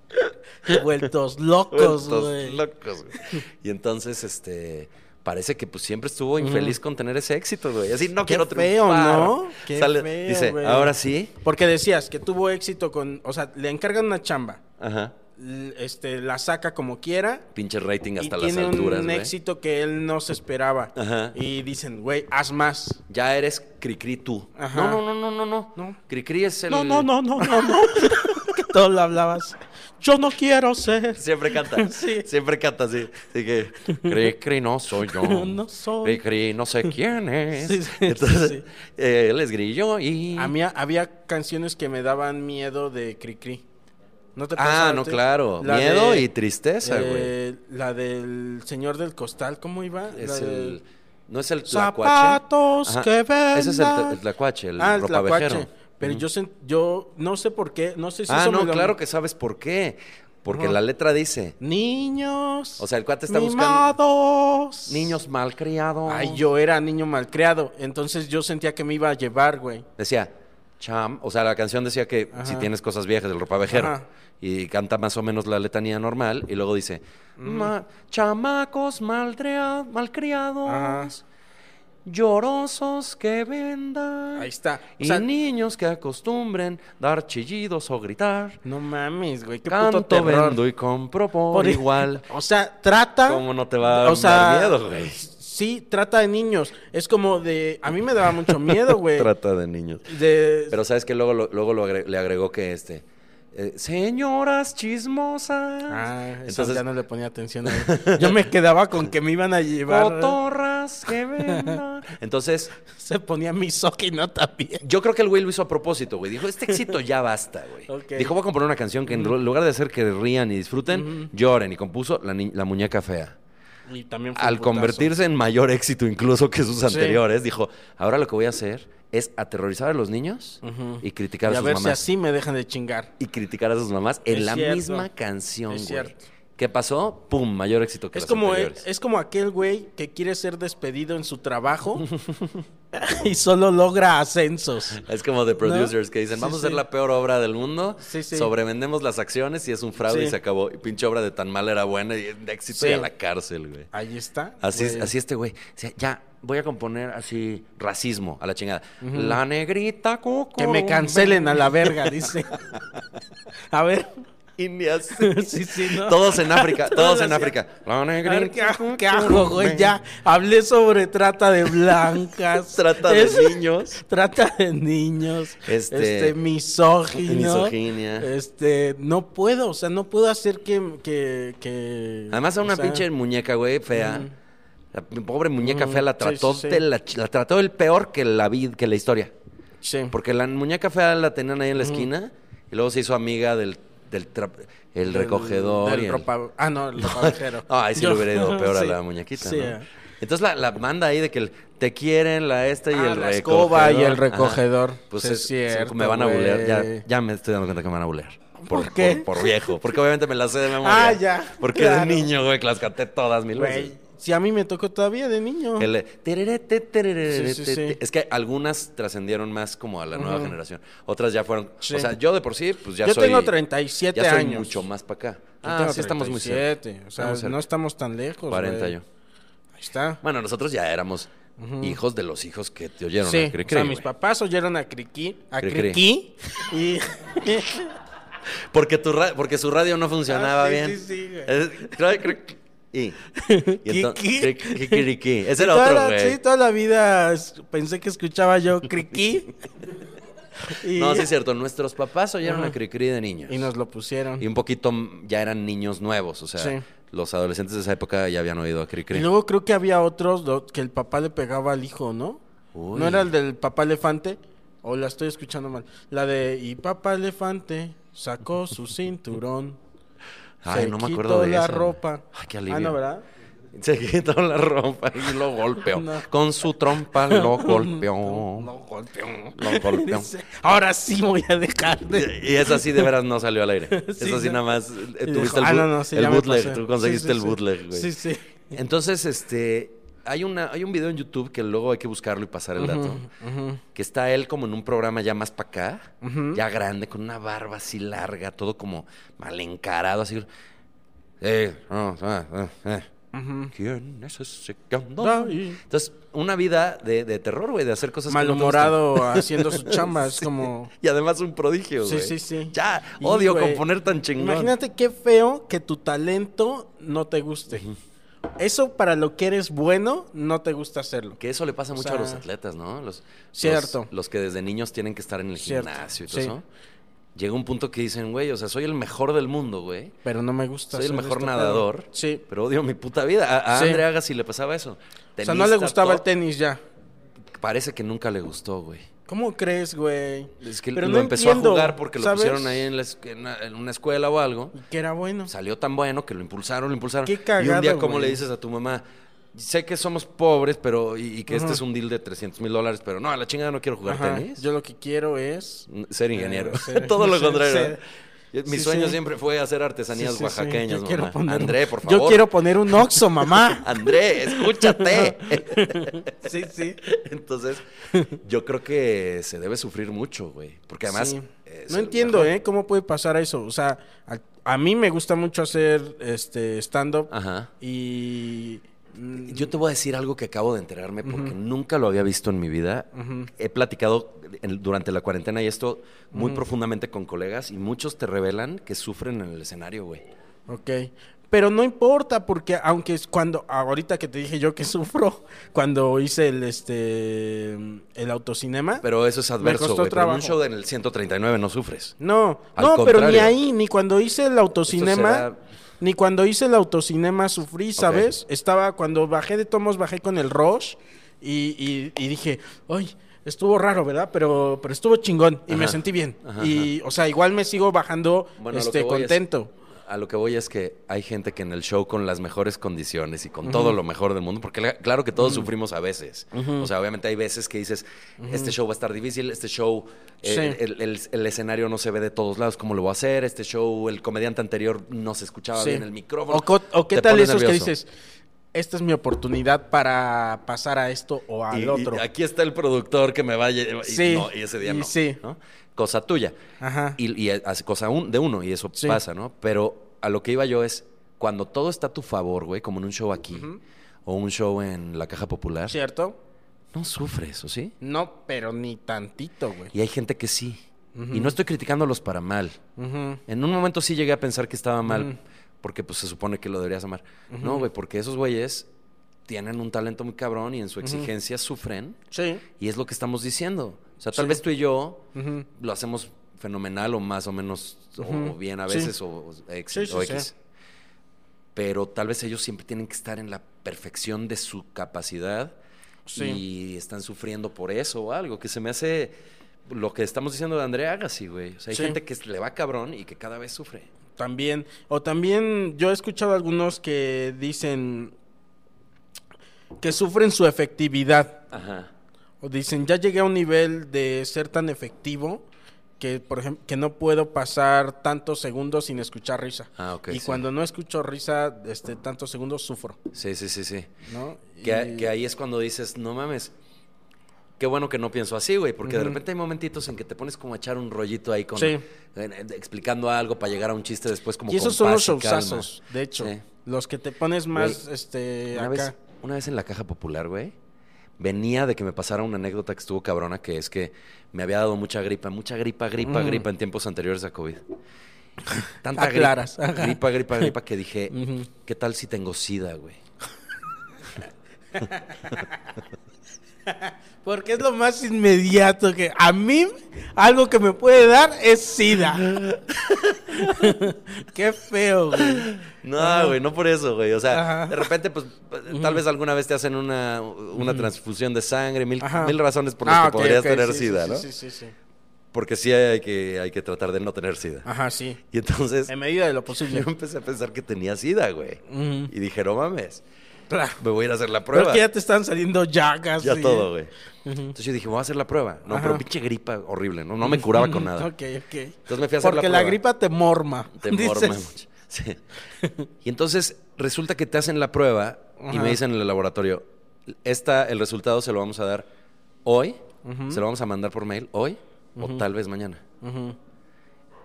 [SPEAKER 2] Vueltos locos,
[SPEAKER 1] Vueltos
[SPEAKER 2] güey.
[SPEAKER 1] locos, güey. Y entonces, este, parece que pues siempre estuvo infeliz con tener ese éxito, güey. Así no
[SPEAKER 2] Qué
[SPEAKER 1] quiero
[SPEAKER 2] feo,
[SPEAKER 1] triunfar.
[SPEAKER 2] ¿no? Qué
[SPEAKER 1] Sale-
[SPEAKER 2] feo,
[SPEAKER 1] dice,
[SPEAKER 2] güey.
[SPEAKER 1] ahora sí.
[SPEAKER 2] Porque decías que tuvo éxito con, o sea, le encargan una chamba,
[SPEAKER 1] Ajá.
[SPEAKER 2] l- este, la saca como quiera
[SPEAKER 1] Pinche rating hasta
[SPEAKER 2] y
[SPEAKER 1] las
[SPEAKER 2] tiene
[SPEAKER 1] alturas,
[SPEAKER 2] un
[SPEAKER 1] güey.
[SPEAKER 2] éxito que él no se esperaba.
[SPEAKER 1] Ajá.
[SPEAKER 2] Y dicen, güey, haz más.
[SPEAKER 1] Ya eres Cricri tú.
[SPEAKER 2] Ajá.
[SPEAKER 1] No, no, no, no, no, no.
[SPEAKER 2] No.
[SPEAKER 1] Cricri es el.
[SPEAKER 2] No, no, no, no, no, no. que todo lo hablabas. Yo no quiero ser.
[SPEAKER 1] Siempre canta.
[SPEAKER 2] Sí.
[SPEAKER 1] Siempre canta, sí. Así que.
[SPEAKER 4] Cricri no soy yo.
[SPEAKER 2] No soy.
[SPEAKER 4] Cricri no sé quién es.
[SPEAKER 2] Sí, sí,
[SPEAKER 1] Entonces,
[SPEAKER 2] sí.
[SPEAKER 1] eh, él es grillo y.
[SPEAKER 2] A mí había canciones que me daban miedo de Cricri. ¿No te
[SPEAKER 1] Ah,
[SPEAKER 2] a
[SPEAKER 1] no,
[SPEAKER 2] ti?
[SPEAKER 1] claro. Miedo y tristeza,
[SPEAKER 2] eh, La del señor del costal, ¿cómo iba? La
[SPEAKER 1] Es
[SPEAKER 2] del-
[SPEAKER 1] el. No es el tlacuache.
[SPEAKER 2] Zapatos
[SPEAKER 1] Ajá.
[SPEAKER 2] que vendan.
[SPEAKER 1] Ese es el, tl- el tlacuache, el
[SPEAKER 2] Ah,
[SPEAKER 1] ropavejero.
[SPEAKER 2] Pero yo, sen- yo no sé por qué, no sé si
[SPEAKER 1] ah,
[SPEAKER 2] eso me
[SPEAKER 1] no,
[SPEAKER 2] lo-
[SPEAKER 1] claro que sabes por qué. Porque la letra dice,
[SPEAKER 2] Niños.
[SPEAKER 1] O sea, el cuate está buscando-
[SPEAKER 2] mimados.
[SPEAKER 1] niños malcriados.
[SPEAKER 2] Ay, yo era niño malcriado, entonces yo sentía que me iba a llevar, güey.
[SPEAKER 1] Decía, cham, o sea, la canción decía que si tienes cosas viejas del ropavejero.
[SPEAKER 2] Ajá.
[SPEAKER 1] Y canta más o menos la letanía normal y luego dice,
[SPEAKER 2] Mm.
[SPEAKER 1] "Ma- chamacos maltrea- malcriados,
[SPEAKER 2] Ajá.
[SPEAKER 1] llorosos que vendan.
[SPEAKER 2] Ahí está. O
[SPEAKER 1] Y
[SPEAKER 2] sea-
[SPEAKER 1] niños que acostumbren dar chillidos o gritar.
[SPEAKER 2] No mames, güey, qué puto
[SPEAKER 1] Canto,
[SPEAKER 2] terror.
[SPEAKER 1] vendo y compro por,
[SPEAKER 2] Por-
[SPEAKER 1] igual.
[SPEAKER 2] O sea, trata.
[SPEAKER 1] ¿Cómo no te va a
[SPEAKER 2] o sea,
[SPEAKER 1] dar miedo, güey?
[SPEAKER 2] Sí, trata de niños. Es como de. A mí me daba mucho miedo, güey.
[SPEAKER 1] Trata de niños.
[SPEAKER 2] de.
[SPEAKER 1] Pero sabes que luego, lo- luego lo agre- le agregó que este. eh, Señoras chismosas.
[SPEAKER 2] Ah, eso
[SPEAKER 1] Entonces,
[SPEAKER 2] ya no le ponía atención. a él. Yo me quedaba con que me iban a llevar.
[SPEAKER 1] cotorras que vendan. Entonces,
[SPEAKER 2] Se ponía misógino también.
[SPEAKER 1] yo creo que el güey lo hizo a propósito, güey. Dijo, este éxito ya basta, güey.
[SPEAKER 2] Ok.
[SPEAKER 1] Dijo, voy a componer una canción que en lu- lugar de hacer que rían y disfruten, lloren. Y compuso la, ni- la muñeca fea.
[SPEAKER 2] Y también fue un
[SPEAKER 1] Al
[SPEAKER 2] putazo.
[SPEAKER 1] convertirse en mayor éxito incluso que sus anteriores, dijo, ahora lo que voy a hacer es aterrorizar a los niños y criticar
[SPEAKER 2] Y
[SPEAKER 1] a
[SPEAKER 2] a
[SPEAKER 1] sus
[SPEAKER 2] ver si
[SPEAKER 1] mamás.
[SPEAKER 2] así me dejan de chingar.
[SPEAKER 1] y criticar a sus mamás en
[SPEAKER 2] Es
[SPEAKER 1] la
[SPEAKER 2] cierto.
[SPEAKER 1] misma canción,
[SPEAKER 2] Es
[SPEAKER 1] güey.
[SPEAKER 2] cierto.
[SPEAKER 1] ¿Qué pasó? ¡Pum! Mayor éxito que
[SPEAKER 2] Es
[SPEAKER 1] las
[SPEAKER 2] como, eh, e-
[SPEAKER 1] anteriores.
[SPEAKER 2] es como aquel güey que quiere ser despedido en su trabajo y solo logra ascensos.
[SPEAKER 1] Es como de producers que dicen,
[SPEAKER 2] Sí,
[SPEAKER 1] vamos
[SPEAKER 2] sí.
[SPEAKER 1] a hacer la peor obra del mundo,
[SPEAKER 2] Sí, sí.
[SPEAKER 1] sobrevendemos las acciones y es un fraude
[SPEAKER 2] Sí.
[SPEAKER 1] y se acabó. Y pinche obra de tan mala era buena y de éxito
[SPEAKER 2] Sí.
[SPEAKER 1] y a la cárcel, güey.
[SPEAKER 2] Ahí está.
[SPEAKER 1] Así, es-
[SPEAKER 2] güey.
[SPEAKER 1] así este güey. O sea, ya, voy a componer así racismo a la chingada. La negrita coco.
[SPEAKER 2] Que me cancelen a la verga, dice. A ver.
[SPEAKER 1] Indias.
[SPEAKER 2] Sí, sí, ¿no?
[SPEAKER 1] Todos en África,
[SPEAKER 2] Todas
[SPEAKER 1] todos en
[SPEAKER 2] las-
[SPEAKER 1] África. La
[SPEAKER 2] A ver, ¿qué,
[SPEAKER 1] negrita
[SPEAKER 2] hago- qué hago, güey? Ya hablé sobre trata de blancas.
[SPEAKER 1] Trata de
[SPEAKER 2] Es-
[SPEAKER 1] niños.
[SPEAKER 2] Trata de niños. Este,
[SPEAKER 1] Este-
[SPEAKER 2] misógino.
[SPEAKER 1] Misoginia.
[SPEAKER 2] Este, no puedo, o sea, no puedo hacer que. que, que-
[SPEAKER 1] Además a
[SPEAKER 2] o
[SPEAKER 1] una
[SPEAKER 2] sea,
[SPEAKER 1] pinche muñeca, güey, fea. La pobre muñeca fea la
[SPEAKER 2] sí,
[SPEAKER 1] trató,
[SPEAKER 2] sí, sí.
[SPEAKER 1] de La, la trató el peor que la vid, que la historia.
[SPEAKER 2] Sí.
[SPEAKER 1] Porque la muñeca fea la tenían ahí en la esquina y luego se hizo amiga del, del tra- el
[SPEAKER 2] Del-
[SPEAKER 1] recogedor.
[SPEAKER 2] del
[SPEAKER 1] y el-
[SPEAKER 2] ropa- Ah, no, el ropavejero.
[SPEAKER 1] Ah, ahí sí
[SPEAKER 2] Yo-
[SPEAKER 1] le hubiera ido peor a
[SPEAKER 2] Sí.
[SPEAKER 1] la muñequita,
[SPEAKER 2] Sí,
[SPEAKER 1] ¿no?
[SPEAKER 2] ah.
[SPEAKER 1] Entonces la, la manda ahí de que el- te quieren, la esta y
[SPEAKER 2] Ah,
[SPEAKER 1] el
[SPEAKER 2] la
[SPEAKER 1] recogedor.
[SPEAKER 2] escoba y el
[SPEAKER 1] Ajá.
[SPEAKER 2] recogedor.
[SPEAKER 1] Pues
[SPEAKER 2] Sí,
[SPEAKER 1] es,
[SPEAKER 2] es cierto,
[SPEAKER 1] me van a
[SPEAKER 2] güey.
[SPEAKER 1] bulear. Ya, ya me estoy dando cuenta que me van a bulear.
[SPEAKER 2] ¿Por qué?
[SPEAKER 1] Por, por viejo. Porque obviamente me la sé de memoria.
[SPEAKER 2] Ah, ya,
[SPEAKER 1] Porque
[SPEAKER 2] claro.
[SPEAKER 1] de niño, güey, que las canté todas mil
[SPEAKER 2] Güey,
[SPEAKER 1] veces.
[SPEAKER 2] si a mí me tocó todavía de niño.
[SPEAKER 1] Pues, El de tereré, te,
[SPEAKER 2] Sí,
[SPEAKER 1] tereré,
[SPEAKER 2] sí,
[SPEAKER 1] te,
[SPEAKER 2] sí.
[SPEAKER 1] te. Es que algunas trascendieron más como a la nueva generación. Otras ya fueron.
[SPEAKER 2] Sí.
[SPEAKER 1] O sea, yo de por sí, pues ya
[SPEAKER 2] Yo
[SPEAKER 1] soy.
[SPEAKER 2] tengo 37
[SPEAKER 1] ya soy
[SPEAKER 2] años.
[SPEAKER 1] mucho más para acá.
[SPEAKER 2] Yo
[SPEAKER 1] Ah,
[SPEAKER 2] tengo
[SPEAKER 1] sí, estamos muy cerca.
[SPEAKER 2] 37, O sea,
[SPEAKER 1] Estamos cerca.
[SPEAKER 2] no estamos tan lejos.
[SPEAKER 1] 40
[SPEAKER 2] pues, güey.
[SPEAKER 1] yo.
[SPEAKER 2] Ahí está.
[SPEAKER 1] Bueno, nosotros ya éramos hijos de los hijos que te oyeron.
[SPEAKER 2] sí,
[SPEAKER 1] a Cricri,
[SPEAKER 2] o sea, mis
[SPEAKER 1] güey.
[SPEAKER 2] papás oyeron a Criqui, a
[SPEAKER 1] Cricri.
[SPEAKER 2] Criqui, y
[SPEAKER 1] Porque, tu ra- porque su radio no funcionaba
[SPEAKER 2] Ah, sí,
[SPEAKER 1] bien.
[SPEAKER 2] sí, sí, güey.
[SPEAKER 1] Es- cri- cri- y- y ento-
[SPEAKER 2] Kiki.
[SPEAKER 1] cri- cri- cri- cri. Ese era
[SPEAKER 2] toda
[SPEAKER 1] otro,
[SPEAKER 2] la-
[SPEAKER 1] güey.
[SPEAKER 2] sí, toda la vida es- pensé que escuchaba yo Criqui. y,
[SPEAKER 1] No, sí es cierto. Nuestros papás oyeron a Cricri de niños.
[SPEAKER 2] y nos lo pusieron.
[SPEAKER 1] Y un poquito mm, ya eran niños nuevos. O sea,
[SPEAKER 2] Sí.
[SPEAKER 1] los adolescentes de esa época ya habían oído a Cricri.
[SPEAKER 2] Y luego creo que había otros do- que el papá le pegaba al hijo, ¿no?
[SPEAKER 1] Uy.
[SPEAKER 2] ¿No era el del papá elefante? O la estoy escuchando mal. La de y papá elefante sacó su cinturón.
[SPEAKER 1] Ay,
[SPEAKER 2] se
[SPEAKER 1] no me
[SPEAKER 2] quitó
[SPEAKER 1] acuerdo de
[SPEAKER 2] la
[SPEAKER 1] eso.
[SPEAKER 2] ropa.
[SPEAKER 1] Ay, qué alivio.
[SPEAKER 2] Ah, no, ¿verdad?
[SPEAKER 1] Se quitó la ropa y lo golpeó.
[SPEAKER 2] No.
[SPEAKER 1] Con su trompa lo golpeó.
[SPEAKER 2] No, golpeó.
[SPEAKER 1] Lo golpeó.
[SPEAKER 2] Dice, Ahora sí voy a dejar de...
[SPEAKER 1] Y esa sí de veras no salió al aire.
[SPEAKER 2] Sí,
[SPEAKER 1] Esa sí
[SPEAKER 2] no.
[SPEAKER 1] nada más eh,
[SPEAKER 2] Y
[SPEAKER 1] tuviste
[SPEAKER 2] dijo,
[SPEAKER 1] el,
[SPEAKER 2] "Ah,
[SPEAKER 1] bu-
[SPEAKER 2] no, no, sí,
[SPEAKER 1] el
[SPEAKER 2] ya me
[SPEAKER 1] bootleg,
[SPEAKER 2] pasé".
[SPEAKER 1] tú
[SPEAKER 2] Sí,
[SPEAKER 1] conseguiste
[SPEAKER 2] sí,
[SPEAKER 1] el
[SPEAKER 2] sí.
[SPEAKER 1] bootleg, güey.
[SPEAKER 2] Sí, sí.
[SPEAKER 1] Entonces, este, hay una hay un video en YouTube que luego hay que buscarlo y pasar el dato, que está él como en un programa ya más para acá, ya grande con una barba así larga, todo como mal encarado así. Eh, no, ah, ah, eh. ¿Quién es ese que anda?
[SPEAKER 2] Ay.
[SPEAKER 1] Entonces, una vida de, de terror, güey, de hacer cosas que no te
[SPEAKER 2] Malhumorado haciendo su chamba, es como...
[SPEAKER 1] y además un prodigio,
[SPEAKER 2] Sí,
[SPEAKER 1] güey.
[SPEAKER 2] sí, sí.
[SPEAKER 1] Ya,
[SPEAKER 2] Y,
[SPEAKER 1] odio
[SPEAKER 2] güey,
[SPEAKER 1] componer tan chingón.
[SPEAKER 2] Imagínate qué feo que tu talento no te guste. Eso para lo que eres bueno, no te gusta hacerlo.
[SPEAKER 1] Que eso le pasa mucho
[SPEAKER 2] sea,
[SPEAKER 1] a los atletas, ¿no? Los,
[SPEAKER 2] cierto.
[SPEAKER 1] Los, los que desde niños tienen que estar en el
[SPEAKER 2] Cierto,
[SPEAKER 1] gimnasio y todo
[SPEAKER 2] sí.
[SPEAKER 1] eso. Llega un punto que dicen, güey, o sea, soy el mejor del mundo, güey.
[SPEAKER 2] Pero no me gusta.
[SPEAKER 1] Soy el
[SPEAKER 2] hacer
[SPEAKER 1] mejor
[SPEAKER 2] este
[SPEAKER 1] nadador.
[SPEAKER 2] pedo. Sí.
[SPEAKER 1] Pero odio mi puta vida. A, a
[SPEAKER 2] Sí.
[SPEAKER 1] André Agassi le pasaba eso.
[SPEAKER 2] O sea, no le
[SPEAKER 1] Tenista
[SPEAKER 2] gustaba el
[SPEAKER 1] top.
[SPEAKER 2] tenis ya.
[SPEAKER 1] Parece que nunca le gustó, güey.
[SPEAKER 2] ¿Cómo crees, güey?
[SPEAKER 1] Es que
[SPEAKER 2] Pero
[SPEAKER 1] lo
[SPEAKER 2] no
[SPEAKER 1] empezó
[SPEAKER 2] entiendo,
[SPEAKER 1] a jugar porque lo
[SPEAKER 2] ¿sabes?
[SPEAKER 1] pusieron ahí en, la es- en una- en una escuela o algo.
[SPEAKER 2] Que era bueno.
[SPEAKER 1] Salió tan bueno que lo impulsaron, lo impulsaron.
[SPEAKER 2] Qué
[SPEAKER 1] y
[SPEAKER 2] cagado,
[SPEAKER 1] un día, ¿cómo
[SPEAKER 2] güey.
[SPEAKER 1] le dices a tu mamá? Sé que somos pobres, pero. Y, y que este es un deal de 300 mil dólares, pero no, a la chingada no quiero jugar
[SPEAKER 2] Ajá.
[SPEAKER 1] tenis. Mm.
[SPEAKER 2] Yo lo que quiero es...
[SPEAKER 1] N- Ser ingeniero.
[SPEAKER 2] Eh, ser-
[SPEAKER 1] Todo lo
[SPEAKER 2] ser-
[SPEAKER 1] contrario.
[SPEAKER 2] ser-
[SPEAKER 1] Yo- Mi
[SPEAKER 2] sí,
[SPEAKER 1] sueño
[SPEAKER 2] sí.
[SPEAKER 1] siempre fue hacer
[SPEAKER 2] Sí,
[SPEAKER 1] artesanías
[SPEAKER 2] sí, sí.
[SPEAKER 1] oaxaqueñas,
[SPEAKER 2] Yo quiero
[SPEAKER 1] mamá.
[SPEAKER 2] poner-
[SPEAKER 1] André, por favor.
[SPEAKER 2] Yo quiero poner un oxo, mamá.
[SPEAKER 1] André, escúchate.
[SPEAKER 2] sí, sí.
[SPEAKER 1] Entonces, yo creo que se debe sufrir mucho, güey. Porque además.
[SPEAKER 2] Sí.
[SPEAKER 1] eh,
[SPEAKER 2] no
[SPEAKER 1] se-
[SPEAKER 2] entiendo,
[SPEAKER 1] ajá.
[SPEAKER 2] ¿eh? ¿Cómo puede pasar eso? O sea, a, a mí me gusta mucho hacer este stand-up.
[SPEAKER 1] Ajá.
[SPEAKER 2] Y. mm,
[SPEAKER 1] Yo te voy a decir algo que acabo de enterarme porque nunca lo había visto en mi vida. He platicado en- durante la cuarentena y esto
[SPEAKER 2] Mm.
[SPEAKER 1] muy profundamente con colegas y muchos te revelan que sufren en el escenario, güey.
[SPEAKER 2] Ok. Pero no importa, porque aunque es cuando. Ahorita que te dije yo que sufro, cuando hice el este. El autocinema.
[SPEAKER 1] Pero eso es adverso,
[SPEAKER 2] costó
[SPEAKER 1] güey. Pero en un
[SPEAKER 2] trabajo.
[SPEAKER 1] show en el 139 no sufres.
[SPEAKER 2] No,
[SPEAKER 1] Al
[SPEAKER 2] no, pero ni
[SPEAKER 1] contrario.
[SPEAKER 2] ahí, ni cuando hice el autocinema,
[SPEAKER 1] será-
[SPEAKER 2] ni cuando hice el autocinema sufrí, ¿sabes? Estaba, cuando bajé de tomos, bajé con el Roche y, y- y dije, ay, estuvo raro, ¿verdad? Pero, pero estuvo chingón y me
[SPEAKER 1] Ajá.
[SPEAKER 2] sentí bien.
[SPEAKER 1] Ajá,
[SPEAKER 2] y, o sea, igual me sigo bajando
[SPEAKER 1] Bueno, a lo
[SPEAKER 2] este,
[SPEAKER 1] que voy es-
[SPEAKER 2] contento.
[SPEAKER 1] a lo que voy es que hay gente que en el show con las mejores condiciones y con todo lo mejor del mundo, porque la- claro que todos sufrimos a veces. O sea, obviamente hay veces que dices, este show va a estar difícil, este show, eh,
[SPEAKER 2] Sí.
[SPEAKER 1] el, el- el escenario no se ve de todos lados, ¿cómo lo voy a hacer? Este show, el comediante anterior no se escuchaba
[SPEAKER 2] Sí.
[SPEAKER 1] bien el micrófono.
[SPEAKER 2] O, co- o qué
[SPEAKER 1] Te
[SPEAKER 2] tal
[SPEAKER 1] pone
[SPEAKER 2] esos que
[SPEAKER 1] nervioso.
[SPEAKER 2] dices, esta es mi oportunidad para pasar a esto o al
[SPEAKER 1] y- y
[SPEAKER 2] otro.
[SPEAKER 1] aquí está el productor que me va a llevar. Y,
[SPEAKER 2] Sí,
[SPEAKER 1] no, y ese día
[SPEAKER 2] y
[SPEAKER 1] no,
[SPEAKER 2] sí.
[SPEAKER 1] ¿no? Cosa tuya.
[SPEAKER 2] Ajá.
[SPEAKER 1] Y, y hace cosa un- de uno, y eso
[SPEAKER 2] Sí.
[SPEAKER 1] pasa, ¿no? Pero a lo que iba yo es, cuando todo está a tu favor, güey, como en un show aquí, o un show en la Caja Popular,
[SPEAKER 2] ¿Cierto?
[SPEAKER 1] no sufres, ¿o sí?
[SPEAKER 2] No, pero ni tantito, güey.
[SPEAKER 1] Y hay gente que sí. Y no estoy criticándolos para mal. En un momento sí llegué a pensar que estaba mal, porque pues se supone que lo deberías amar. No, güey, porque esos güeyes tienen un talento muy cabrón y en su exigencia sufren.
[SPEAKER 2] Sí.
[SPEAKER 1] Y es lo que estamos diciendo. O sea, tal vez tú y yo lo hacemos fenomenal o más o menos o bien a
[SPEAKER 2] Sí.
[SPEAKER 1] veces o, o ex,
[SPEAKER 2] Sí, sí,
[SPEAKER 1] o
[SPEAKER 2] sí.
[SPEAKER 1] X. Pero tal vez ellos siempre tienen que estar en la perfección de su capacidad
[SPEAKER 2] Sí.
[SPEAKER 1] y están sufriendo por eso o algo que se me hace lo que estamos diciendo de Andrea Agassi, güey. O sea, hay
[SPEAKER 2] Sí.
[SPEAKER 1] gente que le va cabrón y que cada vez sufre.
[SPEAKER 2] También, o también yo he escuchado algunos que dicen que sufren su efectividad.
[SPEAKER 1] Ajá.
[SPEAKER 2] O dicen, ya llegué a un nivel de ser tan efectivo que, por ejemplo, que no puedo pasar tantos segundos sin escuchar risa.
[SPEAKER 1] Ah, ok,
[SPEAKER 2] Y
[SPEAKER 1] sí.
[SPEAKER 2] cuando no escucho risa, este, tantos segundos sufro,
[SPEAKER 1] Sí, sí, sí, sí.
[SPEAKER 2] ¿no?
[SPEAKER 1] Que,
[SPEAKER 2] Y-
[SPEAKER 1] que ahí es cuando dices, no mames, qué bueno que no pienso así, güey, porque de repente hay momentitos en que te pones como a echar un rollito ahí con,
[SPEAKER 2] Sí.
[SPEAKER 1] en- en- explicando algo para llegar a un chiste después como
[SPEAKER 2] y esos
[SPEAKER 1] con
[SPEAKER 2] son los
[SPEAKER 1] paz y calma.
[SPEAKER 2] showzazos, de hecho.
[SPEAKER 1] Sí.
[SPEAKER 2] Los que te pones más,
[SPEAKER 1] Güey,
[SPEAKER 2] este,
[SPEAKER 1] Una
[SPEAKER 2] acá.
[SPEAKER 1] vez, una vez en la caja popular, güey, venía de que me pasara una anécdota que estuvo cabrona, que es que me había dado mucha gripa, mucha gripa,
[SPEAKER 2] Mm.
[SPEAKER 1] gripa, gripa en tiempos anteriores a COVID. Tanta gripa,
[SPEAKER 2] Aclaras, ajá.
[SPEAKER 1] gripa, gripa, gripa, que dije, ¿qué tal si tengo sida, güey?
[SPEAKER 2] Porque es lo más inmediato que a mí algo que me puede dar es sida. Qué feo, güey.
[SPEAKER 1] No, güey, no por eso, güey. O sea,
[SPEAKER 2] Ajá.
[SPEAKER 1] de repente, pues, tal vez alguna vez te hacen una, una transfusión de sangre, mil,
[SPEAKER 2] Ajá.
[SPEAKER 1] mil razones por las
[SPEAKER 2] Ah,
[SPEAKER 1] que
[SPEAKER 2] ok,
[SPEAKER 1] podrías
[SPEAKER 2] ok,
[SPEAKER 1] tener
[SPEAKER 2] sí,
[SPEAKER 1] SIDA,
[SPEAKER 2] sí,
[SPEAKER 1] ¿no?
[SPEAKER 2] Sí, sí, sí.
[SPEAKER 1] Porque sí hay que, hay que tratar de no tener SIDA.
[SPEAKER 2] Ajá, sí.
[SPEAKER 1] Y entonces
[SPEAKER 2] En medida de lo
[SPEAKER 1] yo
[SPEAKER 2] posible.
[SPEAKER 1] empecé a pensar que tenía SIDA, güey. Y dije, no mames,
[SPEAKER 2] Claro.
[SPEAKER 1] me voy a ir a hacer la
[SPEAKER 2] Pero
[SPEAKER 1] prueba.
[SPEAKER 2] es que ya te están saliendo llagas.
[SPEAKER 1] Ya
[SPEAKER 2] sí.
[SPEAKER 1] todo, güey. Entonces yo dije, voy a hacer la prueba. No,
[SPEAKER 2] Ajá.
[SPEAKER 1] pero pinche gripa horrible, ¿no? No me curaba con nada.
[SPEAKER 2] Mm, Ok, ok.
[SPEAKER 1] Entonces me fui a hacer la
[SPEAKER 2] Porque la
[SPEAKER 1] prueba.
[SPEAKER 2] gripa te morma.
[SPEAKER 1] Te
[SPEAKER 2] dices.
[SPEAKER 1] morma mucho. Sí. Y entonces resulta que te hacen la prueba y me dicen en el laboratorio, esta, el resultado se lo vamos a dar hoy, se lo vamos a mandar por mail hoy o tal vez mañana.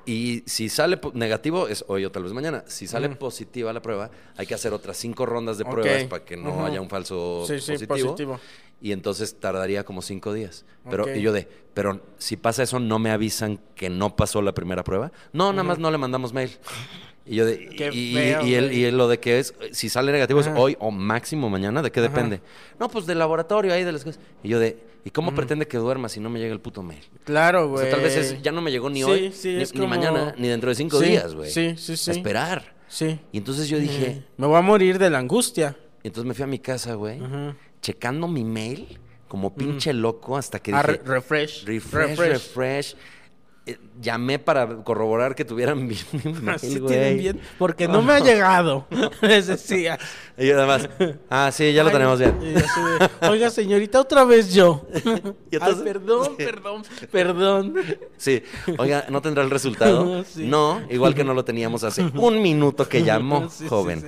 [SPEAKER 1] Y si sale po- negativo es hoy o tal vez mañana. Si sale positiva la prueba, hay que hacer otras cinco rondas de
[SPEAKER 2] Ok.
[SPEAKER 1] pruebas para que no
[SPEAKER 2] Ujú.
[SPEAKER 1] haya un falso
[SPEAKER 2] Sí, sí,
[SPEAKER 1] positivo.
[SPEAKER 2] positivo.
[SPEAKER 1] Y entonces tardaría como cinco días. Pero
[SPEAKER 2] Ok.
[SPEAKER 1] y yo de, pero si pasa eso, no me avisan que no pasó la primera prueba. No, nada más no le mandamos mail. Y yo de, y-
[SPEAKER 2] Qué
[SPEAKER 1] y,
[SPEAKER 2] feo,
[SPEAKER 1] y el-
[SPEAKER 2] güey.
[SPEAKER 1] y el- lo de que es, si sale negativo es hoy o máximo mañana, ¿de qué depende? No, pues del laboratorio ahí de las cosas. Y yo de, ¿y cómo pretende que duerma si no me llega el puto mail?
[SPEAKER 2] Claro,
[SPEAKER 1] O
[SPEAKER 2] güey.
[SPEAKER 1] sea, tal vez es- ya no me llegó ni
[SPEAKER 2] Sí,
[SPEAKER 1] hoy,
[SPEAKER 2] sí,
[SPEAKER 1] ni,
[SPEAKER 2] es
[SPEAKER 1] ni
[SPEAKER 2] como-
[SPEAKER 1] mañana, ni dentro de cinco
[SPEAKER 2] Sí,
[SPEAKER 1] días, güey.
[SPEAKER 2] sí, sí, sí.
[SPEAKER 1] A esperar.
[SPEAKER 2] Sí.
[SPEAKER 1] Y entonces yo dije,
[SPEAKER 2] Me voy a morir de la angustia.
[SPEAKER 1] y entonces me fui a mi casa, güey, checando mi mail como pinche loco hasta que
[SPEAKER 2] Ah,
[SPEAKER 1] dije,
[SPEAKER 2] re- refresh.
[SPEAKER 1] refresh, refresh. Eh, llamé para corroborar que tuvieran bien mi mail,
[SPEAKER 2] Así Ah, tienen
[SPEAKER 1] güey.
[SPEAKER 2] bien. Porque no me ha llegado. Les decía.
[SPEAKER 1] Y yo además, ah, sí, ya lo tenemos bien.
[SPEAKER 2] Y así de, Oiga, señorita, otra vez yo.
[SPEAKER 1] Y entonces-
[SPEAKER 2] Ay, perdón, perdón, perdón.
[SPEAKER 1] Sí, oiga, ¿no tendrá el resultado?
[SPEAKER 2] Sí.
[SPEAKER 1] No, igual que no lo teníamos hace un minuto que llamó,
[SPEAKER 2] Sí, sí,
[SPEAKER 1] joven.
[SPEAKER 2] sí.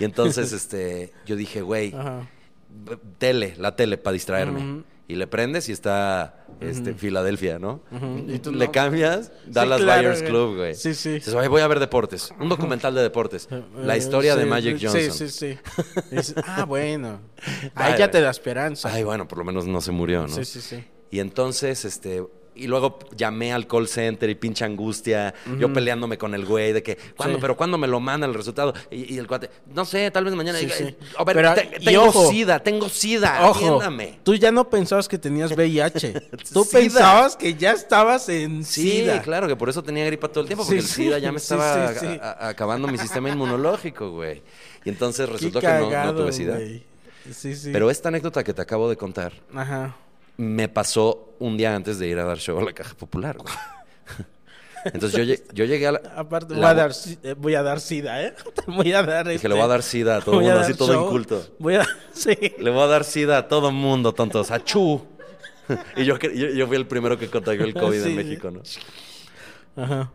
[SPEAKER 1] Y entonces, este, yo dije, güey,
[SPEAKER 2] Ajá.
[SPEAKER 1] b- tele, la tele para distraerme. Y le prendes y está este, Filadelfia, ¿no?
[SPEAKER 2] Y tú
[SPEAKER 1] le
[SPEAKER 2] no.
[SPEAKER 1] cambias, Dallas
[SPEAKER 2] claro,
[SPEAKER 1] Buyers
[SPEAKER 2] güey.
[SPEAKER 1] Club, güey.
[SPEAKER 2] Sí, sí.
[SPEAKER 1] Dices, "Ay, voy a ver deportes, un documental de deportes. La historia de
[SPEAKER 2] Eh, Sí,
[SPEAKER 1] Magic
[SPEAKER 2] sí,
[SPEAKER 1] Johnson.
[SPEAKER 2] Sí, sí, sí. Dices, ah, bueno. Ahí
[SPEAKER 1] Ay,
[SPEAKER 2] ya
[SPEAKER 1] güey.
[SPEAKER 2] te da esperanza.
[SPEAKER 1] Ay, bueno, por lo menos no se murió, ¿no?
[SPEAKER 2] Sí, sí, sí.
[SPEAKER 1] Y entonces, este. Y luego llamé al call center y pinche angustia. Yo peleándome con el güey de que, ¿cuándo?
[SPEAKER 2] Sí.
[SPEAKER 1] ¿Pero cuándo me lo manda el resultado? Y, y el cuate, no sé, tal vez mañana.
[SPEAKER 2] Sí,
[SPEAKER 1] Y-
[SPEAKER 2] sí.
[SPEAKER 1] A ver,
[SPEAKER 2] Pero,
[SPEAKER 1] te-
[SPEAKER 2] y
[SPEAKER 1] tengo
[SPEAKER 2] ojo.
[SPEAKER 1] sida, tengo sida.
[SPEAKER 2] Ojo,
[SPEAKER 1] Ah, atiéndame.
[SPEAKER 2] tú ya no pensabas que tenías VIH. tú
[SPEAKER 1] Sida.
[SPEAKER 2] pensabas que ya estabas en
[SPEAKER 1] Sí,
[SPEAKER 2] SIDA.
[SPEAKER 1] claro, que por eso tenía gripa todo el tiempo, porque
[SPEAKER 2] Sí,
[SPEAKER 1] el SIDA ya me
[SPEAKER 2] sí,
[SPEAKER 1] estaba
[SPEAKER 2] sí, sí.
[SPEAKER 1] a- a- acabando mi sistema inmunológico, güey. Y entonces
[SPEAKER 2] Qué
[SPEAKER 1] resultó que no- no,
[SPEAKER 2] cagado,
[SPEAKER 1] tuve SIDA.
[SPEAKER 2] güey. Sí, sí.
[SPEAKER 1] Pero esta anécdota que te acabo de contar
[SPEAKER 2] Ajá.
[SPEAKER 1] me pasó un día antes de ir a dar show a la Caja Popular, güey. Entonces yo, lle- yo llegué a la...
[SPEAKER 2] Aparte,
[SPEAKER 1] la
[SPEAKER 2] voy, a
[SPEAKER 1] bo-
[SPEAKER 2] dar, si- eh, voy a dar sida, ¿eh? Voy a dar.
[SPEAKER 1] Dije,
[SPEAKER 2] este,
[SPEAKER 1] le voy a dar sida a todo
[SPEAKER 2] voy a
[SPEAKER 1] mundo,
[SPEAKER 2] dar
[SPEAKER 1] así todo
[SPEAKER 2] show.
[SPEAKER 1] inculto.
[SPEAKER 2] Voy a. Sí.
[SPEAKER 1] Le voy a dar sida a todo mundo, tontos. ¡Achú! y yo, cre- yo, yo fui el primero que contagió el COVID
[SPEAKER 2] Sí, sí.
[SPEAKER 1] en México, ¿no?
[SPEAKER 2] Ajá.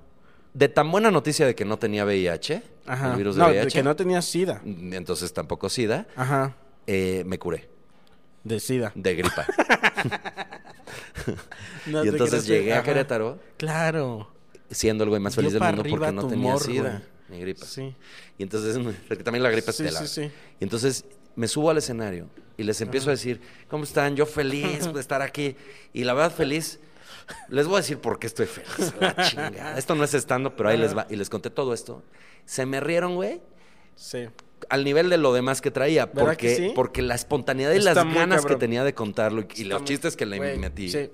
[SPEAKER 1] De tan buena noticia de que no tenía VIH,
[SPEAKER 2] Ajá.
[SPEAKER 1] el virus de
[SPEAKER 2] no, de
[SPEAKER 1] VIH,
[SPEAKER 2] que no tenía sida.
[SPEAKER 1] entonces tampoco sida,
[SPEAKER 2] Ajá.
[SPEAKER 1] eh, me curé
[SPEAKER 2] De sida.
[SPEAKER 1] de gripa.
[SPEAKER 2] No
[SPEAKER 1] y
[SPEAKER 2] te
[SPEAKER 1] entonces
[SPEAKER 2] creas que-
[SPEAKER 1] llegué a
[SPEAKER 2] ajá.
[SPEAKER 1] Querétaro
[SPEAKER 2] Claro.
[SPEAKER 1] siendo el güey más
[SPEAKER 2] Dio
[SPEAKER 1] feliz del
[SPEAKER 2] pa'
[SPEAKER 1] mundo
[SPEAKER 2] arriba
[SPEAKER 1] porque no
[SPEAKER 2] tu
[SPEAKER 1] tenía
[SPEAKER 2] humor,
[SPEAKER 1] sida
[SPEAKER 2] güey.
[SPEAKER 1] ni gripa.
[SPEAKER 2] Sí.
[SPEAKER 1] Y entonces, porque también la gripa
[SPEAKER 2] Sí,
[SPEAKER 1] es tela.
[SPEAKER 2] sí, sí.
[SPEAKER 1] Y entonces me subo al escenario y les empiezo a decir, ¿cómo están? Yo feliz de estar aquí. Y la verdad, feliz. Les voy a decir por qué estoy feliz. a la chingada. Esto no es estando, pero ahí les va. Y les conté todo esto. Se me rieron, güey,
[SPEAKER 2] Sí.
[SPEAKER 1] al nivel de lo demás que traía.
[SPEAKER 2] ¿Verdad
[SPEAKER 1] Porque,
[SPEAKER 2] que sí?
[SPEAKER 1] porque la espontaneidad y
[SPEAKER 2] Está
[SPEAKER 1] las
[SPEAKER 2] muy
[SPEAKER 1] ganas
[SPEAKER 2] cabrón.
[SPEAKER 1] que tenía de contarlo y, y los
[SPEAKER 2] Estamos-
[SPEAKER 1] chistes que le
[SPEAKER 2] Güey,
[SPEAKER 1] metí.
[SPEAKER 2] sí.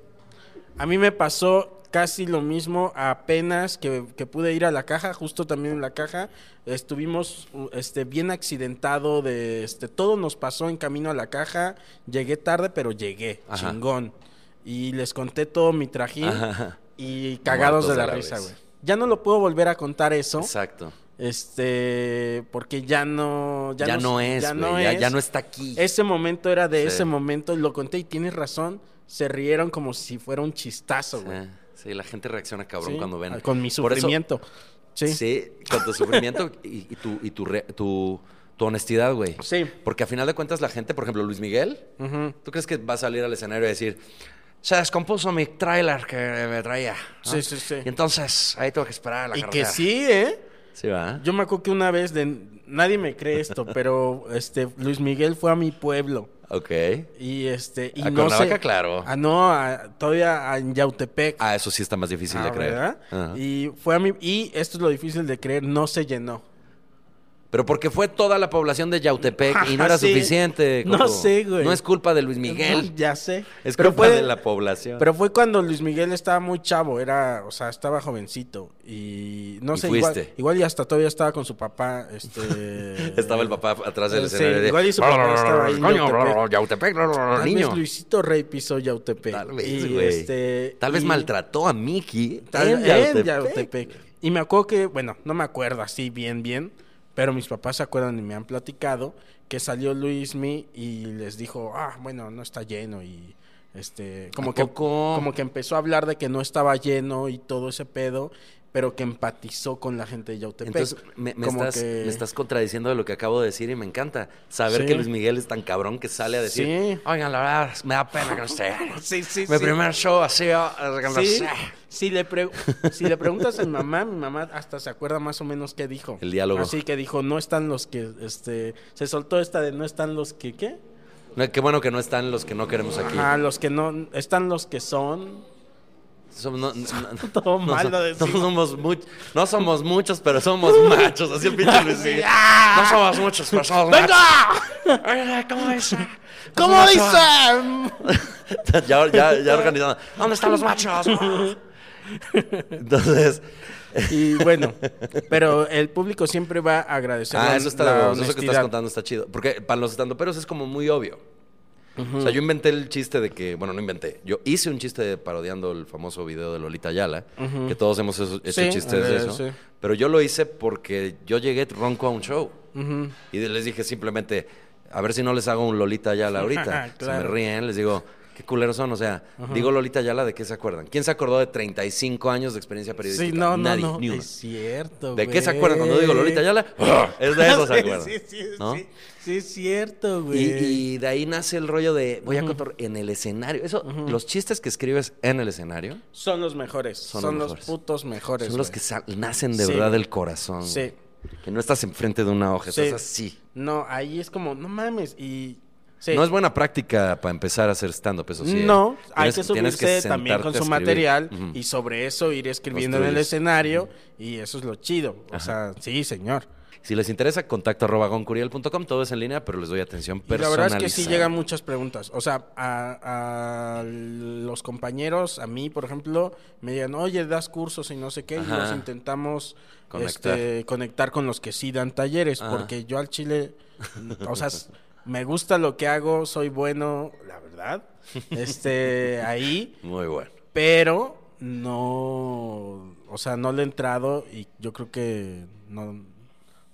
[SPEAKER 2] A mí me pasó casi lo mismo apenas que, que pude ir a la caja, justo también en la caja. Estuvimos u- este, bien accidentado de este, todo nos pasó en camino a la caja. Llegué tarde, pero llegué,
[SPEAKER 1] Ajá.
[SPEAKER 2] chingón. Y les conté todo mi trajín
[SPEAKER 1] Ajá.
[SPEAKER 2] y cagados
[SPEAKER 1] Muertos
[SPEAKER 2] de la,
[SPEAKER 1] de la
[SPEAKER 2] risa,
[SPEAKER 1] risa.
[SPEAKER 2] güey. Ya no lo puedo volver a contar eso.
[SPEAKER 1] Exacto.
[SPEAKER 2] Este, porque ya no,
[SPEAKER 1] Ya, no, es,
[SPEAKER 2] ya
[SPEAKER 1] güey,
[SPEAKER 2] no
[SPEAKER 1] ya,
[SPEAKER 2] es.
[SPEAKER 1] ya no está aquí.
[SPEAKER 2] Ese momento era de
[SPEAKER 1] Sí.
[SPEAKER 2] ese momento, lo conté y tienes razón, se rieron como si fuera un chistazo, güey.
[SPEAKER 1] Sí, sí, la gente reacciona cabrón
[SPEAKER 2] Sí, Ah,
[SPEAKER 1] cuando ven.
[SPEAKER 2] Con mi
[SPEAKER 1] Por eso-
[SPEAKER 2] sufrimiento. sí.
[SPEAKER 1] sí. con tu sufrimiento y, y tu, y tu, re- tu- tu honestidad, güey.
[SPEAKER 2] Sí.
[SPEAKER 1] Porque a final de cuentas la gente, por ejemplo, Luis Miguel, ¿tú crees que va a salir al escenario y decir, se descompuso mi tráiler que me traía? ¿no?
[SPEAKER 2] Sí, sí, sí.
[SPEAKER 1] Y entonces ahí tuve que esperar a la
[SPEAKER 2] Y que
[SPEAKER 1] carretera.
[SPEAKER 2] sí, ¿eh?
[SPEAKER 1] Sí, va.
[SPEAKER 2] Yo me acuerdo que una vez, de, nadie me cree esto, pero este Luis Miguel fue a mi pueblo.
[SPEAKER 1] Ok.
[SPEAKER 2] Y este, y
[SPEAKER 1] A
[SPEAKER 2] no sé.
[SPEAKER 1] Cuernavaca, claro.
[SPEAKER 2] Ah, no, a- todavía a- en Yautepec.
[SPEAKER 1] Ah, eso sí está más difícil
[SPEAKER 2] Ah,
[SPEAKER 1] de creer.
[SPEAKER 2] ¿verdad?
[SPEAKER 1] Ajá.
[SPEAKER 2] Y fue a mi, y esto es lo difícil de creer, no se llenó.
[SPEAKER 1] Pero porque fue toda la población de Yautepec y no era
[SPEAKER 2] Ah, Sí.
[SPEAKER 1] suficiente.
[SPEAKER 2] No
[SPEAKER 1] Coco.
[SPEAKER 2] sé, güey.
[SPEAKER 1] No es culpa de Luis Miguel.
[SPEAKER 2] Ya sé.
[SPEAKER 1] Es
[SPEAKER 2] Pero
[SPEAKER 1] culpa
[SPEAKER 2] fue-
[SPEAKER 1] de la población.
[SPEAKER 2] Pero fue cuando Luis Miguel estaba muy chavo, era, o sea, estaba jovencito y no
[SPEAKER 1] Y
[SPEAKER 2] sé, igual,
[SPEAKER 1] fuiste.
[SPEAKER 2] igual y hasta todavía estaba con su papá, este
[SPEAKER 1] Estaba el papá atrás del
[SPEAKER 2] Sí,
[SPEAKER 1] escenario. de,
[SPEAKER 2] igual y su papá estaba ahí en
[SPEAKER 1] Coño,
[SPEAKER 2] Yautepec.
[SPEAKER 1] Yautepec,
[SPEAKER 2] Tal
[SPEAKER 1] niño.
[SPEAKER 2] vez Luisito Rey pisó Yautepec.
[SPEAKER 1] Tal vez,
[SPEAKER 2] y,
[SPEAKER 1] güey.
[SPEAKER 2] este,
[SPEAKER 1] Tal vez
[SPEAKER 2] y-
[SPEAKER 1] maltrató a Mickey
[SPEAKER 2] tal-
[SPEAKER 1] en Yautepec.
[SPEAKER 2] Y me acuerdo que, bueno, no me acuerdo así bien bien, pero mis papás se acuerdan y me han platicado que salió Luismi y les dijo, "Ah, bueno, no está lleno" y este como
[SPEAKER 1] ¿A
[SPEAKER 2] que
[SPEAKER 1] poco?
[SPEAKER 2] como que empezó a hablar de que no estaba lleno y todo ese pedo, pero que empatizó con la gente de Yautepec.
[SPEAKER 1] Entonces, me, me
[SPEAKER 2] Como
[SPEAKER 1] estás,
[SPEAKER 2] que-
[SPEAKER 1] me estás contradiciendo de lo que acabo de decir y me encanta saber
[SPEAKER 2] Sí.
[SPEAKER 1] que Luis Miguel es tan cabrón que sale a decir:
[SPEAKER 2] Sí.
[SPEAKER 1] Oigan, la verdad, me da pena que no esté.
[SPEAKER 2] Sí, sí,
[SPEAKER 1] Mi
[SPEAKER 2] sí.
[SPEAKER 1] primer show así, oh, que no
[SPEAKER 2] Sí,
[SPEAKER 1] sé.
[SPEAKER 2] si, le pre- si le preguntas a mi mamá, mi mamá hasta se acuerda más o menos qué dijo.
[SPEAKER 1] El diálogo.
[SPEAKER 2] Así que dijo, no están los que, este, se soltó esta de no están los que, ¿qué?
[SPEAKER 1] No, Qué bueno que no están los que no queremos aquí.
[SPEAKER 2] Ajá, los que no, están los que son.
[SPEAKER 1] Somos, no, no- no-
[SPEAKER 2] Todo
[SPEAKER 1] no
[SPEAKER 2] mal
[SPEAKER 1] so-
[SPEAKER 2] lo decimos.
[SPEAKER 1] no somos much- no somos muchos, pero somos machos. Así el pinche Luis Miguel. No somos muchos, pero somos machos. Oiga, ¿Cómo dice?
[SPEAKER 2] ¿Cómo
[SPEAKER 1] Los machos.
[SPEAKER 2] dicen?
[SPEAKER 1] ya, ya, ya organizando. ¿Dónde están los machos? Entonces,
[SPEAKER 2] Y bueno, pero el público siempre va a agradecer
[SPEAKER 1] ah,
[SPEAKER 2] la-
[SPEAKER 1] eso está
[SPEAKER 2] la
[SPEAKER 1] de huevos, Eso que estás
[SPEAKER 2] honestidad.
[SPEAKER 1] contando está chido. Porque para los estandoperos es como muy obvio. O sea, yo inventé el chiste de que, bueno, no inventé. Yo hice un chiste de- parodiando el famoso video de Lolita Ayala, que todos hemos eso- hecho
[SPEAKER 2] Sí,
[SPEAKER 1] chistes
[SPEAKER 2] eh,
[SPEAKER 1] de eso.
[SPEAKER 2] sí.
[SPEAKER 1] Pero yo lo hice porque yo llegué ronco a un show. Y les dije simplemente, a ver si no les hago un Lolita Ayala ahorita. Se
[SPEAKER 2] Claro.
[SPEAKER 1] me ríen, les digo, qué culeros son. O sea, digo Lolita Ayala, ¿de qué se acuerdan? ¿Quién se acordó de 35 años de experiencia
[SPEAKER 2] Sí,
[SPEAKER 1] periodística?
[SPEAKER 2] no, no,
[SPEAKER 1] Nadie,
[SPEAKER 2] no,
[SPEAKER 1] ni uno.
[SPEAKER 2] es cierto,
[SPEAKER 1] ¿De qué se
[SPEAKER 2] güey.
[SPEAKER 1] acuerdan cuando digo Lolita Ayala? ¡Ah! Es de eso se
[SPEAKER 2] Sí,
[SPEAKER 1] acuerdan.
[SPEAKER 2] Sí, sí,
[SPEAKER 1] ¿no?
[SPEAKER 2] sí, sí, es cierto, güey.
[SPEAKER 1] Y, y de ahí nace el rollo de voy a contar en el escenario. Eso, los chistes que escribes en el escenario
[SPEAKER 2] Son los mejores, son,
[SPEAKER 1] Son los
[SPEAKER 2] los,
[SPEAKER 1] mejores.
[SPEAKER 2] putos mejores.
[SPEAKER 1] son los
[SPEAKER 2] güey.
[SPEAKER 1] que sa- nacen de
[SPEAKER 2] Sí.
[SPEAKER 1] verdad del corazón.
[SPEAKER 2] Sí.
[SPEAKER 1] güey. Que no estás enfrente de una hoja,
[SPEAKER 2] Sí.
[SPEAKER 1] estás así.
[SPEAKER 2] No, ahí es como, no mames, y... sí.
[SPEAKER 1] No es buena práctica para empezar a hacer stand-up, eso sí. ¿eh?
[SPEAKER 2] No, hay
[SPEAKER 1] Tienes-
[SPEAKER 2] que
[SPEAKER 1] tienes
[SPEAKER 2] subirse también
[SPEAKER 1] sentarte
[SPEAKER 2] con
[SPEAKER 1] a
[SPEAKER 2] su
[SPEAKER 1] escribir.
[SPEAKER 2] material
[SPEAKER 1] Ujú.
[SPEAKER 2] y sobre eso ir escribiendo en el
[SPEAKER 1] Construyes.
[SPEAKER 2] escenario y eso es lo chido. O sea, sí, señor.
[SPEAKER 1] Si les interesa, contacto arroba goncuriel.com. Todo es en línea, pero les doy atención
[SPEAKER 2] Y la
[SPEAKER 1] personalizada.
[SPEAKER 2] verdad es que sí llegan muchas preguntas. O sea, a, a los compañeros, a mí, por ejemplo, me digan, oye, das cursos y no sé qué, y
[SPEAKER 1] Ajá.
[SPEAKER 2] los intentamos
[SPEAKER 1] Conectar.
[SPEAKER 2] este, conectar con los que sí dan talleres,
[SPEAKER 1] Ajá.
[SPEAKER 2] porque yo al chile, o sea, s- me gusta lo que hago, soy bueno, la verdad, este, ahí,
[SPEAKER 1] Muy bueno.
[SPEAKER 2] pero no, o o sea, no le he entrado y yo creo que no,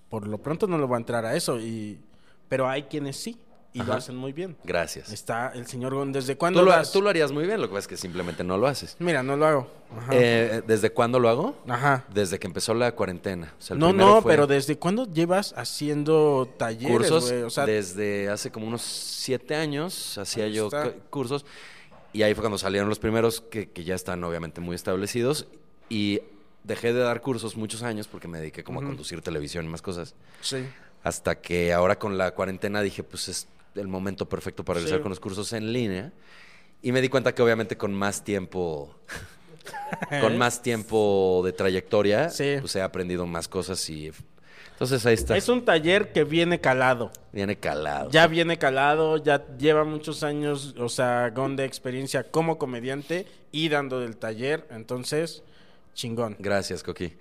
[SPEAKER 2] por lo pronto no le voy a entrar a eso. Y, pero hay quienes sí y lo
[SPEAKER 1] Ajá.
[SPEAKER 2] hacen muy bien.
[SPEAKER 1] Gracias.
[SPEAKER 2] Está el señor Gon. ¿Desde cuándo
[SPEAKER 1] Tú lo,
[SPEAKER 2] das?
[SPEAKER 1] tú lo harías muy bien, lo que pasa es que simplemente no lo haces.
[SPEAKER 2] Mira, no lo hago. Ajá.
[SPEAKER 1] Eh, ¿Desde cuándo lo hago?
[SPEAKER 2] Ajá.
[SPEAKER 1] Desde que empezó la cuarentena. O sea, el
[SPEAKER 2] No,
[SPEAKER 1] primero
[SPEAKER 2] no,
[SPEAKER 1] fue
[SPEAKER 2] pero ¿desde cuándo llevas haciendo talleres,
[SPEAKER 1] cursos.
[SPEAKER 2] güey? O sea,
[SPEAKER 1] desde hace como unos siete años hacía
[SPEAKER 2] Ahí
[SPEAKER 1] yo
[SPEAKER 2] está.
[SPEAKER 1] cu- cursos. Y ahí fue cuando salieron los primeros que, que ya están obviamente muy establecidos. Y dejé de dar cursos muchos años porque me dediqué como a conducir televisión y más cosas.
[SPEAKER 2] sí.
[SPEAKER 1] Hasta que ahora con la cuarentena dije, pues es el momento perfecto para regresar
[SPEAKER 2] Sí.
[SPEAKER 1] con los cursos en línea. Y me di cuenta que obviamente con más tiempo, con más tiempo de trayectoria,
[SPEAKER 2] Sí.
[SPEAKER 1] pues he aprendido más cosas y... Entonces ahí está.
[SPEAKER 2] Es un taller que viene calado.
[SPEAKER 1] Viene calado.
[SPEAKER 2] Ya viene calado, ya lleva muchos años, o sea, Gon de experiencia como comediante y dando del taller. Entonces, chingón.
[SPEAKER 1] Gracias, Coqui.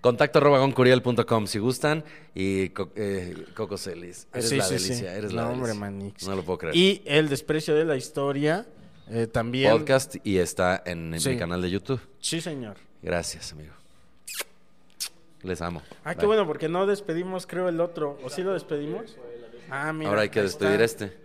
[SPEAKER 1] Contacto arroba goncuriel.com si gustan. Y co- eh, Coco Celis. Eres
[SPEAKER 2] Sí,
[SPEAKER 1] la
[SPEAKER 2] sí, sí.
[SPEAKER 1] delicia, eres la
[SPEAKER 2] No, hombre,
[SPEAKER 1] delicia.
[SPEAKER 2] Manix.
[SPEAKER 1] No lo puedo creer.
[SPEAKER 2] Y el desprecio de la historia eh, también.
[SPEAKER 1] Podcast y está en
[SPEAKER 2] Sí.
[SPEAKER 1] mi canal de YouTube.
[SPEAKER 2] Sí, señor.
[SPEAKER 1] Gracias, amigo. Les amo.
[SPEAKER 2] Ah, qué
[SPEAKER 1] Bye.
[SPEAKER 2] bueno, porque no despedimos, creo, el otro. ¿O sí lo despedimos? Ah, mira.
[SPEAKER 1] Ahora hay que
[SPEAKER 2] ahí
[SPEAKER 1] despedir
[SPEAKER 2] está.
[SPEAKER 1] este.